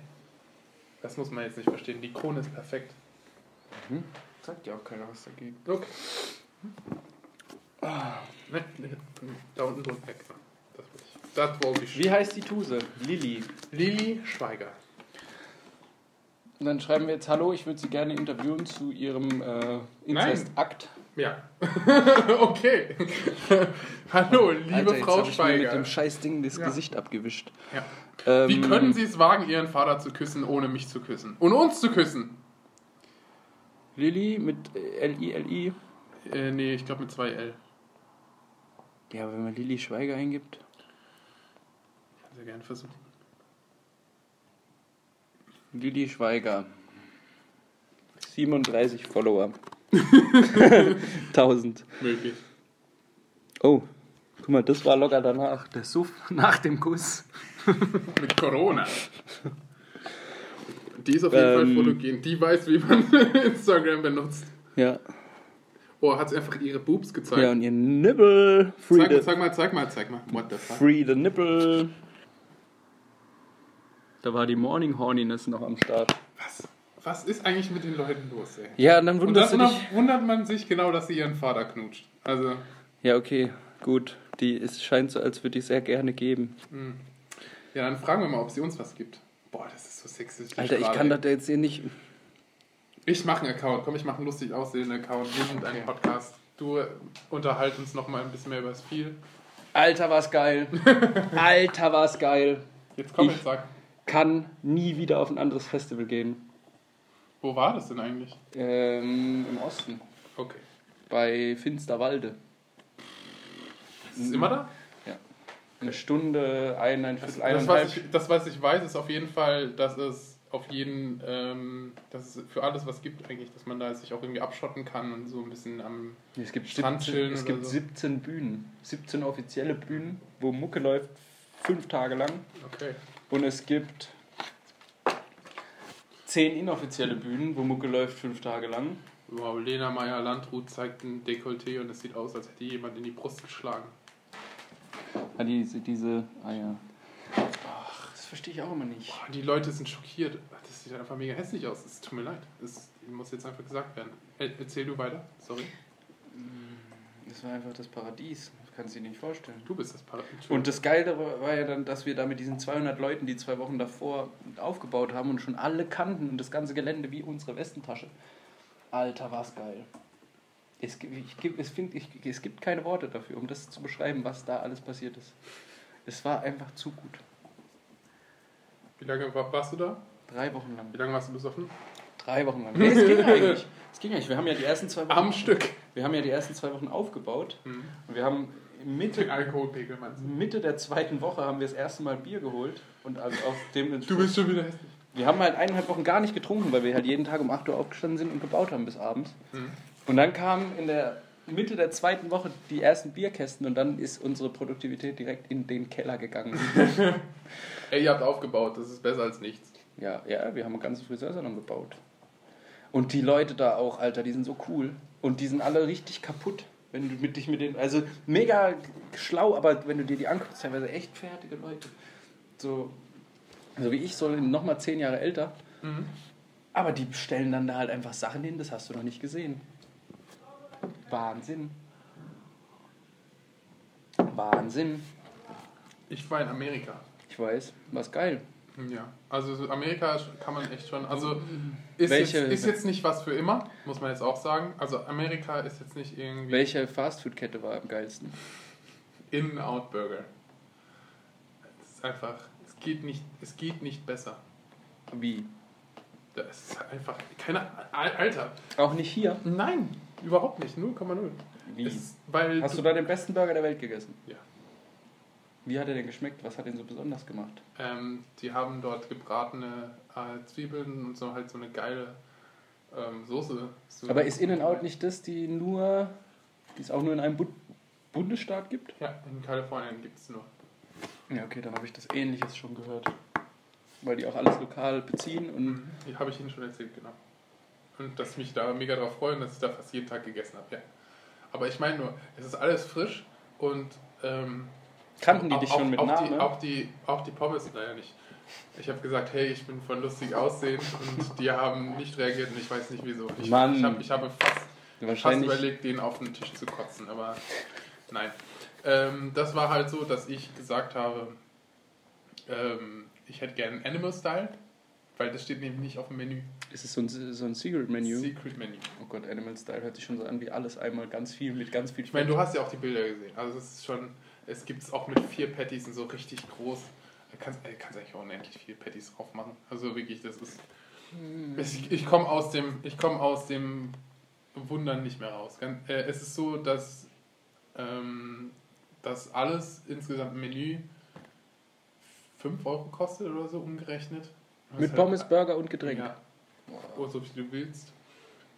Speaker 1: Das muss man jetzt nicht verstehen. Die Krone ist perfekt.
Speaker 3: Sagt ja auch keiner was dagegen.
Speaker 1: Look. Ne, ne, da unten drunter weg. Das will ich. Das wollte ich.
Speaker 3: Wie heißt die Tuse? Lilly.
Speaker 1: Lili Schweiger.
Speaker 2: Und dann schreiben wir jetzt, hallo, ich würde Sie gerne interviewen zu Ihrem äh, Inzestakt.
Speaker 1: Ja. okay. Hallo, liebe
Speaker 2: Alter, jetzt
Speaker 1: Frau
Speaker 2: hab ich mir mit
Speaker 1: Schweiger.
Speaker 2: dem scheiß Ding das
Speaker 1: Ja.
Speaker 2: Gesicht abgewischt.
Speaker 1: Ja.
Speaker 2: Ähm,
Speaker 1: Wie können Sie es wagen, Ihren Vater zu küssen, ohne mich zu küssen? Und uns zu küssen?
Speaker 2: Lilly mit äh, L-I-L-I.
Speaker 1: Äh, nee, ich glaube mit 2L.
Speaker 2: Ja, aber wenn man Lilly Schweiger eingibt.
Speaker 1: Kann sie gerne versuchen.
Speaker 2: Lilly Schweiger. 37 Follower. 1000.
Speaker 1: Möglich.
Speaker 2: Oh, guck mal, das war locker danach. Der Suff nach dem Kuss.
Speaker 1: Mit Corona. Die ist auf jeden
Speaker 2: Ähm.
Speaker 1: Fall fotogen. Die weiß, wie man Instagram benutzt.
Speaker 2: Ja.
Speaker 1: Oh, hat sie einfach ihre Boobs gezeigt.
Speaker 2: Ja, und ihr Nippel. Free
Speaker 1: zeig, mal,
Speaker 2: the,
Speaker 1: zeig mal, zeig mal, zeig mal. What the fuck?
Speaker 2: free the Nippel. Da war die Morning Horniness noch am Start.
Speaker 1: Was, was ist eigentlich mit den Leuten los, ey?
Speaker 2: Ja, und
Speaker 1: Und
Speaker 2: dann
Speaker 1: dann
Speaker 2: wunderst du dich.
Speaker 1: wundert- wundert man sich genau, dass sie ihren Vater knutscht. Also,
Speaker 2: Ja, okay, gut. Die es scheint so, als würde ich sehr gerne geben.
Speaker 1: ja, dann fragen wir mal, ob sie uns was gibt. Boah, das ist so sexistisch.
Speaker 2: Alter, ich
Speaker 1: gerade,
Speaker 2: kann
Speaker 1: ey.
Speaker 2: das da jetzt hier nicht.
Speaker 1: Ich mache einen Account. Komm, ich mache einen lustig aussehenden Account. Wir sind ein Podcast. Du äh, unterhalt uns noch mal ein bisschen mehr über das Spiel.
Speaker 2: Alter, war's geil. Alter, war's geil.
Speaker 1: Jetzt komm,
Speaker 2: Ich-
Speaker 1: jetzt sag.
Speaker 2: Kann nie wieder auf ein anderes Festival gehen.
Speaker 1: Wo war das denn eigentlich?
Speaker 2: Ähm, Im Osten.
Speaker 1: Okay.
Speaker 2: Bei Finsterwalde.
Speaker 1: Ist es immer da?
Speaker 2: Eine Stunde, eineinhalb,
Speaker 1: Das, das,
Speaker 2: eineinhalb.
Speaker 1: was ich, das, was ich weiß, ist auf jeden Fall, dass es auf jeden, ähm, dass es für alles was gibt eigentlich, dass man da sich auch irgendwie abschotten kann und so ein bisschen am.
Speaker 2: es gibt,
Speaker 1: Strand
Speaker 2: 17,
Speaker 1: chillen
Speaker 2: es
Speaker 1: oder
Speaker 2: gibt
Speaker 1: so.
Speaker 2: 17 Bühnen. 17 offizielle Bühnen, wo Mucke läuft fünf Tage lang.
Speaker 1: Okay.
Speaker 2: Und es gibt
Speaker 3: Zehn inoffizielle Bühnen, wo Mucke läuft fünf Tage lang.
Speaker 1: Wow, Lena Meyer Landrut zeigt ein Dekolleté und es sieht aus, als hätte jemand in die Brust geschlagen.
Speaker 2: ah, diese, diese. Ah ja.
Speaker 3: Ach, das verstehe ich auch immer nicht.
Speaker 1: Boah, die Leute sind schockiert. Das sieht einfach mega hässlich aus. Es tut mir leid. Es muss jetzt einfach gesagt werden. Er, erzähl du weiter. Sorry.
Speaker 3: Das war einfach das Paradies. Das kannst du dir nicht vorstellen.
Speaker 1: Du bist das Paradies.
Speaker 3: Und das Geile war ja dann, dass wir da mit diesen 200 Leuten, die zwei Wochen davor aufgebaut haben und schon alle kannten und das ganze Gelände wie unsere Westentasche. Alter, war's geil. Es, gibt- ich, gibt- es, find, ich, es gibt keine Worte dafür, um das zu beschreiben, was da alles passiert ist. Es war einfach zu gut.
Speaker 1: Wie lange war, warst du da?
Speaker 3: Drei Wochen lang.
Speaker 1: Wie lange warst du besoffen?
Speaker 3: Drei Wochen lang. Nee, es ging eigentlich. Es ging eigentlich. Wir haben ja die ersten zwei Wochen,
Speaker 1: Am Stück.
Speaker 3: wir haben ja die ersten zwei Wochen aufgebaut
Speaker 1: Mhm.
Speaker 3: und wir haben Mitte
Speaker 1: Den Alkoholpegel meinst du?
Speaker 3: Mitte der zweiten Woche haben wir das erste Mal Bier geholt und also auf dem
Speaker 1: Du bist schon wieder hässlich.
Speaker 3: wir haben halt eineinhalb Wochen gar nicht getrunken, weil wir halt jeden Tag um 8 Uhr aufgestanden sind und gebaut haben bis abends.
Speaker 1: Mhm.
Speaker 3: Und dann kamen in der Mitte der zweiten Woche die ersten Bierkästen und dann ist unsere Produktivität direkt in den Keller gegangen.
Speaker 1: Ey, ihr habt aufgebaut. Das ist besser als nichts.
Speaker 3: ja, ja, wir haben einen ganzen Friseursalon gebaut. Und die Leute da auch, Alter, die sind so cool und die sind alle richtig kaputt, wenn du mit dich mit denen, also mega schlau, aber wenn du dir die anguckst, teilweise echt fertige Leute. So, so wie ich, so nochmal zehn Jahre älter.
Speaker 1: Mhm.
Speaker 3: Aber die stellen dann da halt einfach Sachen hin, das hast du noch nicht gesehen. Wahnsinn. Wahnsinn.
Speaker 1: Ich war in Amerika.
Speaker 3: Ich weiß, was geil.
Speaker 1: Ja, also so Amerika kann man echt schon. Also ist,
Speaker 3: Welche-
Speaker 1: jetzt, ist jetzt nicht was für immer, muss man jetzt auch sagen. Also Amerika ist jetzt nicht irgendwie
Speaker 3: Welche Fastfood-Kette war am geilsten?
Speaker 1: In-Out-Burger. Es ist einfach, es geht nicht, es geht nicht besser.
Speaker 3: Wie?
Speaker 1: Das ist einfach, keine Al- Alter.
Speaker 3: Auch nicht hier.
Speaker 1: Nein, überhaupt nicht, 0,0.
Speaker 3: Wie?
Speaker 1: Es ist- Weil
Speaker 3: Hast du da den besten Burger der Welt gegessen?
Speaker 1: Ja.
Speaker 3: Wie hat er denn geschmeckt? Was hat ihn so besonders gemacht?
Speaker 1: Ähm, die haben dort gebratene äh, Zwiebeln und so halt so eine geile ähm, Soße. So
Speaker 3: Aber ist In-N-Out nicht das, die nur. Die es auch nur in einem But
Speaker 2: Bundesstaat gibt?
Speaker 1: Ja, in Kalifornien gibt es nur.
Speaker 2: Ja, okay, dann habe ich das Ähnliches schon gehört. Weil die auch alles lokal beziehen und.
Speaker 1: Die habe ich Ihnen schon erzählt, genau. Und dass ich mich da mega drauf freue und dass ich da fast jeden Tag gegessen habe, ja. Aber ich meine nur, es ist alles frisch und ähm,
Speaker 2: Kannten die
Speaker 1: auch-
Speaker 2: dich
Speaker 1: auch-
Speaker 2: schon mit
Speaker 1: auch Die,
Speaker 2: Namen?
Speaker 1: auch, die, auch die Pommes, naja nicht. Ich habe gesagt, hey, ich bin von lustig aussehen und die haben nicht reagiert und ich weiß nicht wieso. Ich,
Speaker 2: Mann.
Speaker 1: ich, hab, ich habe fast, fast
Speaker 2: Wahrscheinlich.
Speaker 1: überlegt, den auf den Tisch zu kotzen, aber nein. Ähm, das war halt so, dass ich gesagt habe, ähm, ich hätte gerne Animal Style, weil das steht nämlich nicht auf dem Menü.
Speaker 2: Ist es so ein, so ein Secret-Menü?
Speaker 1: Secret Menü.
Speaker 2: oh Gott, Animal Style hört sich schon so an wie alles einmal ganz viel mit ganz viel
Speaker 1: Ich meine, du hast ja auch die Bilder gesehen. Also es ist schon, es gibt es auch mit vier Patties und so richtig groß. Du kannst, ey, kannst eigentlich auch unendlich viele Patties drauf machen. Also wirklich, das ist. Ich, ich komme aus dem, ich komme aus dem Wundern nicht mehr raus. Ganz, äh, es ist so, dass, ähm, dass alles insgesamt im Menü 5 Euro kostet oder so umgerechnet. Das
Speaker 2: Mit
Speaker 1: ist
Speaker 2: Pommes, Burger und Getränk.
Speaker 1: ja. Oder Oh, so wie du willst.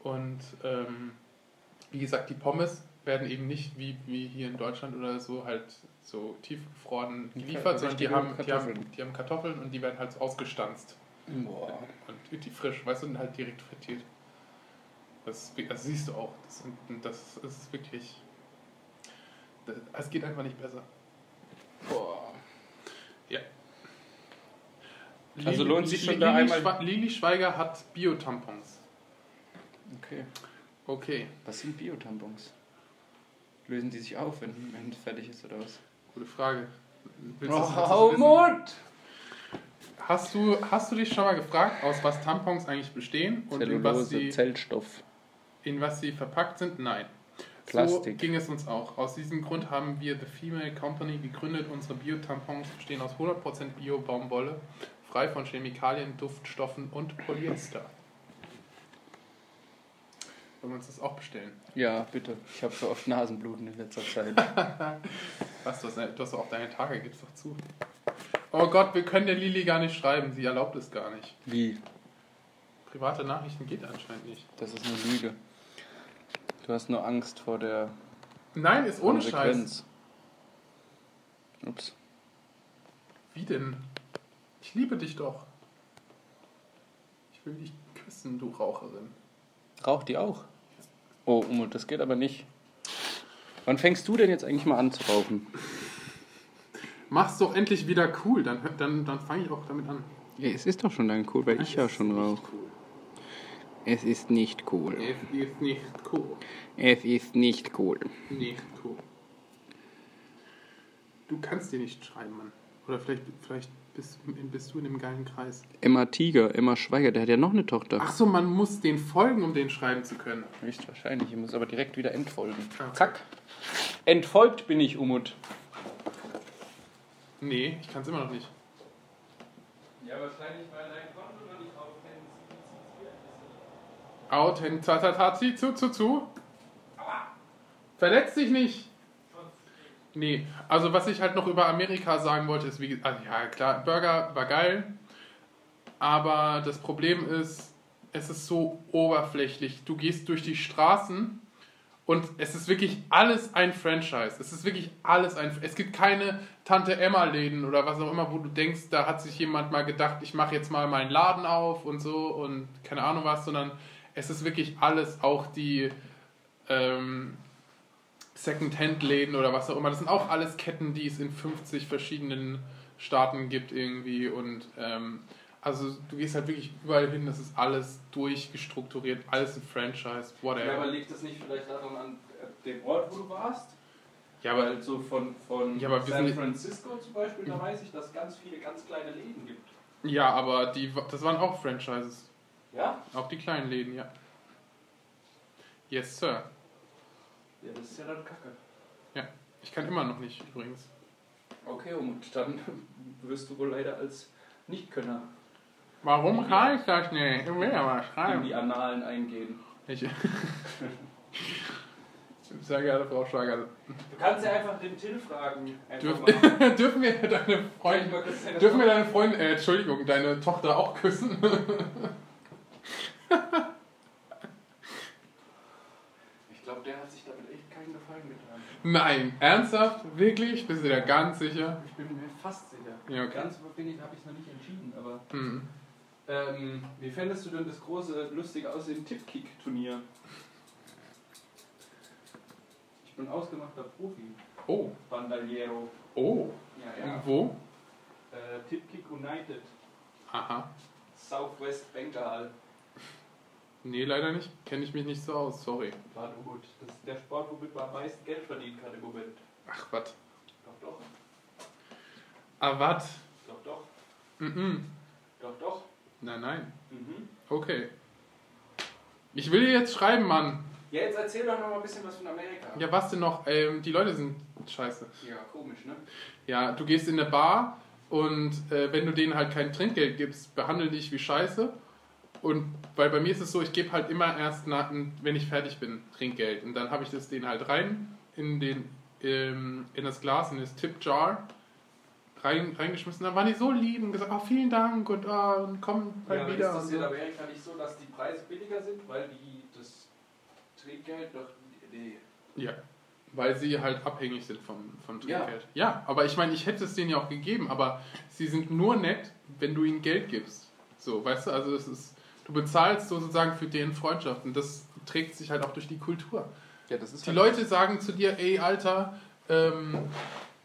Speaker 1: Und ähm, wie gesagt, die Pommes werden eben nicht wie, wie hier in Deutschland oder so halt so tiefgefroren
Speaker 2: Die
Speaker 1: geliefert, sondern die
Speaker 2: richtigen
Speaker 1: haben, die, haben,
Speaker 2: Kartoffeln.
Speaker 1: die haben Kartoffeln und die werden halt so ausgestanzt
Speaker 2: Boah.
Speaker 1: und die frisch, weißt du, und halt direkt frittiert. Das, das siehst du auch. Das, sind- das ist wirklich. das- Es geht einfach nicht besser.
Speaker 2: Boah.
Speaker 1: Lili-
Speaker 2: Also lohnt sich
Speaker 1: Lili-
Speaker 2: schon da
Speaker 1: Lili
Speaker 2: einmal-
Speaker 1: Schwa- Lili Schweiger hat Bio-Tampons.
Speaker 3: Okay.
Speaker 1: Okay,
Speaker 3: Was sind Biotampons? Lösen die sich auf, wenn wenn es fertig ist oder was?
Speaker 1: gute Frage. Willst du's- willst du's
Speaker 3: Oh,
Speaker 1: wissen?
Speaker 3: Mut!
Speaker 1: Hast du, hast du dich schon mal gefragt, aus was Tampons eigentlich bestehen und in was,
Speaker 2: Zellulose,
Speaker 1: sie,
Speaker 2: Zellstoff.
Speaker 1: in was sie verpackt sind? Nein. So
Speaker 2: Plastik.
Speaker 1: ging es uns auch. Aus diesem Grund haben wir The Female Company gegründet. Unsere Bio-Tampons bestehen aus 100% Bio-Baumwolle, frei von Chemikalien, Duftstoffen und Polyester. Wollen wir uns das auch bestellen?
Speaker 2: Ja, bitte. Ich habe so oft Nasenbluten in letzter Zeit.
Speaker 1: Was, du hast, du hast doch auch deine Tage, gib's doch zu. Oh Gott, wir können der Lili gar nicht schreiben. Sie erlaubt es gar nicht.
Speaker 2: Wie?
Speaker 1: Private Nachrichten geht anscheinend nicht.
Speaker 2: Das ist eine Lüge. Du hast nur Angst vor der
Speaker 1: Nein, ist ohne Scheiß.
Speaker 2: Konsequenz. Ups.
Speaker 1: Wie denn? Ich liebe dich doch. Ich will dich küssen, du Raucherin.
Speaker 2: Raucht die auch? Oh, Umut, das geht aber nicht. Wann fängst du denn jetzt eigentlich mal an zu rauchen?
Speaker 1: Mach's doch endlich wieder cool, dann, hör- dann, dann fange ich auch damit an.
Speaker 2: Ja, es ist doch schon lange cool, weil
Speaker 1: Nein, es ist nicht Cool.
Speaker 2: Es ist nicht cool.
Speaker 1: Es ist nicht cool.
Speaker 2: Es ist nicht cool.
Speaker 1: Nicht cool. Du kannst dir nicht schreiben, Mann. Oder vielleicht, vielleicht bist, bist du in dem geilen Kreis.
Speaker 2: Emma Tiger, Emma Schweiger, der hat ja noch eine Tochter.
Speaker 1: Ach so, man muss den folgen, um den schreiben zu können.
Speaker 2: Höchstwahrscheinlich, ich muss aber direkt wieder entfolgen.
Speaker 1: Ah.
Speaker 2: Zack. Entfolgt bin ich, Umut.
Speaker 1: Nee, ich kann's immer noch nicht.
Speaker 3: Ja, wahrscheinlich, weil dein Konto noch nicht aufhängt.
Speaker 1: Authentizatati zu zu zu. Verletz dich nicht. Nee, also was ich halt noch über Amerika sagen wollte, ist, wie ge- also ja klar, Burger war geil, aber das Problem ist, es ist so oberflächlich. Du gehst durch die Straßen und es ist wirklich alles ein Franchise. Es ist wirklich alles ein. Es gibt keine Tante Emma-Läden oder was auch immer, wo du denkst, da hat sich jemand mal gedacht, ich mache jetzt mal meinen Laden auf und so und keine Ahnung was, sondern es ist wirklich alles, auch die ähm, Second-Hand-Läden oder was auch immer. Das sind auch alles Ketten, die es in 50 verschiedenen Staaten gibt irgendwie und. Ähm, also du gehst halt wirklich überall hin, das ist alles durchgestrukturiert, alles ein Franchise, whatever.
Speaker 3: Ja, aber liegt das nicht vielleicht daran an äh, dem Ort, wo du warst?
Speaker 1: Ja,
Speaker 3: Aber
Speaker 1: aber
Speaker 3: halt so von, von
Speaker 1: Ja, aber wir
Speaker 3: San
Speaker 1: sind-
Speaker 3: Francisco zum Beispiel, da weiß ich, dass es ganz viele ganz kleine Läden gibt.
Speaker 1: Ja, aber die, das waren auch Franchises.
Speaker 3: Ja?
Speaker 1: Auch die kleinen Läden, ja. Yes, Sir.
Speaker 3: Ja, das ist ja dann kacke.
Speaker 1: Ich kann immer noch nicht, übrigens.
Speaker 3: Okay, und dann wirst du wohl leider als Nichtkönner
Speaker 1: Warum kann ich das nicht? Ich will ja mal
Speaker 3: in
Speaker 1: schreiben.
Speaker 3: die Annalen eingehen.
Speaker 1: Ich, sehr geehrte Frau Schlager,
Speaker 3: Du kannst ja einfach den Till fragen.
Speaker 1: dürf,
Speaker 3: Einfach mal.
Speaker 1: dürfen wir deine
Speaker 3: Kann ich
Speaker 1: Freundin,
Speaker 3: mal kurz seine
Speaker 1: dürfen wir
Speaker 3: Tochter-
Speaker 1: deine Freundin, äh, Entschuldigung, deine Tochter auch küssen?
Speaker 3: Ich glaube, der hat hat sich damit echt keinen Gefallen getan.
Speaker 1: Nein, ernsthaft? Wirklich? Bist du da ganz sicher?
Speaker 3: Ich bin mir fast sicher.
Speaker 1: Ja, okay.
Speaker 3: Ganz wirklich habe ich es noch nicht entschieden, aber.
Speaker 1: Hm.
Speaker 3: Ähm, wie fändest du denn das große, lustige aussehen Tippkick-Turnier? Ich bin ausgemachter Profi.
Speaker 1: Oh,
Speaker 3: Bandaliero.
Speaker 1: oh.
Speaker 3: Ja, ja.
Speaker 1: Wo?
Speaker 3: Äh, Tippkick United.
Speaker 1: Aha.
Speaker 3: Southwest Bengal.
Speaker 1: Nee, leider nicht. Kenne ich mich nicht so aus, sorry.
Speaker 3: War du oh gut. Das ist der Sport, womit man am meisten Geld verdient kann im Moment.
Speaker 1: Ach, was?
Speaker 3: Doch, doch.
Speaker 1: Ah, wat?
Speaker 3: Doch, doch.
Speaker 1: Mhm.
Speaker 3: Doch, doch.
Speaker 1: Nein, nein.
Speaker 3: Mhm.
Speaker 1: Okay. Ich will dir jetzt schreiben, Mann.
Speaker 3: Ja, jetzt erzähl doch noch mal ein bisschen was von Amerika.
Speaker 1: Ja, was denn noch? Ähm, die Leute sind scheiße.
Speaker 3: Ja, komisch, ne?
Speaker 1: Ja, du gehst in eine Bar und äh, wenn du denen halt kein Trinkgeld gibst, behandeln die dich wie Scheiße. Und weil bei mir ist es so, ich gebe halt immer erst, nach, wenn ich fertig bin, Trinkgeld. Und dann habe ich das denen halt rein in, den, ähm, in das Glas, in das Tip-Jar rein, reingeschmissen. Dann waren die so lieb und gesagt, ah vielen Dank und, ah, und komm
Speaker 3: Ja,
Speaker 1: bald
Speaker 3: aber
Speaker 1: wieder.
Speaker 3: ist das
Speaker 1: und
Speaker 3: in
Speaker 1: so.
Speaker 3: Amerika nicht so, dass die Preise billiger sind, weil die das Trinkgeld doch. Nee.
Speaker 1: Ja, weil sie halt abhängig sind vom, vom
Speaker 3: Ja.
Speaker 1: Trinkgeld. Ja. aber ich meine, ich hätte es denen ja auch gegeben, aber sie sind nur nett, wenn du ihnen Geld gibst. So, weißt du, also es ist, du bezahlst so sozusagen für deren Freundschaft und das trägt sich halt auch durch die Kultur.
Speaker 2: Ja, das ist halt
Speaker 1: Die Leute sagen zu dir, ey Alter, ähm,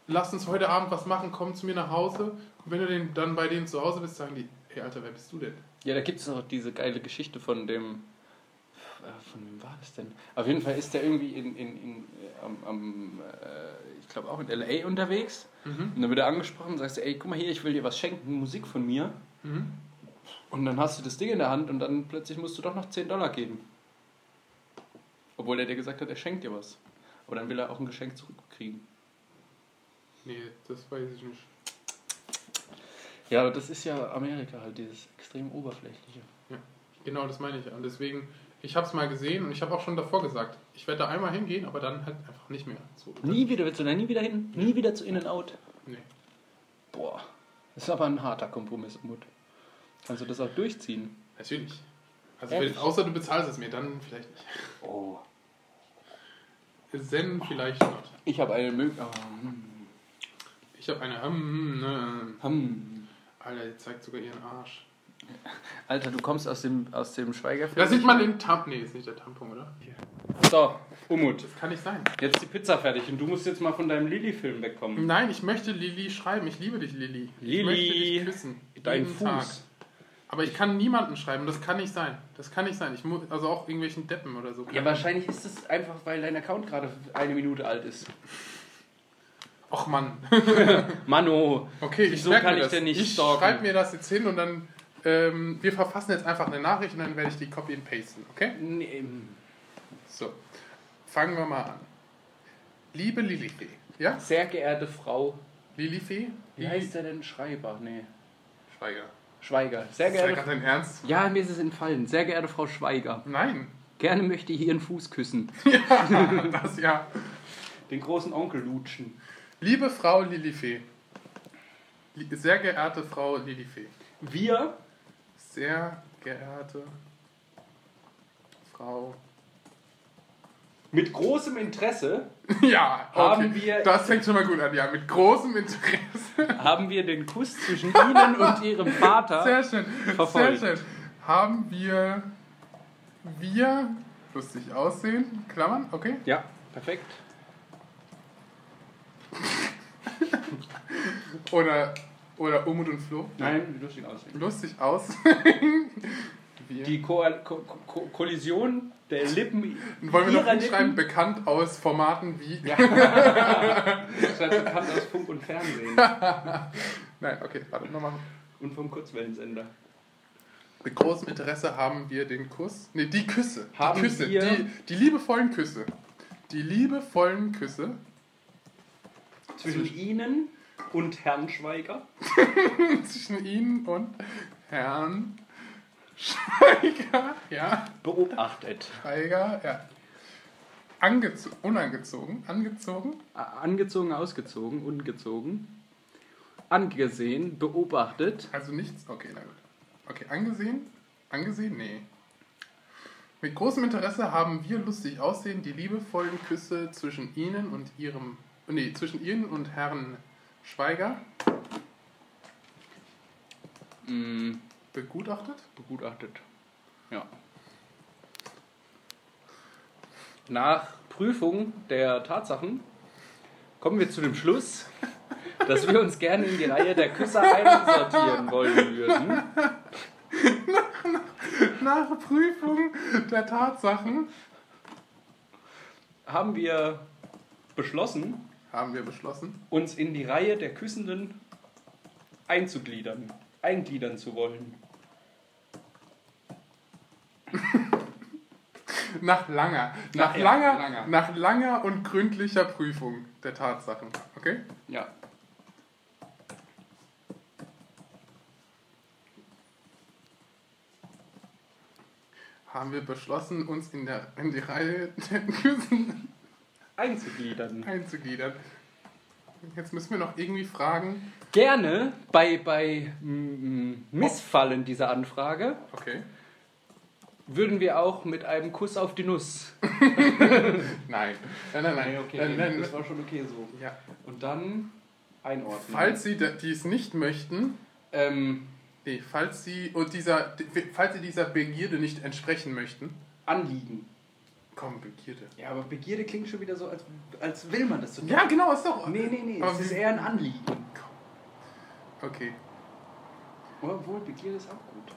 Speaker 1: lass uns heute Abend was machen, komm zu mir nach Hause. Und wenn du den, dann bei denen zu Hause bist, sagen die, ey Alter, wer bist du denn?
Speaker 2: Ja, da gibt es auch diese geile Geschichte von dem. äh, Von wem war das denn? Auf jeden Fall ist der irgendwie in, in, in, äh, am, am äh, ich glaube auch in LA unterwegs.
Speaker 1: Mhm.
Speaker 2: Und dann wird er angesprochen und sagst, ey, guck mal hier, ich will dir was schenken, Musik von mir.
Speaker 1: Mhm.
Speaker 2: Und dann hast du das Ding in der Hand und dann plötzlich musst du doch noch 10 Dollar geben. Obwohl er dir gesagt hat, er schenkt dir was. Aber dann will er auch ein Geschenk zurückkriegen.
Speaker 1: Nee, das weiß ich nicht.
Speaker 2: Ja, aber das ist ja Amerika halt, dieses extrem oberflächliche.
Speaker 1: Genau, das meine ich. Und deswegen, ich habe es mal gesehen und ich habe auch schon davor gesagt, ich werde da einmal hingehen, aber dann halt einfach nicht mehr. So,
Speaker 2: Nie wieder willst du da nie wieder hin, nie wieder zu In-N-Out.
Speaker 1: Nee.
Speaker 2: Boah, das ist aber ein harter Kompromiss, Umut. Kannst du das auch durchziehen?
Speaker 1: Natürlich. Also,
Speaker 2: Echt?
Speaker 1: wenn, außer du bezahlst es mir, dann vielleicht nicht.
Speaker 2: Oh.
Speaker 1: Zen vielleicht not.
Speaker 2: Ich habe eine Möglichkeit. Hm.
Speaker 1: Ich habe eine. Hm, ne.
Speaker 2: Hm.
Speaker 1: Alter, die zeigt sogar ihren Arsch.
Speaker 2: Alter, du kommst aus dem, aus dem Schweigerfeld.
Speaker 1: Da sieht man den Tampon. Nee, ist nicht der Tampon, oder?
Speaker 2: So, Umut,
Speaker 1: Das kann nicht sein.
Speaker 2: jetzt die Pizza fertig und du musst jetzt mal von deinem Lilly-Film wegkommen.
Speaker 1: Nein, ich möchte Lili schreiben. Ich liebe dich, Lili. Ich
Speaker 2: Lili,
Speaker 1: möchte dich küssen.
Speaker 2: Dein
Speaker 1: Jeden
Speaker 2: Fuß.
Speaker 1: Aber ich kann niemanden schreiben. Das kann nicht sein. Das kann nicht sein. Ich muss, also auch irgendwelchen Deppen oder so.
Speaker 2: Ja, wahrscheinlich ist es einfach, weil dein Account gerade eine Minute alt ist.
Speaker 1: Och Mann.
Speaker 2: Mano,
Speaker 1: Okay, ich
Speaker 2: Wieso
Speaker 1: merke
Speaker 2: kann
Speaker 1: mir
Speaker 2: ich
Speaker 1: das.
Speaker 2: denn nicht
Speaker 1: ich
Speaker 2: stalken?
Speaker 1: schreibe mir das jetzt hin und dann ähm, wir verfassen jetzt einfach eine Nachricht und dann werde ich die copy and pasten, okay?
Speaker 2: nee, ähm,
Speaker 1: So, fangen wir mal an. Liebe Lilifee, ja?
Speaker 2: sehr geehrte Frau,
Speaker 1: Lilifee?
Speaker 2: wie heißt der denn? Schreiber, nee.
Speaker 1: Schweiger.
Speaker 2: Schweiger, sehr
Speaker 1: Ist ja
Speaker 2: geehrte
Speaker 1: gerade dein Ernst?
Speaker 2: Ja, mir ist es entfallen. Sehr geehrte Frau Schweiger,
Speaker 1: Nein.
Speaker 2: gerne möchte ich Ihren Fuß küssen.
Speaker 1: Das ja.
Speaker 2: Den großen Onkel lutschen.
Speaker 1: Liebe Frau Lilifee. Li- Sehr geehrte Frau Lilifee.
Speaker 2: Wir,
Speaker 1: Sehr geehrte Frau.
Speaker 2: mit großem Interesse,
Speaker 1: Ja, okay.
Speaker 2: Haben wir-
Speaker 1: das fängt schon mal gut an, ja. Mit großem Interesse.
Speaker 2: haben wir den Kuss zwischen Ihnen und Ihrem Vater.
Speaker 1: Sehr schön.
Speaker 2: verfolgt.
Speaker 1: Sehr schön. Haben wir wir lustig aussehen, Klammern, okay?
Speaker 2: Ja, perfekt.
Speaker 1: Oder oder Umut und Flo
Speaker 2: Nein, wie lustig aussehen.
Speaker 1: lustig aus. wir.
Speaker 2: Die Ko Ko Ko Kollision der Lippen.
Speaker 1: Wollen wir noch
Speaker 2: ihrer
Speaker 1: hinschreiben,
Speaker 2: Lippen-
Speaker 1: bekannt aus Formaten wie
Speaker 2: Ja. Das heißt, bekannt aus Funk und Fernsehen.
Speaker 1: Nein, okay, warte nochmal.
Speaker 2: Und vom Kurzwellensender.
Speaker 1: Mit großem Interesse haben wir den Kuss. Ne, die Küsse. Die
Speaker 2: Haben
Speaker 1: Küsse.
Speaker 2: wir-
Speaker 1: Die, die liebevollen Küsse. Die liebevollen Küsse.
Speaker 2: Zwischen Ihnen und Herrn Schweiger.
Speaker 1: zwischen Ihnen und Herrn Steiger, ja,
Speaker 2: Beobachtet.
Speaker 1: Steiger, ja. Angezo unangezogen, angezogen,
Speaker 2: Angezogen, ausgezogen, ungezogen. Angesehen, beobachtet.
Speaker 1: also nichts, okay, na gut. Okay, angesehen, angesehen, nee. Mit großem Interesse haben wir lustig aussehen die liebevollen Küsse zwischen Ihnen und Ihrem, nee, zwischen Ihnen und Herrn Schweiger
Speaker 2: Mm,
Speaker 1: begutachtet.
Speaker 2: begutachtet. Ja. Nach Prüfung der Tatsachen kommen wir zu dem Schluss, dass wir uns gerne in die Reihe der Küsser einsortieren wollen würden.
Speaker 1: Nach Prüfung der Tatsachen
Speaker 2: Haben wir beschlossen,
Speaker 1: haben wir beschlossen,
Speaker 2: uns in die Reihe der Küssenden einzugliedern, eingliedern zu wollen.
Speaker 1: nach langer, nach,
Speaker 2: Nach- ja,
Speaker 1: langer,
Speaker 2: langer.
Speaker 1: nach langer und gründlicher Prüfung der Tatsachen. Okay?
Speaker 2: Ja.
Speaker 1: Haben wir beschlossen, uns in, der, in die Reihe der Küssen
Speaker 2: Einzugliedern.
Speaker 1: einzugliedern. Jetzt müssen wir noch irgendwie fragen.
Speaker 2: Gerne bei, bei mm, Missfallen dieser Anfrage
Speaker 1: Okay.
Speaker 2: würden wir auch mit einem Kuss auf die Nuss.
Speaker 1: Nein. Nein, nein, nein.
Speaker 2: Nee,
Speaker 3: Ähm,
Speaker 2: okay,
Speaker 1: nein, nein.
Speaker 2: das war schon okay so.
Speaker 1: Ja.
Speaker 2: Und dann einordnen.
Speaker 1: Falls Sie da- dies nicht möchten,
Speaker 2: Ähm,
Speaker 1: nee, falls Sie, und dieser, falls Sie dieser Begierde nicht entsprechen möchten,
Speaker 2: Anliegen.
Speaker 1: komm, Begierde.
Speaker 3: Ja, aber Begierde klingt schon wieder so, als, als will man das so.
Speaker 1: Ja, genau, ist doch.
Speaker 3: Nee, nee, nee,
Speaker 1: Aber
Speaker 3: es ist
Speaker 1: wie-
Speaker 3: eher ein Anliegen.
Speaker 1: Okay.
Speaker 3: Obwohl, Begierde ist auch gut.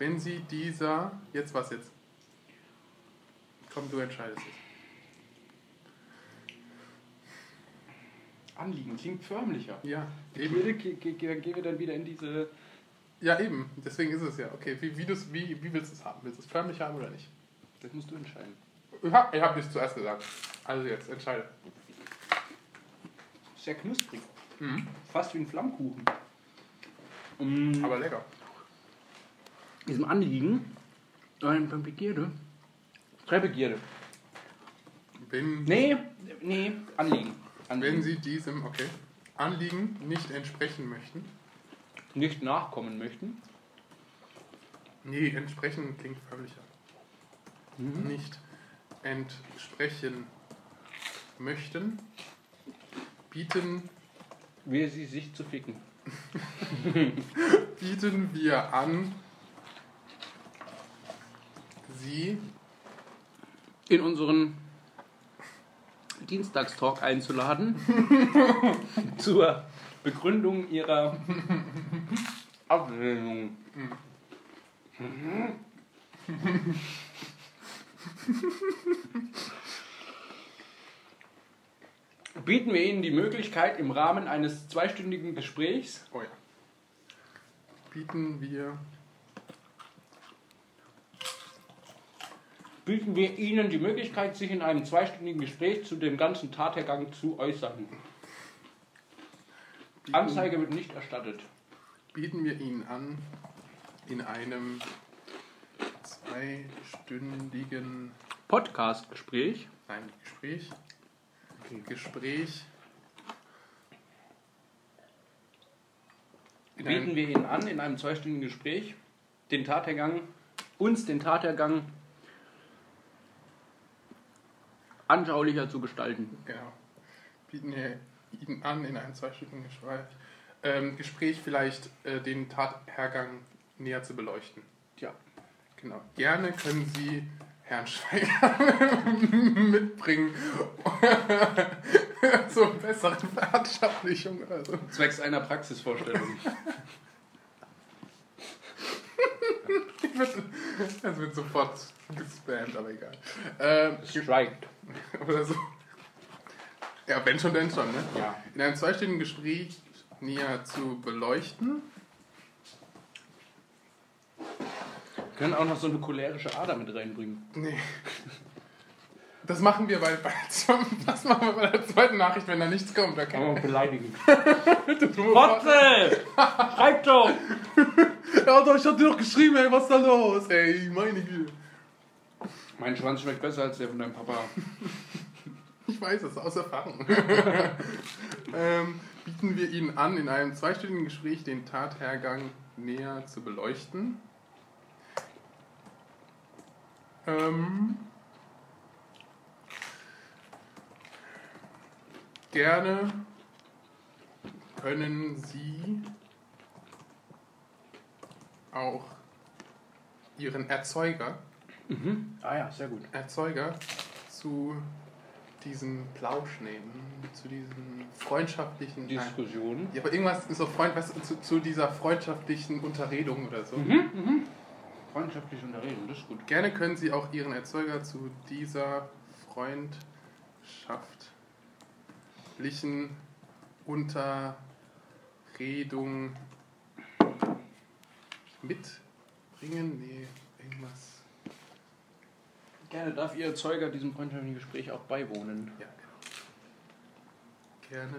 Speaker 1: Wenn Sie dieser. Jetzt was jetzt? Komm, du entscheidest es.
Speaker 3: Anliegen klingt förmlicher.
Speaker 1: Ja, eben.
Speaker 3: Begierde, ge- ge- ge- gehen wir dann wieder in diese.
Speaker 1: Ja, eben. Deswegen ist es ja. Okay, wie, wie, du's, wie, wie willst du es haben? Willst du es förmlich haben oder nicht?
Speaker 3: Das musst du entscheiden.
Speaker 1: Ich habe ich hab nicht zuerst gesagt. Also jetzt, entscheide.
Speaker 3: Sehr knusprig.
Speaker 1: Mhm.
Speaker 3: Fast wie ein Flammkuchen.
Speaker 2: Mm.
Speaker 1: Aber lecker.
Speaker 2: diesem Anliegen. Nein, bei Begierde. Drei Begierde.
Speaker 1: Wenn,
Speaker 2: Nee, nee, Anliegen.
Speaker 1: wenn
Speaker 2: Anliegen.
Speaker 1: Sie diesem, okay, Anliegen nicht entsprechen möchten.
Speaker 2: nicht nachkommen möchten.
Speaker 1: Nee, entsprechen klingt förmlicher.
Speaker 2: Mhm.
Speaker 1: Nicht entsprechen möchten, bieten,
Speaker 2: Will sie sich zu ficken.
Speaker 1: bieten wir an, sie
Speaker 2: In unseren Dienstagstalk einzuladen. zur Begründung ihrer Ablehnung. Bieten wir Ihnen die Möglichkeit, im Rahmen eines zweistündigen Gesprächs
Speaker 1: Oh ja. Bieten wir
Speaker 2: bieten wir Ihnen die Möglichkeit, sich in einem zweistündigen Gespräch zu dem ganzen Tathergang zu äußern.
Speaker 1: bieten,
Speaker 2: Anzeige wird nicht erstattet.
Speaker 1: bieten wir Ihnen an, in einem zweistündigen
Speaker 2: Podcast-Gespräch.
Speaker 1: nein, Gespräch, Gespräch in
Speaker 2: Bieten
Speaker 1: einem,
Speaker 2: wir Ihnen an, in einem zweistündigen Gespräch den Tathergang, uns den Tathergang anschaulicher zu gestalten.
Speaker 1: genau, bieten wir Ihnen an, in einem zweistündigen Gespräch, ähm, Gespräch vielleicht äh, den Tathergang näher zu beleuchten.
Speaker 2: Tja.
Speaker 1: Genau. Gerne können Sie Herrn Schweiger mitbringen zur besseren Veranschaulichung oder so.
Speaker 2: Zwecks einer Praxisvorstellung.
Speaker 1: Das wird sofort gespammt, aber egal. Ähm,
Speaker 2: Strikt.
Speaker 1: oder so. Ja, wenn schon, denn schon, ne?
Speaker 2: Ja.
Speaker 1: In einem zweistündigen Gespräch näher zu beleuchten.
Speaker 2: Wir können auch noch so eine cholerische Ader mit reinbringen.
Speaker 1: Nee. Das machen wir bei, bei, das machen wir bei der zweiten Nachricht, wenn da nichts kommt. Da kann
Speaker 2: Kann man beleidigen.
Speaker 1: man
Speaker 2: Potze! Schreibt doch!
Speaker 1: Ja, da hab ich hab dir doch geschrieben, ey, was ist da los? Ey, meine Güte.
Speaker 2: Mein Schwanz schmeckt besser als der von deinem Papa.
Speaker 1: Ich weiß es, aus Erfahrung. ähm, bieten wir Ihnen an, in einem zweistündigen Gespräch den Tathergang näher zu beleuchten. Ähm, gerne können Sie auch Ihren Erzeuger,
Speaker 5: Ah ja, sehr gut.
Speaker 1: Erzeuger zu diesem Plausch nehmen, zu diesem freundschaftlichen. Nein.
Speaker 2: Diskussion.
Speaker 1: Ja, aber irgendwas ist so Freund, weißt du, zu, zu dieser freundschaftlichen Unterredung oder so.
Speaker 5: Freundschaftlich unterreden, das ist gut.
Speaker 1: Gerne können Sie auch Ihren Erzeuger zu dieser freundschaftlichen Unterredung mitbringen. Nee, irgendwas.
Speaker 2: Gerne darf Ihr Erzeuger diesem freundschaftlichen Gespräch auch beiwohnen.
Speaker 1: Ja, genau. Gerne.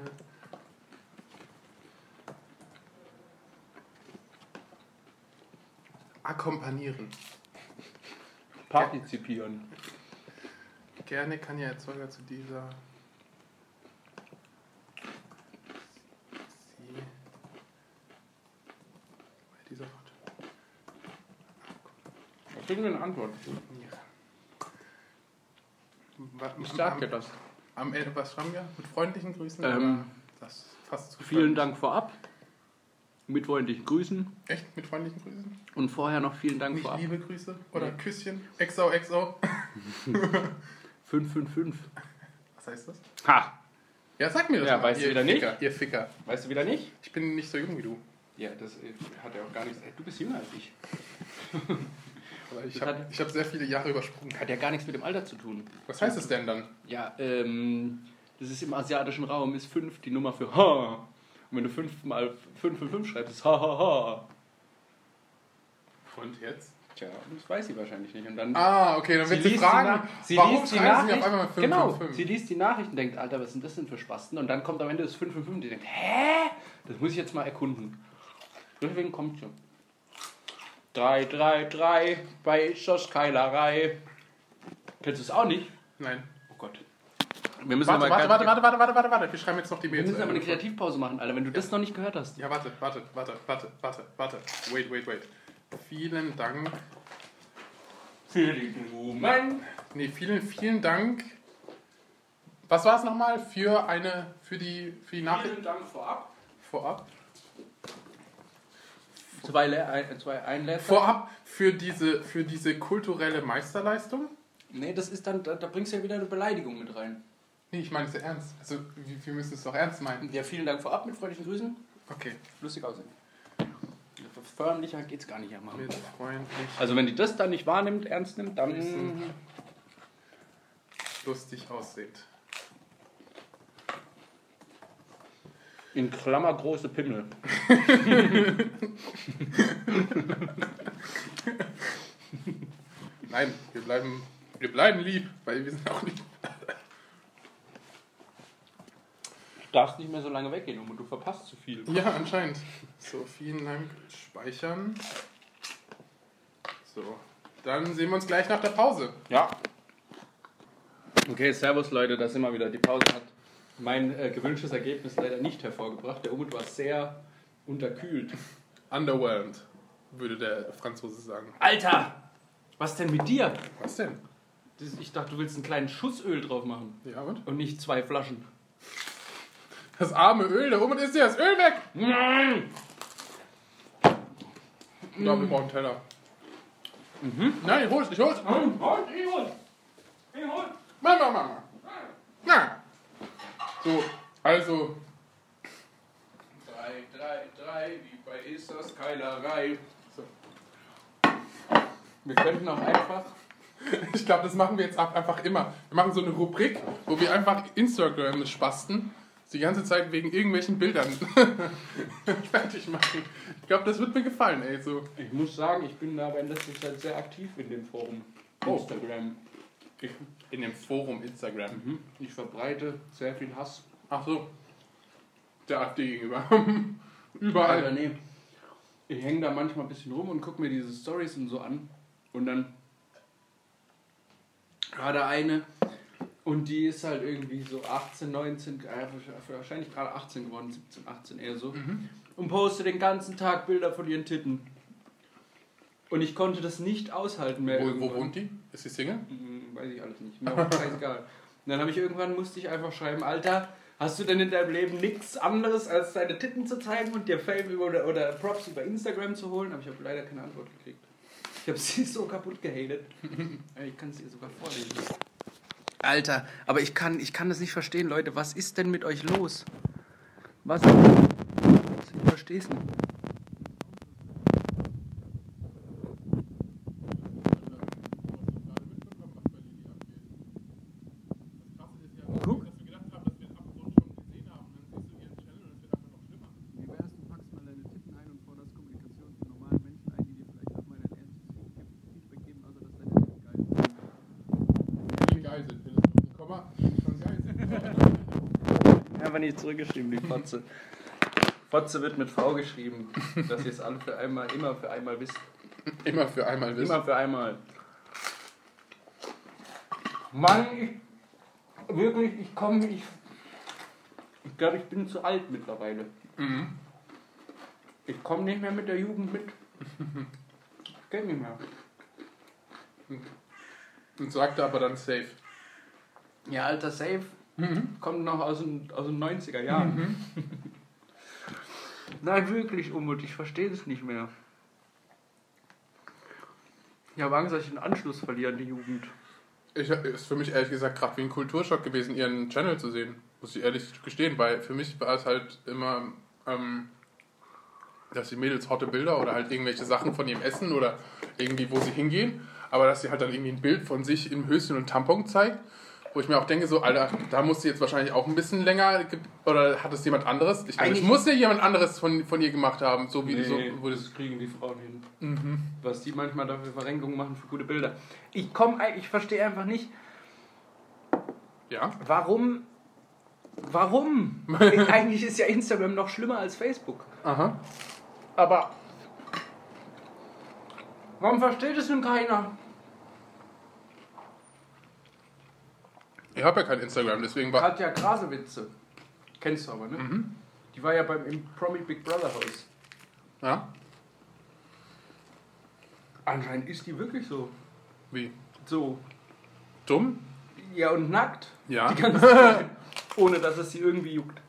Speaker 1: Akkompanieren.
Speaker 2: Partizipieren.
Speaker 1: Gerne kann Ihr Erzeuger zu dieser. Sie. Bei dieser Worte.
Speaker 5: Da kriegen wir eine Antwort.
Speaker 1: Wa-
Speaker 2: Ich sag dir
Speaker 1: am,
Speaker 2: das.
Speaker 1: am Ende, was schreiben wir? Mit freundlichen Grüßen?
Speaker 2: Ähm,
Speaker 1: oder? das ist fast zu
Speaker 2: Vielen
Speaker 1: freundlich.
Speaker 2: Dank vorab. Mit freundlichen Grüßen.
Speaker 1: Echt? Mit freundlichen Grüßen?
Speaker 2: Und vorher noch vielen Dank
Speaker 1: Nicht
Speaker 2: vorab.
Speaker 1: liebe Grüße oder Küsschen. Exo, exo.
Speaker 2: 555.
Speaker 1: Was heißt das?
Speaker 2: Ha!
Speaker 1: Ja, sag mir das.
Speaker 2: Ja,
Speaker 1: mal,
Speaker 2: weißt du
Speaker 1: ihr
Speaker 2: wieder nicht?
Speaker 1: Ficker, Ihr Ficker.
Speaker 2: Weißt du wieder nicht?
Speaker 1: Ich bin nicht so jung wie du.
Speaker 2: Ja, das äh, hat er auch gar nichts. Du bist jünger als ich.
Speaker 1: Aber ich
Speaker 2: Das
Speaker 1: habe
Speaker 2: hat-
Speaker 1: ich hab sehr viele Jahre übersprungen.
Speaker 2: Hat ja gar nichts mit dem Alter zu tun.
Speaker 1: Was heißt es denn dann?
Speaker 2: Ja, ähm, das ist im asiatischen Raum, ist 5 die Nummer für Ha. Und wenn du 5 mal 5 und 5 schreibst, ist Ha Ha Ha.
Speaker 1: Und jetzt?
Speaker 2: Tja, das weiß sie wahrscheinlich nicht. Und dann
Speaker 1: Ah, okay, dann wird sie, fragen,
Speaker 2: Na- sie
Speaker 1: warum
Speaker 2: liest die
Speaker 1: schreiben
Speaker 2: Nachricht.
Speaker 1: sie auf einmal mit 5
Speaker 2: genau,
Speaker 1: und 5?
Speaker 2: sie liest die Nachricht und denkt, Alter, was sind das denn für Spasten? Und dann kommt am Ende das 5 und 5 und die denkt, hä? Das muss ich jetzt mal erkunden. Deswegen kommt sie. 3, 3, 3 bei Ischers Keilerei. Kennst du es auch nicht?
Speaker 1: Nein.
Speaker 2: Oh Gott. Wir müssen
Speaker 1: Warte,
Speaker 2: aber
Speaker 1: warte,
Speaker 2: ganz-
Speaker 1: warte, warte, warte, warte, warte, warte. Wir schreiben jetzt noch die
Speaker 2: Wir
Speaker 1: Mail zu
Speaker 2: müssen aber eine
Speaker 1: Ende.
Speaker 2: Kreativpause machen, Alter, wenn du das noch nicht gehört hast.
Speaker 1: Äh, Ja, warte, warte, warte, warte, warte, warte. Wait, wait, wait. Vielen Dank.
Speaker 3: Für den Moment.
Speaker 1: Nee, vielen, vielen Dank. Was war es nochmal für eine, für die, für die Nachricht
Speaker 2: Vielen Dank vorab.
Speaker 1: vorab?
Speaker 2: Zwei, Le ein, zwei Einlässe.
Speaker 1: Vorab für diese, für diese kulturelle Meisterleistung?
Speaker 2: nee, das ist dann, da, da bringst du ja wieder eine Beleidigung mit rein.
Speaker 1: Nee, ich meine es ja ernst. Also, wir, wir müssen es doch ernst meinen.
Speaker 2: Ja, vielen Dank vorab mit freundlichen Grüßen.
Speaker 1: Okay,
Speaker 2: Flüssig aussehen. Förmlicher geht's gar nicht am
Speaker 1: mit freundlich,
Speaker 2: Also wenn die das dann nicht wahrnimmt, ernst nimmt, dann.
Speaker 1: lustig aussehend.
Speaker 2: In Klammer große Pimmel.
Speaker 1: Nein, wir bleiben, wir bleiben lieb, weil wir sind auch lieb.
Speaker 2: Du darfst nicht mehr so lange weggehen, Umo, du verpasst zu viel.
Speaker 1: Ja, anscheinend. So, vielen Dank. Speichern. So, dann sehen wir uns gleich nach der Pause.
Speaker 2: Ja. Okay, servus Leute, da sind wir wieder. Die Pause hat mein äh, gewünschtes Ergebnis leider nicht hervorgebracht. Der Umut war sehr unterkühlt.
Speaker 1: Underwhelmed, würde der Franzose sagen.
Speaker 2: Alter! Was denn mit dir?
Speaker 1: Was denn?
Speaker 2: Das- Ich dachte, du willst einen kleinen Schuss Öl drauf machen.
Speaker 1: Ja, und?
Speaker 2: Und nicht zwei Flaschen.
Speaker 1: Das arme Öl, da oben ist ja das Öl weg!
Speaker 2: Nein!
Speaker 1: Ja, wir brauchen einen Teller. Nein, ich hol's, ich hol's. Mach, mach, mach, mach. Na. So, also,
Speaker 2: 3, 3, 3, wie bei Isas Keilerei. So. Wir könnten auch einfach.
Speaker 1: ich glaube, das machen wir jetzt ab, einfach immer. Wir machen so eine Rubrik, wo wir einfach Instagram spasten, die ganze Zeit wegen irgendwelchen Bildern fertig machen. Ich glaube, das wird mir gefallen, ey. So.
Speaker 2: Ich muss sagen, ich bin da aber in letzter Zeit sehr aktiv in dem Forum.
Speaker 1: Oh.
Speaker 2: Instagram. Ich,
Speaker 1: In dem Forum Instagram.
Speaker 2: hm, ich verbreite sehr viel Hass.
Speaker 1: Ach so. Der AfD gegenüber.
Speaker 2: Alter,
Speaker 1: Überall.
Speaker 2: nee. Ich hänge da manchmal ein bisschen rum und gucke mir diese Stories und so an. Und dann gerade eine. Und die ist halt irgendwie so 18, 19, äh, wahrscheinlich gerade 18 geworden,
Speaker 1: Mhm.
Speaker 2: 17, 18 eher so. Und postet den ganzen Tag Bilder von ihren Titten. Und ich konnte das nicht aushalten mehr.
Speaker 1: Wo, wo
Speaker 2: irgendwann.
Speaker 1: wohnt die? Ist sie Single?
Speaker 2: Hm, Weiß ich alles nicht. Mir auch scheißegal. Und dann habe ich irgendwann musste ich einfach schreiben, Alter, hast du denn in deinem Leben nichts anderes als deine Titten zu zeigen und dir Fame über, oder, oder Props über Instagram zu holen? Aber ich habe leider keine Antwort gekriegt. Ich habe sie so kaputt gehatet. Ich kann es dir sogar vorlesen. Alter, aber ich kann, ich kann das nicht verstehen, Leute. Was ist denn mit euch los? Was? Ich verstehe es nicht. Guck.
Speaker 6: Wie wär's, du packst mal deine Titten ein und forderst Kommunikation von normalen Menschen ein, die dir vielleicht nach meiner Lernstufe Feedback geben, außer dass deine Titten geil sind.
Speaker 1: Die geil sind, Philipp. Komma, die schon geil sind.
Speaker 7: Einfach nicht zurückgeschrieben, die Fotze. Fotze wird mit V geschrieben, dass ihr es alle für einmal, immer für einmal wisst.
Speaker 1: Immer für einmal wissen.
Speaker 7: Immer für einmal. Mann, ich, wirklich, ich komme, ich, ich glaube, ich bin zu alt mittlerweile.
Speaker 1: Mhm.
Speaker 7: Ich komme nicht mehr mit der Jugend mit. Geht nicht mehr.
Speaker 1: Und sagte aber dann safe.
Speaker 7: Ja, alter Safe
Speaker 1: Mhm.
Speaker 7: kommt noch aus den, aus den 90er Jahren. Nein, wirklich, Umut, ich verstehe es nicht mehr. Ich habe Angst, dass ich den Anschluss verliere an die Jugend.
Speaker 1: Ich, ist für mich ehrlich gesagt gerade wie ein Kulturschock gewesen, ihren Channel zu sehen. Muss ich ehrlich gestehen, weil für mich war es halt immer, ähm, dass die Mädels hotte Bilder oder halt irgendwelche Sachen von ihrem Essen oder irgendwie, wo sie hingehen. Aber dass sie halt dann irgendwie ein Bild von sich im Höschen und Tampon zeigt, wo ich mir auch denke, so, Alter, da muss sie jetzt wahrscheinlich auch ein bisschen länger ge- oder hat es jemand anderes? Ich, meine, ich
Speaker 2: Eigentlich-
Speaker 1: muss ja jemand anderes von, von ihr gemacht haben, so wie so.
Speaker 2: wo das kriegen die Frauen hin. Was die manchmal dafür Verrenkungen machen für gute Bilder. Mhm. Ich komme, ich verstehe einfach nicht,
Speaker 1: Ja.
Speaker 2: warum, warum? Eigentlich ist ja Instagram noch schlimmer als Facebook.
Speaker 1: Aha.
Speaker 2: Aber warum versteht es denn keiner?
Speaker 1: Ich habe ja kein Instagram, deswegen war.
Speaker 2: Katja Krasewitze. Kennst du aber, ne? Die war ja beim im Promi Big Brother Haus.
Speaker 1: Ja?
Speaker 2: Anscheinend ist die wirklich so.
Speaker 1: Wie?
Speaker 2: So.
Speaker 1: Dumm?
Speaker 2: Ja, und nackt.
Speaker 1: Ja.
Speaker 2: Ohne dass es sie irgendwie juckt.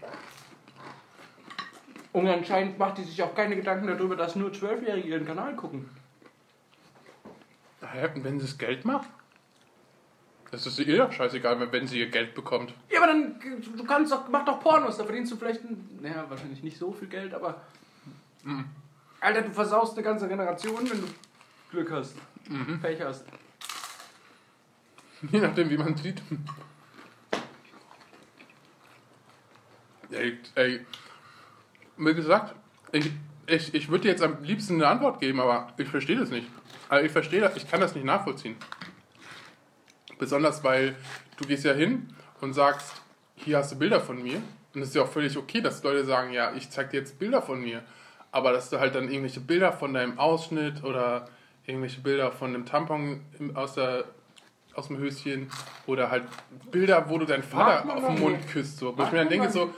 Speaker 2: Und anscheinend macht die sich auch keine Gedanken darüber, dass nur Zwölfjährige ihren Kanal gucken.
Speaker 1: Hä, und wenn sie das Geld macht? Das ist ihr doch scheißegal, wenn- wenn sie ihr Geld bekommt.
Speaker 2: Ja, aber dann du kannst doch, mach doch Pornos, da verdienst du vielleicht, ein, naja, wahrscheinlich nicht so viel Geld, aber. Alter, du versaust eine ganze Generation, wenn du Glück hast, Pech hast.
Speaker 1: Je nachdem, wie man sieht. Ey, ey. Wie gesagt, ich, ich, ich würde dir jetzt am liebsten eine Antwort geben, aber ich verstehe das nicht. Also ich verstehe das, ich kann das nicht nachvollziehen. Besonders, weil du gehst ja hin und sagst, hier hast du Bilder von mir. Und es ist ja auch völlig okay, dass Leute sagen, ja, ich zeig dir jetzt Bilder von mir. Aber dass du halt dann irgendwelche Bilder von deinem Ausschnitt oder irgendwelche Bilder von einem Tampon im- aus, der, aus dem Höschen oder halt Bilder, wo du deinen Vater
Speaker 2: man
Speaker 1: auf den
Speaker 2: doch
Speaker 1: Mund
Speaker 2: nicht.
Speaker 1: küsst. So. Wo ich mir dann denke, so,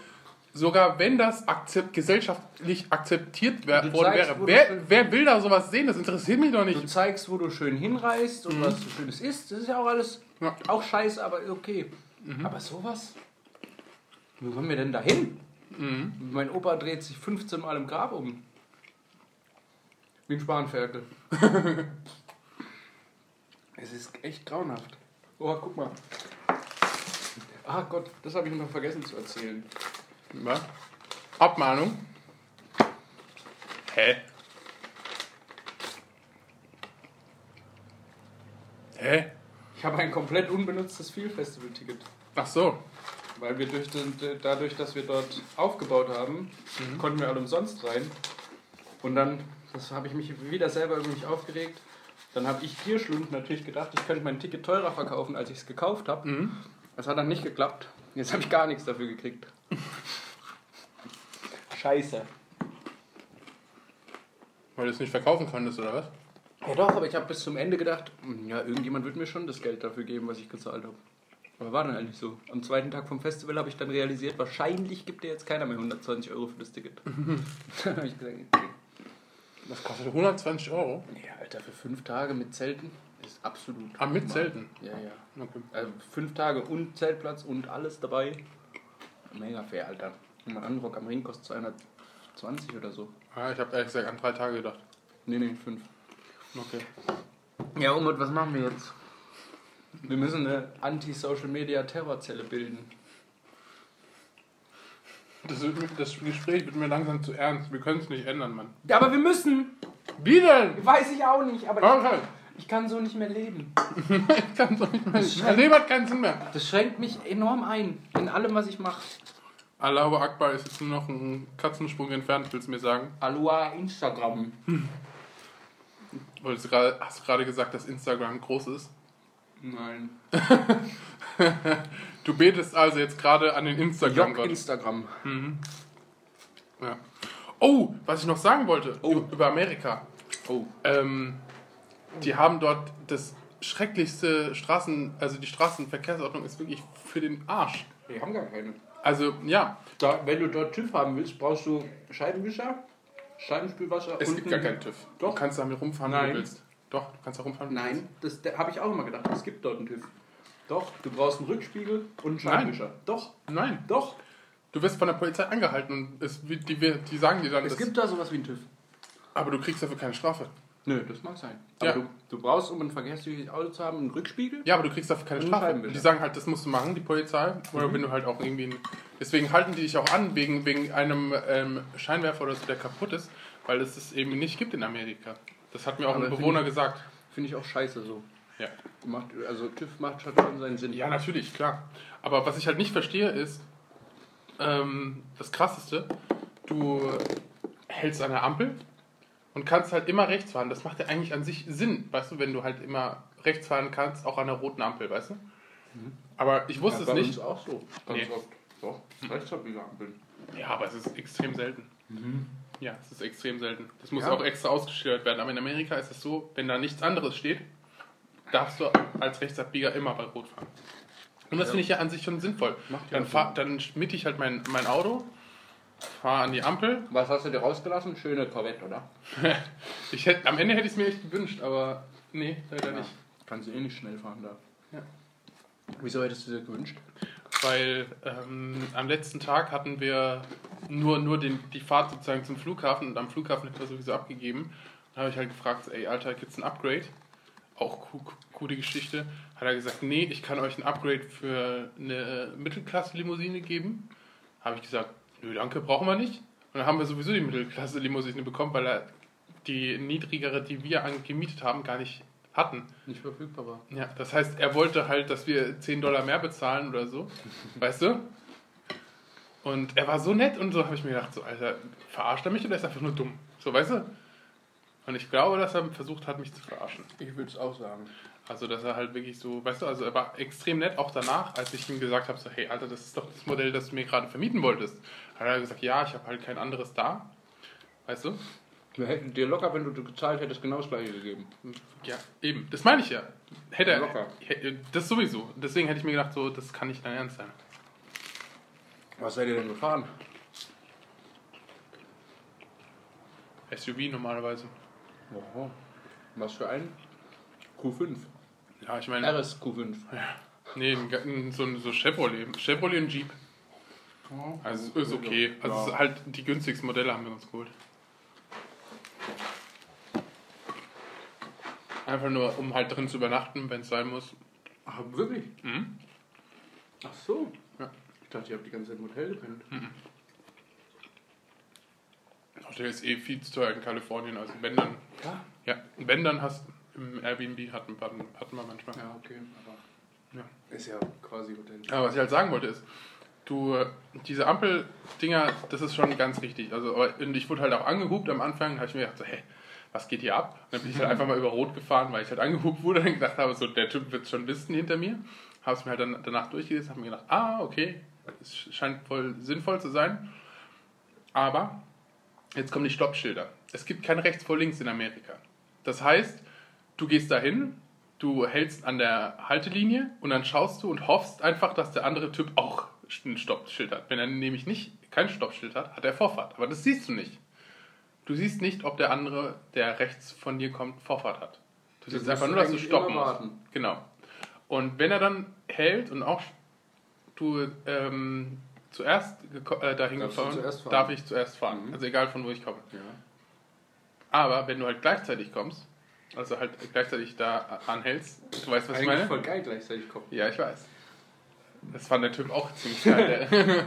Speaker 1: sogar wenn das akzept, gesellschaftlich akzeptiert wer,
Speaker 2: Du
Speaker 1: worden
Speaker 2: zeigst,
Speaker 1: wäre,
Speaker 2: wo
Speaker 1: wer,
Speaker 2: du-
Speaker 1: wer will da sowas sehen? Das interessiert mich doch
Speaker 2: Du
Speaker 1: nicht.
Speaker 2: zeigst, wo du schön hinreist und was du Schönes isst. Das ist Mhm. ja Mhm. auch alles
Speaker 1: Ja.
Speaker 2: auch scheiße, aber okay. Aber sowas? Wo kommen wir denn da hin? Mein Opa dreht sich 15 Mal im Grab um. Wie ein Spanferkel. es ist echt grauenhaft. Oh, guck mal. Ah Gott, das habe ich noch vergessen zu erzählen.
Speaker 1: Was? Abmahnung. Hä? Hä?
Speaker 2: Ich habe ein komplett unbenutztes Feel-Festival-Ticket.
Speaker 1: Ach so.
Speaker 2: Weil wir durch den, dadurch, dass wir dort aufgebaut haben, konnten wir alle umsonst rein. Und dann, das habe ich mich wieder selber über mich aufgeregt. Dann habe ich Gierschlund natürlich gedacht, ich könnte mein Ticket teurer verkaufen, als ich es gekauft
Speaker 1: Mhm.
Speaker 2: habe. Das hat dann nicht geklappt. Jetzt habe ich gar nichts dafür gekriegt. Scheiße.
Speaker 1: Weil du es nicht verkaufen konntest, oder was?
Speaker 2: Ja doch, aber ich habe bis zum Ende gedacht, hm, ja, irgendjemand wird mir schon das Geld dafür geben, was ich gezahlt habe. Aber war dann eigentlich so. Am zweiten Tag vom Festival habe ich dann realisiert, wahrscheinlich gibt dir jetzt keiner mehr 120 Euro für das Ticket. dann habe ich gesagt, okay.
Speaker 1: Das kostet 120 Euro.
Speaker 2: Nee, Alter, für fünf Tage mit Zelten ist absolut.
Speaker 1: Ah, mit
Speaker 2: normal.
Speaker 1: Zelten?
Speaker 2: Ja, ja.
Speaker 1: Okay.
Speaker 2: Also fünf Tage und Zeltplatz und alles dabei. Mega fair, Alter. Und mein Anrock am Ring kostet 220 oder so.
Speaker 1: Ah, ich habe ehrlich gesagt an drei Tage gedacht.
Speaker 2: Nee, nee, fünf.
Speaker 1: Okay.
Speaker 2: Ja, Umut, was machen wir jetzt? Wir müssen eine Anti-Social-Media-Terrorzelle bilden.
Speaker 1: Das, wird mir- das Gespräch wird mir langsam zu ernst. Wir können es nicht ändern, Mann.
Speaker 2: Ja, aber wir müssen!
Speaker 1: Wie denn?
Speaker 2: Weiß ich auch nicht, aber
Speaker 1: Okay.
Speaker 2: ich, ich kann so nicht mehr leben.
Speaker 1: Ich kann es nicht mehr. Mein Leben hat keinen Sinn mehr.
Speaker 2: Das schränkt mich enorm ein in allem, was ich mache.
Speaker 1: Allahu Akbar ist jetzt nur noch ein Katzensprung entfernt, willst du mir sagen?
Speaker 2: Aloha Instagram.
Speaker 1: Wolltest du gerade, hast du gerade gesagt, dass Instagram groß ist?
Speaker 2: Nein.
Speaker 1: Du betest also jetzt gerade an den
Speaker 2: Jock
Speaker 1: Instagram-Gott.
Speaker 2: Instagram.
Speaker 1: Ja. Oh, was ich noch sagen wollte
Speaker 2: Oh.
Speaker 1: über Amerika.
Speaker 2: Oh.
Speaker 1: Ähm, die haben dort das schrecklichste Straßen, also die Straßenverkehrsordnung ist wirklich für den Arsch.
Speaker 2: Wir haben gar keine.
Speaker 1: Also ja,
Speaker 3: Da, wenn du dort TÜV haben willst, brauchst du Scheibenwischer, Scheibenspülwasser
Speaker 1: es
Speaker 3: und
Speaker 1: gibt
Speaker 3: ein-
Speaker 1: gar keinen TÜV.
Speaker 3: Doch.
Speaker 1: Du kannst damit rumfahren, wenn
Speaker 3: Nein.
Speaker 1: du willst. Doch, du kannst da rumfahren. wenn du
Speaker 3: Nein, das habe ich auch immer gedacht. Es gibt dort einen TÜV. Doch, du brauchst einen Rückspiegel und einen Scheibenwischer. Doch,
Speaker 1: willst. Nein.
Speaker 3: doch.
Speaker 1: Du wirst von der Polizei angehalten und es, die, die, die sagen dir dann,
Speaker 3: Es
Speaker 1: das-
Speaker 3: gibt da sowas wie einen TÜV.
Speaker 1: aber du kriegst dafür keine Strafe.
Speaker 2: Nö, das mag sein.
Speaker 1: Ja.
Speaker 2: Aber du, du brauchst, um ein verkehrssicheres Auto zu haben, einen Rückspiegel.
Speaker 1: Ja, aber du kriegst dafür keine
Speaker 2: Und
Speaker 1: Strafe.
Speaker 2: Scheibenbilder.
Speaker 1: Die sagen halt, das musst du machen, die Polizei. Oder
Speaker 2: Mhm.
Speaker 1: wenn du halt auch irgendwie. Ein Deswegen halten die dich auch an, wegen, wegen einem ähm, Scheinwerfer oder so, der kaputt ist, weil es das eben nicht gibt in Amerika. Das hat mir auch
Speaker 2: Aber
Speaker 1: ein
Speaker 2: finde
Speaker 1: Bewohner
Speaker 2: ich-
Speaker 1: gesagt.
Speaker 2: Finde ich auch scheiße so.
Speaker 1: Ja.
Speaker 2: Macht, also TÜV macht schon seinen Sinn.
Speaker 1: ja, natürlich, klar. Aber was ich halt nicht verstehe ist, ähm, das Krasseste, du hältst an der Ampel und kannst halt immer rechts fahren. Das macht ja eigentlich an sich Sinn, weißt du, wenn du halt immer rechts fahren kannst, auch an der roten Ampel, weißt du? Aber ich wusste
Speaker 2: Mhm. bei
Speaker 1: es nicht.
Speaker 2: Uns auch so.
Speaker 1: Nee.
Speaker 2: oft. Doch.
Speaker 5: Rechtsabbieger Ampeln.
Speaker 1: Ja, aber es ist extrem selten. Ja, es ist extrem selten. Das muss
Speaker 2: Mhm. Ja.
Speaker 1: auch extra ausgestellt werden. Aber in Amerika ist es so, wenn da nichts anderes steht, darfst du als Rechtsabbieger immer bei Rot fahren. Und das finde ich ja an sich schon sinnvoll.
Speaker 2: Macht ja
Speaker 1: Dann,
Speaker 2: auch
Speaker 1: fahr, dann miete ich halt mein, mein Auto, fahre an die Ampel.
Speaker 2: Was hast du dir rausgelassen? Schöne Corvette, oder?
Speaker 1: Ich hätt, am Ende hätte ich es mir echt gewünscht, aber nee, leider nicht.
Speaker 2: Kannst du eh nicht schnell fahren da.
Speaker 1: Ja.
Speaker 2: Wieso hättest du dir gewünscht?
Speaker 1: Weil ähm, am letzten Tag hatten wir nur, nur den, die Fahrt sozusagen zum Flughafen und am Flughafen hätten wir sowieso abgegeben. Dann habe ich halt gefragt, so, ey Alter, gibt es ein Upgrade? Auch co- coole Geschichte. Hat er gesagt, nee, ich kann euch ein Upgrade für eine Mittelklasse-Limousine geben. Habe ich gesagt, nö, danke, brauchen wir nicht. Und dann haben wir sowieso die Mittelklasse-Limousine bekommen, weil er die niedrigere, die wir an- gemietet haben, gar nicht hatten.
Speaker 2: Nicht verfügbar war.
Speaker 1: Ja, das heißt, er wollte halt, dass wir 10 Dollar mehr bezahlen oder so. Weißt du? Und er war so nett und so habe ich mir gedacht, so, Alter, verarscht er mich oder ist er einfach nur dumm? So, weißt du? Und ich glaube, dass er versucht hat, mich zu verarschen.
Speaker 2: Ich würde es auch sagen.
Speaker 1: Also, dass er halt wirklich so, weißt du, also er war extrem nett, auch danach, als ich ihm gesagt habe, so, hey, Alter, das ist doch das Modell, das du mir gerade vermieten wolltest. Hat er gesagt, ja, ich habe halt kein anderes da. Weißt du?
Speaker 2: Wir hätten dir locker, wenn du gezahlt hättest, genau das gleiche gegeben.
Speaker 1: Ja, eben. Das meine ich ja. Hätte er.
Speaker 2: Locker.
Speaker 1: Hätte, das sowieso. Deswegen hätte ich mir gedacht, so, das kann nicht dein Ernst sein.
Speaker 2: Was seid ihr denn gefahren?
Speaker 1: SUV normalerweise.
Speaker 2: Oho. Was für ein? Q5.
Speaker 1: Ja, ich meine,
Speaker 2: RS Q5.
Speaker 1: nee, ein- ein- so, ein- so Chevrolet. Chevrolet und Jeep. Also ist okay. Also es ist halt die günstigsten Modelle haben wir uns geholt. Einfach nur, um halt drin zu übernachten, wenn es sein muss.
Speaker 2: Ach, wirklich?
Speaker 1: Mhm.
Speaker 2: Ach so.
Speaker 1: Ja. Hm.
Speaker 2: Ich dachte, ihr habt die ganze Zeit im Hotel gepennt.
Speaker 1: Hotel ist eh viel zu teuer in Kalifornien. Also wenn dann,
Speaker 2: Ja.
Speaker 1: ja, wenn dann hast im Airbnb hatten, hatten, hatten wir manchmal.
Speaker 2: Ja, okay. Aber
Speaker 1: Ja.
Speaker 2: ist ja quasi Hotel.
Speaker 1: Aber was ich halt sagen wollte ist, du, äh, diese Ampel-Dinger, das ist schon ganz richtig. Also, aber- und ich wurde halt auch angehupt am Anfang, habe ich mir gedacht, so, hey, was geht hier ab? Und dann bin ich halt einfach mal über Rot gefahren, weil ich halt angehupt wurde und gedacht habe, so, der Typ wird schon wissen hinter mir. Habe es mir halt dann danach durchgelesen, habe mir gedacht, ah, okay, es scheint voll sinnvoll zu sein. Aber jetzt kommen die Stoppschilder. Es gibt kein rechts vor links in Amerika. Das heißt, du gehst dahin, du hältst an der Haltelinie und dann schaust du und hoffst einfach, dass der andere Typ auch ein Stoppschild hat. Wenn er nämlich nicht kein Stoppschild hat, hat er Vorfahrt. Aber das siehst du nicht. Du siehst nicht, ob der andere, der rechts von dir kommt, Vorfahrt hat. Du siehst
Speaker 2: musst
Speaker 1: einfach nur, dass du
Speaker 2: eigentlich
Speaker 1: stoppen
Speaker 2: immer
Speaker 1: musst.
Speaker 2: warten.
Speaker 1: Genau. Und wenn er dann hält und auch du ähm, zuerst geko- äh, dahin
Speaker 2: Darfst du
Speaker 1: gefahren,
Speaker 2: zuerst fahren? Mhm.
Speaker 1: darf ich zuerst fahren. Also egal von wo ich komme. Aber wenn du halt gleichzeitig kommst, also halt gleichzeitig da anhältst, du weißt, was ich meine?
Speaker 2: geil gleichzeitig kommen.
Speaker 1: Ja, ich weiß. Das fand der Typ auch ziemlich geil, der-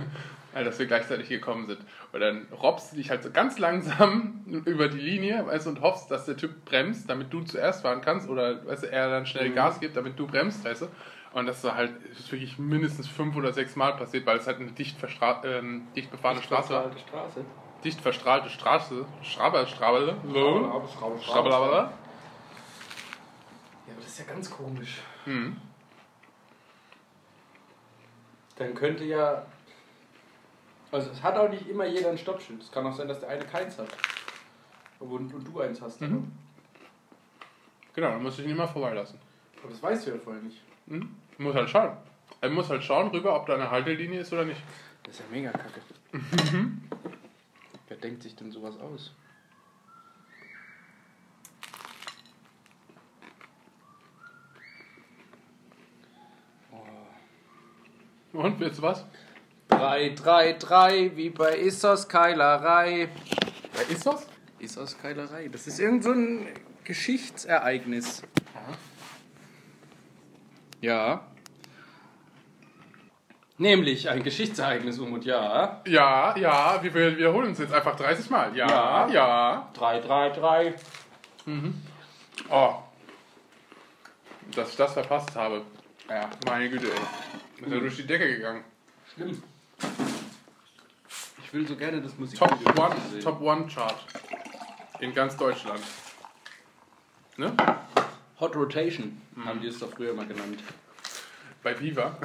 Speaker 1: also, dass wir gleichzeitig gekommen sind. Und dann robbst du dich halt so ganz langsam über die Linie weißt, du, und hoffst, dass der Typ bremst, damit du zuerst fahren kannst oder weißt, du, er dann schnell Gas gibt, damit du bremst, weißt du. Und das ist halt das ist wirklich mindestens fünf oder sechs Mal passiert, weil es halt eine dicht, verstra- ähm, dicht befahrene Straße war.
Speaker 2: Alte Straße.
Speaker 1: Dicht verstrahlte Straße. Schraber, Strabele.
Speaker 2: Schrabbelab, schrabbelab.
Speaker 1: Schrabbelabala.
Speaker 2: Ja, aber das ist ja ganz komisch.
Speaker 1: Mhm.
Speaker 2: Dann könnte ja. Also, es hat auch nicht immer jeder ein Stoppschild. Es kann auch sein, dass der eine keins hat. Obwohl und du eins hast.
Speaker 1: Mhm. Genau, dann musst du ihn immer vorbeilassen.
Speaker 2: Aber das weißt du ja vorher nicht.
Speaker 1: Mhm. Muss halt schauen. Er muss halt schauen rüber, ob da eine Haltelinie ist oder nicht.
Speaker 2: Das ist ja mega kacke. Mhm. Wer denkt sich denn sowas aus?
Speaker 1: Und willst du was?
Speaker 2: 3, 3, 3, wie bei Issos Keilerei.
Speaker 1: Da ist was?
Speaker 2: Issos Keilerei, das ist irgend so ein Geschichtsereignis. Ja. Nämlich ein Geschichtsereignis, Umut, ja.
Speaker 1: Ja, ja, wir wir wiederholen uns jetzt einfach 30 Mal. Ja, ja.
Speaker 2: Ja.
Speaker 1: ja.
Speaker 2: 3, 3, 3.
Speaker 1: Oh. Dass ich das verpasst habe.
Speaker 2: Ja, Hm.
Speaker 1: Meine Güte, ey. Ist ja durch die Decke gegangen.
Speaker 2: schlimm. Ich will so gerne das Musik.
Speaker 1: Top One, Top One Chart. In ganz Deutschland. Ne?
Speaker 2: Hot Rotation haben die es doch früher mal genannt.
Speaker 1: Bei Viva.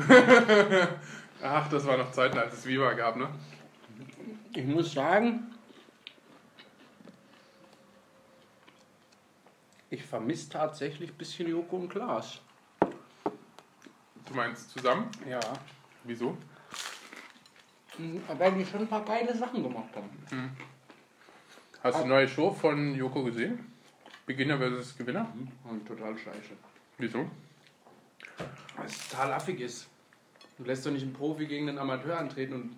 Speaker 1: Ach, das war noch Zeiten, als es Viva gab, ne?
Speaker 2: Ich muss sagen, ich vermisse tatsächlich ein bisschen Joko und Klaas.
Speaker 1: Du meinst zusammen?
Speaker 2: Ja.
Speaker 1: Wieso?
Speaker 2: Weil die schon ein paar geile Sachen gemacht haben.
Speaker 1: Hast du die neue Show von Joko gesehen? Beginner versus Gewinner?
Speaker 2: Und total scheiße.
Speaker 1: Wieso?
Speaker 2: Weil es total affig ist. Du lässt doch nicht einen Profi gegen einen Amateur antreten und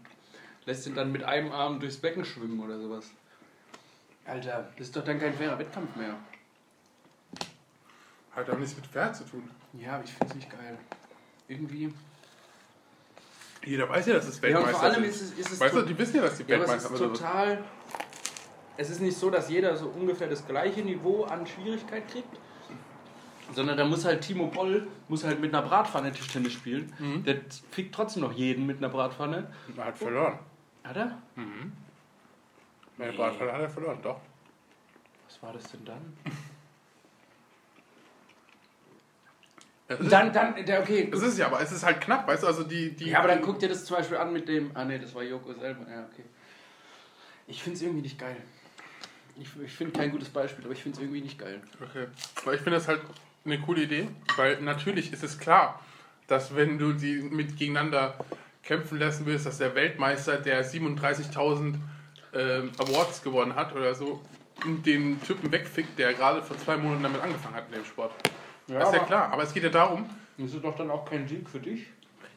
Speaker 2: lässt ihn dann mit einem Arm durchs Becken schwimmen oder sowas. Alter, das ist doch dann kein fairer Wettkampf mehr.
Speaker 1: Hat aber nichts mit Pferd zu tun.
Speaker 2: Ja, aber ich find's nicht geil. Irgendwie.
Speaker 1: Jeder weiß ja, dass es
Speaker 2: Ja, und
Speaker 1: Weltmeister
Speaker 2: vor allem
Speaker 1: sind.
Speaker 2: ist es, ist es
Speaker 1: weißt
Speaker 2: tot-
Speaker 1: du, die wissen ja, dass die
Speaker 2: Ja, aber es
Speaker 1: Weltmeister
Speaker 2: ist
Speaker 1: sind.
Speaker 2: total. Es ist nicht so, dass jeder so ungefähr das gleiche Niveau an Schwierigkeit kriegt, sondern da muss halt Timo Boll muss halt mit einer Bratpfanne Tischtennis spielen.
Speaker 5: Mhm.
Speaker 2: Der fickt trotzdem noch jeden mit einer Bratpfanne.
Speaker 1: Er hat verloren.
Speaker 2: Hat er?
Speaker 1: Meine Bratpfanne hat er verloren, doch.
Speaker 2: Was war das denn dann?
Speaker 1: Es
Speaker 5: Also
Speaker 1: ist,
Speaker 2: Dann, dann, der, okay.
Speaker 1: es ist ja, aber es ist halt knapp, weißt du? Also die, die,
Speaker 2: Ja, aber dann guck dir das zum Beispiel an mit dem. Ah, nee, das war Joko selber. Ja, okay. Ich find's irgendwie nicht geil. Ich, ich finde kein gutes Beispiel, aber ich find's irgendwie nicht geil.
Speaker 1: Okay. Aber ich finde das halt eine coole Idee, weil natürlich ist es klar, dass wenn du die mit gegeneinander kämpfen lassen willst, dass der Weltmeister, der 37.000 ähm, Awards gewonnen hat oder so, den Typen wegfickt, der gerade vor zwei Monaten damit angefangen hat in dem Sport.
Speaker 5: Ja,
Speaker 1: das ist ja
Speaker 5: aber-
Speaker 1: klar, aber es geht ja darum,
Speaker 5: Das ist doch dann auch kein Sieg für dich.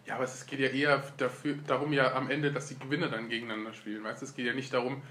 Speaker 1: ja, aber es geht ja eher dafür, darum ja am Ende, dass die Gewinner dann gegeneinander spielen. Weißt du, es geht ja nicht darum,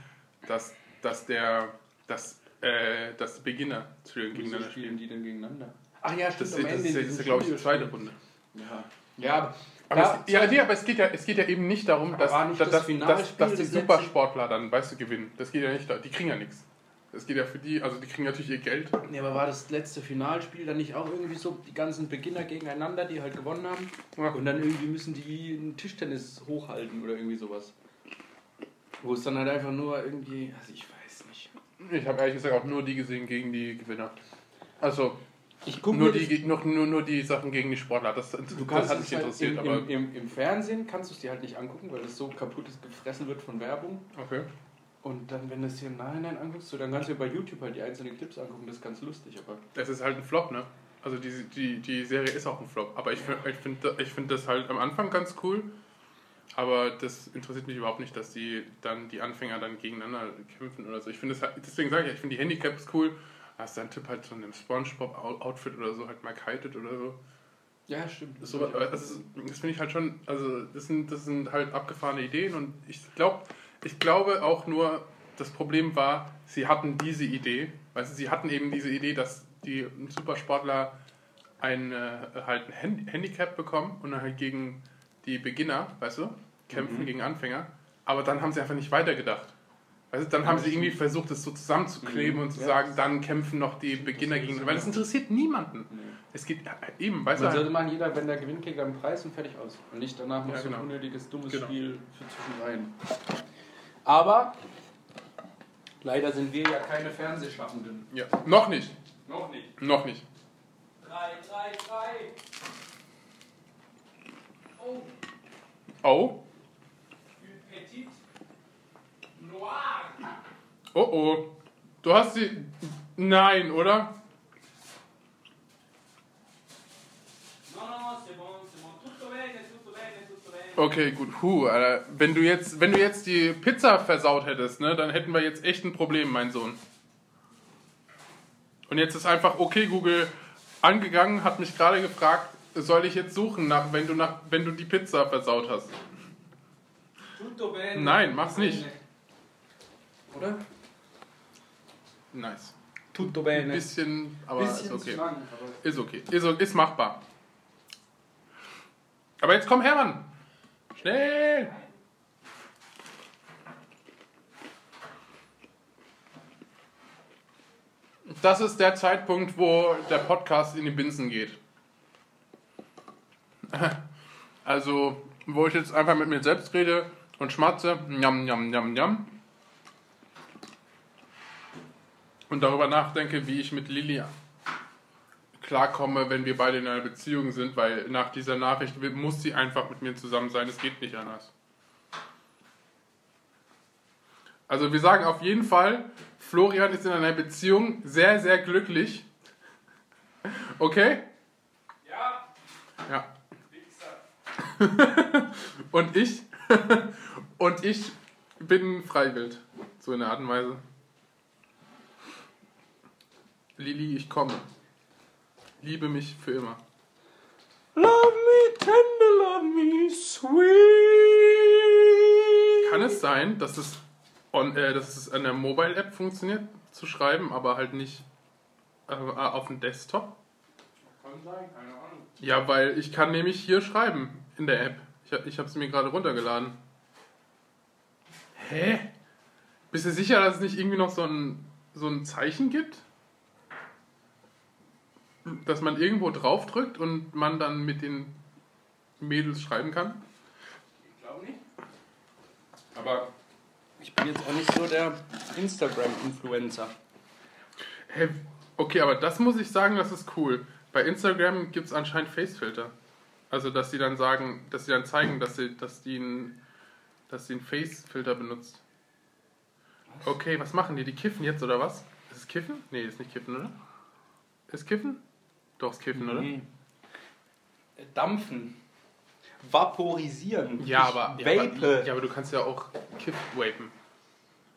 Speaker 1: dass, dass der, dass, äh, dass die Beginner zu den gegeneinander spielen.
Speaker 2: die denn gegeneinander?
Speaker 5: Ach ja,
Speaker 1: Das, ist- das ist, das ist glaube ich, die zweite Runde.
Speaker 2: Ja. Ja, aber
Speaker 1: Aber
Speaker 2: Ja,
Speaker 1: es, ja, nee, aber es geht ja, es geht ja eben nicht darum, dass,
Speaker 2: war nicht
Speaker 1: dass, dass,
Speaker 2: das
Speaker 1: dass,
Speaker 2: Finalspiel
Speaker 1: dass die
Speaker 2: das letzte-
Speaker 1: Supersportler dann, weißt du, gewinnen. Das geht ja nicht, da- die kriegen ja nichts. Das geht ja für die, also die kriegen natürlich ihr Geld.
Speaker 2: Nee, aber war das letzte Finalspiel dann nicht auch irgendwie so die ganzen Beginner gegeneinander, die halt gewonnen haben?
Speaker 1: Ja.
Speaker 2: Und dann irgendwie müssen die einen Tischtennis hochhalten oder irgendwie sowas. Wo es dann halt einfach nur irgendwie, also ich weiß nicht.
Speaker 1: Ich habe ehrlich gesagt auch nur die gesehen gegen die Gewinner. Also
Speaker 2: Ich gucke
Speaker 1: nur die, ge- noch, nur, nur die Sachen gegen die Sportler. Das, das,
Speaker 2: Du kannst
Speaker 1: hat
Speaker 2: es
Speaker 1: mich
Speaker 2: halt
Speaker 1: interessiert,
Speaker 2: im,
Speaker 1: aber
Speaker 2: im, im, im Fernsehen kannst du es dir halt nicht angucken, weil es so kaputt ist, gefressen wird von Werbung.
Speaker 1: okay.
Speaker 2: Und dann, wenn du es dir im Nachhinein anguckst, so, dann kannst du dir bei YouTube halt die einzelnen Clips angucken, das ist ganz lustig, aber
Speaker 1: Das ist halt ein Flop, ne? Also die, die, die Serie ist auch ein Flop. Aber ich, find- ich finde ich find das halt am Anfang ganz cool. Aber das interessiert mich überhaupt nicht, dass die dann die Anfänger dann gegeneinander kämpfen oder so. Ich finde es halt- deswegen sage ich, ja, ich finde die Handicaps cool. Hast dann Tipp halt so in einem SpongeBob-Outfit oder so, halt mal kited oder so.
Speaker 5: Ja, stimmt.
Speaker 1: so aber das ist- das finde ich halt schon, also das sind, das sind halt abgefahrene Ideen und ich glaube, ich glaube auch nur, das Problem war, sie hatten diese Idee, also sie hatten eben diese Idee, dass die Supersportler ein, äh, halt ein Hand- Handicap bekommen und dann halt gegen die Beginner, weißt du, kämpfen gegen Anfänger, aber dann haben sie einfach nicht weitergedacht. Weißt du, dann haben sie irgendwie versucht, es so zusammenzukleben und zu sagen, dann kämpfen noch die Beginner gegen. Weil das interessiert niemanden. Es geht eben, weißt
Speaker 2: Man
Speaker 1: du. halt-
Speaker 2: Also, sollte machen, jeder, wenn der gewinnt, kriegt er einen Preis und fertig aus. Und nicht danach noch
Speaker 1: Ja,
Speaker 2: so
Speaker 1: genau.
Speaker 2: ein unnötiges, dummes
Speaker 1: Genau.
Speaker 2: Spiel für zwischenrein. Aber leider sind wir ja keine Fernsehschaffenden.
Speaker 1: Ja, noch nicht.
Speaker 2: Noch nicht.
Speaker 1: Noch nicht.
Speaker 3: Drei, drei, drei. Oh,
Speaker 1: Oh.
Speaker 3: Petit Noir.
Speaker 1: Oh oh. Du hast sie. Nein, oder?
Speaker 3: No, no, c'est bon, c'est bon. Tutto bene, tutto bene, tutto bene.
Speaker 1: Okay, gut. Huh, Alter. Wenn du jetzt, wenn du jetzt die Pizza versaut hättest, ne, dann hätten wir jetzt echt ein Problem, mein Sohn. Und jetzt ist einfach okay Google angegangen, hat mich gerade gefragt, soll ich jetzt suchen nach, wenn du nach, wenn du die Pizza versaut hast.
Speaker 3: Tutto bene.
Speaker 1: Nein, mach's nicht.
Speaker 5: Oder?
Speaker 1: Nice.
Speaker 2: Tutto
Speaker 1: Ein
Speaker 2: bene.
Speaker 1: bisschen, aber ist okay.
Speaker 5: lang, aber
Speaker 1: Ist okay. Ist, ist machbar. Aber jetzt komm Hermann. Schnell. Das ist der Zeitpunkt, wo der Podcast in die Binsen geht. Also, wo ich jetzt einfach mit mir selbst rede und schmatze. Njam, njam, njam, njam. Und darüber nachdenke, wie ich mit Lilly klarkomme, wenn wir beide in einer Beziehung sind, weil nach dieser Nachricht muss sie einfach mit mir zusammen sein. Es geht nicht anders. Also wir sagen auf jeden Fall, Florian ist in einer Beziehung sehr, sehr glücklich. Okay? Ja. Ja. Und ich? Und ich bin freiwillig. So in der Art und Weise. Lili, ich komme. Liebe mich für immer.
Speaker 2: Love me tender, love me sweet.
Speaker 1: Kann es sein, dass es, on, äh, dass es an der Mobile-App funktioniert, zu schreiben, aber halt nicht äh, auf dem Desktop?
Speaker 5: kann sein, keine Ahnung.
Speaker 1: Ja, weil ich kann nämlich hier schreiben in der App. Ich, hab- ich habe sie mir gerade runtergeladen. Hä? Bist du sicher, dass es nicht irgendwie noch so ein, so ein Zeichen gibt? Dass man irgendwo draufdrückt und man dann mit den Mädels schreiben kann?
Speaker 5: Ich glaube nicht.
Speaker 1: Aber
Speaker 2: Ich bin jetzt auch nicht so der Instagram-Influencer.
Speaker 1: Hä? Okay, aber das muss ich sagen, das ist cool. Bei Instagram gibt es anscheinend Facefilter. Also, dass sie dann sagen, dass sie dann zeigen, dass sie, dass die einen, dass sie einen Facefilter benutzt. Okay, was machen die? Die kiffen jetzt oder was? Ist es kiffen? Nee, ist nicht kiffen, oder? Ist kiffen? Doch, ist kiffen, oder?
Speaker 2: Nee. Mhm. Dampfen. Vaporisieren.
Speaker 1: Ja
Speaker 2: Ich
Speaker 1: aber, ja, aber,
Speaker 2: Vape.
Speaker 1: ja, aber du kannst ja auch kiff wapen.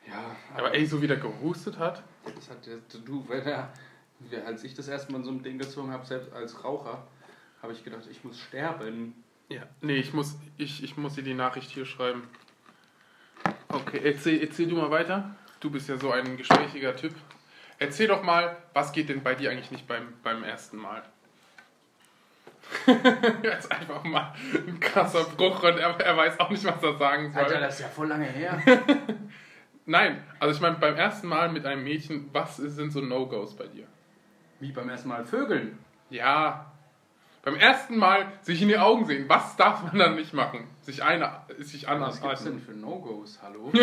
Speaker 2: Ja,
Speaker 1: Aber ey, so wie der gehustet hat.
Speaker 2: Das hat der, du, wenn er, wer- als ich das erste Mal in so ein Ding gezogen habe, selbst als Raucher, habe ich gedacht, ich muss sterben.
Speaker 1: Ja, nee, ich muss, ich, ich muss dir die Nachricht hier schreiben. Okay, erzähl, erzähl du mal weiter. Du bist ja so ein gesprächiger Typ. Erzähl doch mal, was geht denn bei dir eigentlich nicht beim, beim ersten Mal? Jetzt einfach mal ein krasser Bruch und er, er weiß auch nicht, was er sagen soll.
Speaker 2: das ist ja voll lange her.
Speaker 1: Nein, also ich meine, beim ersten Mal mit einem Mädchen, was sind so No-Gos bei dir?
Speaker 2: Wie beim ersten Mal Vögeln.
Speaker 1: Ja. Beim ersten Mal sich in die Augen sehen, was darf man dann nicht machen? Sich, eine, sich
Speaker 2: Was
Speaker 1: anders
Speaker 2: gibt es denn für No-Gos? Hallo?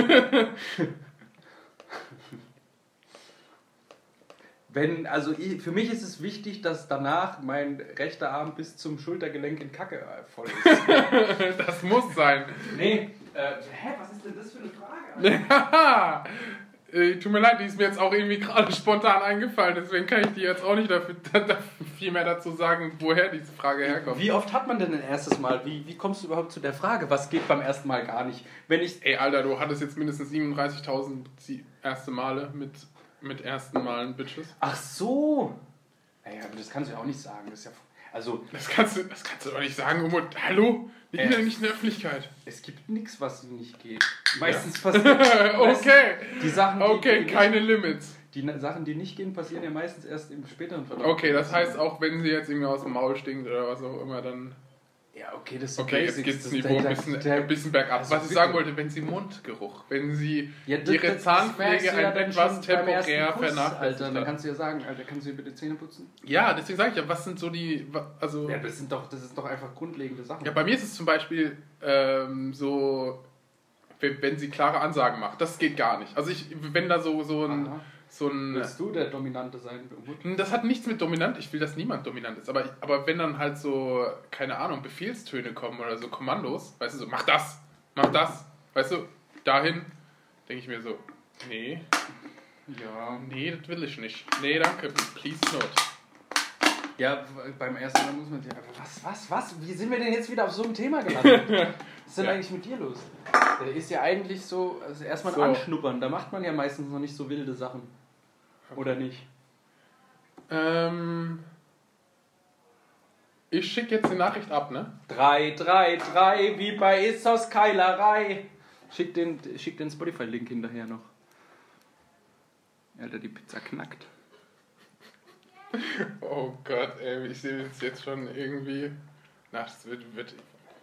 Speaker 2: Wenn, also ich, für mich ist es wichtig, dass danach mein rechter Arm bis zum Schultergelenk in Kacke äh, voll ist.
Speaker 1: Das muss sein.
Speaker 5: Nee, äh, hä, was ist denn das für eine Frage?
Speaker 1: Haha. Äh, Tut mir leid, die ist mir jetzt auch irgendwie gerade spontan eingefallen, deswegen kann ich die jetzt auch nicht dafür, da- da- viel mehr dazu sagen, woher diese Frage herkommt.
Speaker 2: Wie oft hat man denn ein erstes Mal? Wie, wie kommst du überhaupt zu der Frage, was geht beim ersten Mal gar nicht? Wenn ich.
Speaker 1: Ey, Alter, du hattest jetzt mindestens 37.000 sie- erste Male mit, mit ersten Malen Bitches.
Speaker 2: Ach so! Naja, aber das kannst du ja auch nicht sagen. Das ist ja. Also,
Speaker 1: Das kannst du, das kannst du doch nicht sagen, Umut. Hallo? Wir sind
Speaker 2: Äh.
Speaker 1: ja nicht in der Öffentlichkeit.
Speaker 2: es gibt nichts, was nicht geht. Meistens passiert. meistens-
Speaker 1: okay.
Speaker 2: Die Sachen, die,
Speaker 1: Okay,
Speaker 2: die,
Speaker 1: keine Limits.
Speaker 2: die na- Sachen, die nicht gehen, passieren ja meistens erst im späteren Verlauf.
Speaker 1: Okay, das heißt auch, wenn sie jetzt irgendwie aus dem Maul stinkt oder was auch immer, dann.
Speaker 2: Ja, okay, das sind
Speaker 1: Okay, jetzt
Speaker 2: Basics,
Speaker 1: geht's
Speaker 2: das-
Speaker 1: Niveau ein
Speaker 2: da-
Speaker 1: bisschen,
Speaker 2: da-
Speaker 1: ein bisschen bergab.
Speaker 2: also
Speaker 1: was ich
Speaker 2: bitte.
Speaker 1: sagen wollte, wenn sie Mundgeruch, wenn sie
Speaker 2: Ja, das-
Speaker 1: ihre
Speaker 2: das- das merkst du
Speaker 1: Zahnpflege
Speaker 2: ja
Speaker 1: ein
Speaker 2: dann
Speaker 1: etwas
Speaker 2: schon beim ersten
Speaker 1: temporär
Speaker 2: Kuss, Alter, dann
Speaker 1: vernachlässigt hat.
Speaker 2: kannst du ja sagen, Alter, kannst du dir bitte Zähne putzen?
Speaker 1: Ja, deswegen sage ich ja, was sind so die. wa- Also,
Speaker 2: Ja,
Speaker 1: ja,
Speaker 2: das sind doch, das ist doch einfach grundlegende Sachen.
Speaker 1: bei mir ist es zum Beispiel ähm, so, wenn, wenn sie klare Ansagen macht. Das geht gar nicht. Also, ich, wenn da so, so ein.
Speaker 2: Aha.
Speaker 1: So ein
Speaker 2: Willst du der Dominante sein? Umut?
Speaker 1: Hm, Das hat nichts mit dominant, ich will, dass niemand dominant ist, aber, aber wenn dann halt so, keine Ahnung, Befehlstöne kommen oder so Kommandos, weißt du, so, mach das, mach das, weißt du, dahin, denke ich mir so, nee,
Speaker 2: Ja.
Speaker 1: nee, das will ich nicht. Nee, danke, please not.
Speaker 2: Ja, beim ersten Mal muss man sich einfach. Was, was, was? Wie sind wir denn jetzt wieder auf so einem Thema gelandet? Was ist denn
Speaker 1: Ja.
Speaker 2: eigentlich mit dir los? Da ist ja eigentlich so, also erstmal
Speaker 1: So.
Speaker 2: anschnuppern, da macht man ja meistens noch nicht so wilde Sachen. Oder nicht?
Speaker 1: Ähm, ich schicke jetzt die Nachricht ab, ne?
Speaker 2: 3, 3, 3, wie bei Issos Keilerei. Schick den, schick den Spotify-Link hinterher noch. Alter, die Pizza knackt.
Speaker 1: Oh Gott, ey, ich sehe das jetzt schon irgendwie, na, das wird, wird,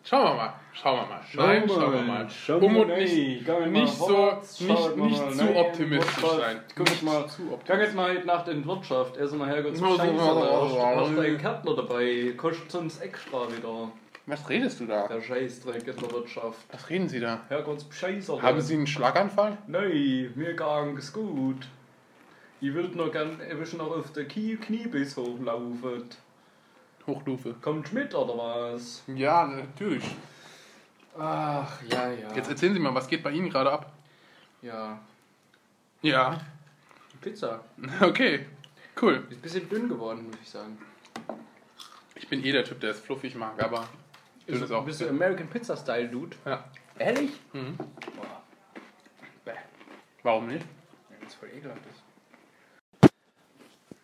Speaker 1: schauen wir mal, schauen wir mal. Nein, schauen wir mal. Umut nicht, nicht so, nicht, nicht zu optimistisch sein.
Speaker 2: Guck
Speaker 1: Nicht
Speaker 2: jetzt mal,
Speaker 1: zu
Speaker 2: guck
Speaker 1: optimistisch.
Speaker 2: jetzt mal heute Nacht in die Wirtschaft, ess mal hergehts
Speaker 1: Muss ich
Speaker 2: Scheiße,
Speaker 1: mal raus.
Speaker 2: da hast du einen Kärtner dabei, kostet uns extra wieder.
Speaker 1: Was redest du da?
Speaker 2: Der Scheißdreck in der Wirtschaft.
Speaker 1: Was reden Sie da?
Speaker 2: Herrgotts Scheiße.
Speaker 1: Haben Sie einen Schlaganfall?
Speaker 2: Nein, mir gang's gut. Ich würd noch gern ein bisschen noch auf der Kie Kniebiss hochlaufen.
Speaker 1: Hochlufe.
Speaker 2: Kommt mit oder was?
Speaker 1: Ja, natürlich.
Speaker 2: Ach, ja, ja.
Speaker 1: Jetzt erzählen Sie mal, was geht bei Ihnen gerade ab?
Speaker 2: ja.
Speaker 1: Ja.
Speaker 2: Pizza.
Speaker 1: Okay, cool.
Speaker 2: Ist ein bisschen dünn geworden, muss ich sagen.
Speaker 1: Ich bin eh der Typ, der es fluffig mag, aber dünn ist auch.
Speaker 2: Bist du American Pizza Style, Dude?
Speaker 1: Ja.
Speaker 2: Ehrlich?
Speaker 1: Mhm.
Speaker 2: Boah. Bäh.
Speaker 1: Warum nicht?
Speaker 2: Das ist voll ekelhaft.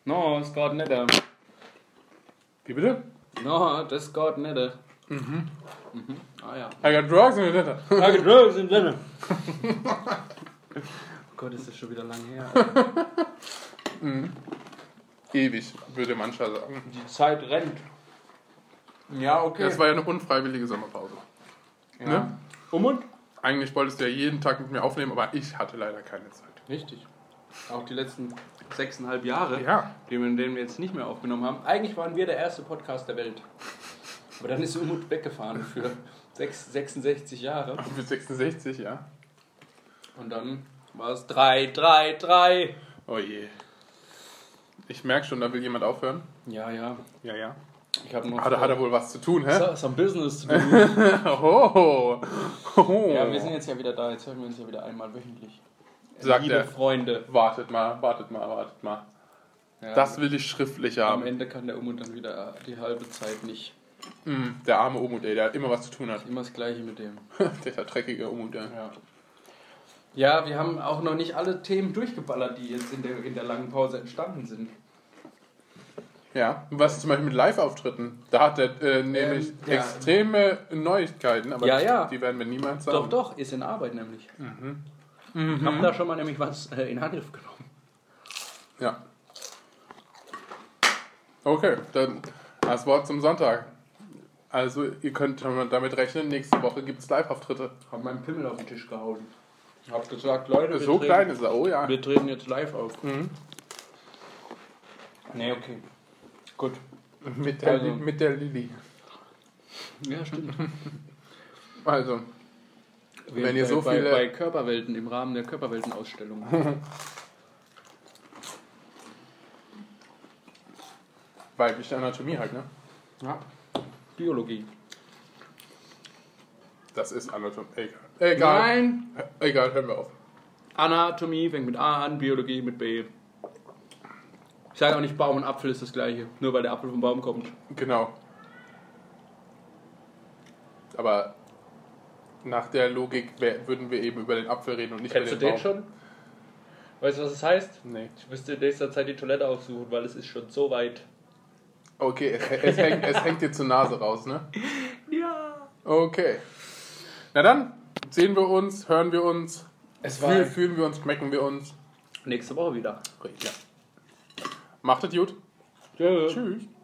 Speaker 2: No, es geht netter.
Speaker 1: Wie bitte?
Speaker 2: No, das geht netter. Mhm. Mhm. Ah ja.
Speaker 1: I got drugs in the letter.
Speaker 2: Tage Drugs im Sinne. Oh Gott, ist das schon wieder lang her. Alter.
Speaker 1: Ewig, würde mancher sagen.
Speaker 2: Die Zeit rennt. Ja, okay.
Speaker 1: Das war ja eine unfreiwillige Sommerpause.
Speaker 2: ja.
Speaker 1: ne?
Speaker 2: Um und?
Speaker 1: Eigentlich wolltest du ja jeden Tag mit mir aufnehmen, aber ich hatte leider keine Zeit.
Speaker 2: Richtig. Auch die letzten sechseinhalb Jahre,
Speaker 1: Ja.
Speaker 2: die wir- den wir jetzt nicht mehr aufgenommen haben. Eigentlich waren wir der erste Podcast der Welt. Aber dann ist Umut weggefahren für sechs- 66 Jahre.
Speaker 1: Mit 66, ja.
Speaker 2: Und dann war es 3, 3, 3.
Speaker 1: Oh je. Ich merke schon, da will jemand aufhören.
Speaker 2: Ja, ja.
Speaker 1: Ja, ja.
Speaker 2: Ich habe noch
Speaker 1: Hat, er- hat er wohl was zu tun, hä? Oh.
Speaker 2: so- some business to do.
Speaker 1: Oho. Oho.
Speaker 2: ja, wir sind jetzt ja wieder da. Jetzt hören wir uns ja wieder einmal wöchentlich.
Speaker 1: Sagt
Speaker 2: Liebe
Speaker 1: er.
Speaker 2: Freunde.
Speaker 1: Wartet mal, wartet mal, wartet mal.
Speaker 2: Ja,
Speaker 1: Das will ich schriftlich
Speaker 2: am
Speaker 1: haben.
Speaker 2: Ende kann der Umut dann wieder die halbe Zeit nicht.
Speaker 1: Mm, der arme Umut, ey, der immer was zu tun hat.
Speaker 2: Immer das Gleiche mit dem.
Speaker 1: der dreckige Umut, ey.
Speaker 2: Ja. Ja, wir haben auch noch nicht alle Themen durchgeballert, die jetzt in der, in der langen Pause entstanden sind.
Speaker 1: Ja, und was ist zum Beispiel mit Live-Auftritten? Da hat er äh, nämlich
Speaker 2: Ähm, ja.
Speaker 1: extreme Neuigkeiten, aber
Speaker 2: Ja, ja.
Speaker 1: die werden wir niemals sagen.
Speaker 2: Doch, doch, ist in Arbeit nämlich. Mhm. Haben da schon mal nämlich was äh, in Angriff genommen.
Speaker 1: Ja. Okay, dann das Wort zum Sonntag. Also, ihr könnt damit rechnen, nächste Woche gibt es Live-Auftritte.
Speaker 2: Hab meinen Pimmel auf den Tisch gehauen. Hab gesagt, Leute,
Speaker 1: So
Speaker 2: treten-
Speaker 1: klein ist er, oh ja.
Speaker 2: wir treten jetzt live auf.
Speaker 1: Mhm.
Speaker 2: Nee, okay. Gut.
Speaker 1: Mit der,
Speaker 2: Also.
Speaker 1: Li- mit der Lilly.
Speaker 2: Ja, stimmt.
Speaker 1: Also,
Speaker 2: Wir
Speaker 1: Wenn ihr
Speaker 2: bei,
Speaker 1: so
Speaker 2: bei,
Speaker 1: viele-
Speaker 2: bei Körperwelten, im Rahmen der Körperweltenausstellung.
Speaker 1: weibliche Anatomie halt, ne?
Speaker 2: ja. Biologie.
Speaker 1: Das ist Anatomie. Egal. Egal.
Speaker 2: Nein!
Speaker 1: Egal, hören wir auf.
Speaker 2: Anatomie fängt mit A an, Biologie mit B. Ich sage auch nicht, Baum und Apfel ist das gleiche, nur weil der Apfel vom Baum kommt.
Speaker 1: Genau. Aber nach der Logik wär, würden wir eben über den Apfel reden und nicht
Speaker 2: Kennst du
Speaker 1: über den
Speaker 2: den schon? Weißt du, was es heißt?
Speaker 1: schon? Nee.
Speaker 2: Ich müsste in nächster Zeit die Toilette aufsuchen, weil es ist schon so weit.
Speaker 1: Okay, es, es, hängt, es hängt dir zur Nase raus, ne?
Speaker 2: Ja.
Speaker 1: Okay. Na dann, sehen wir uns, hören wir uns,
Speaker 3: Es war
Speaker 1: fühlen, fühlen wir uns, schmecken wir uns.
Speaker 2: Nächste Woche wieder.
Speaker 1: Ja. Macht es gut.
Speaker 2: Tschüss.
Speaker 1: Tschüss.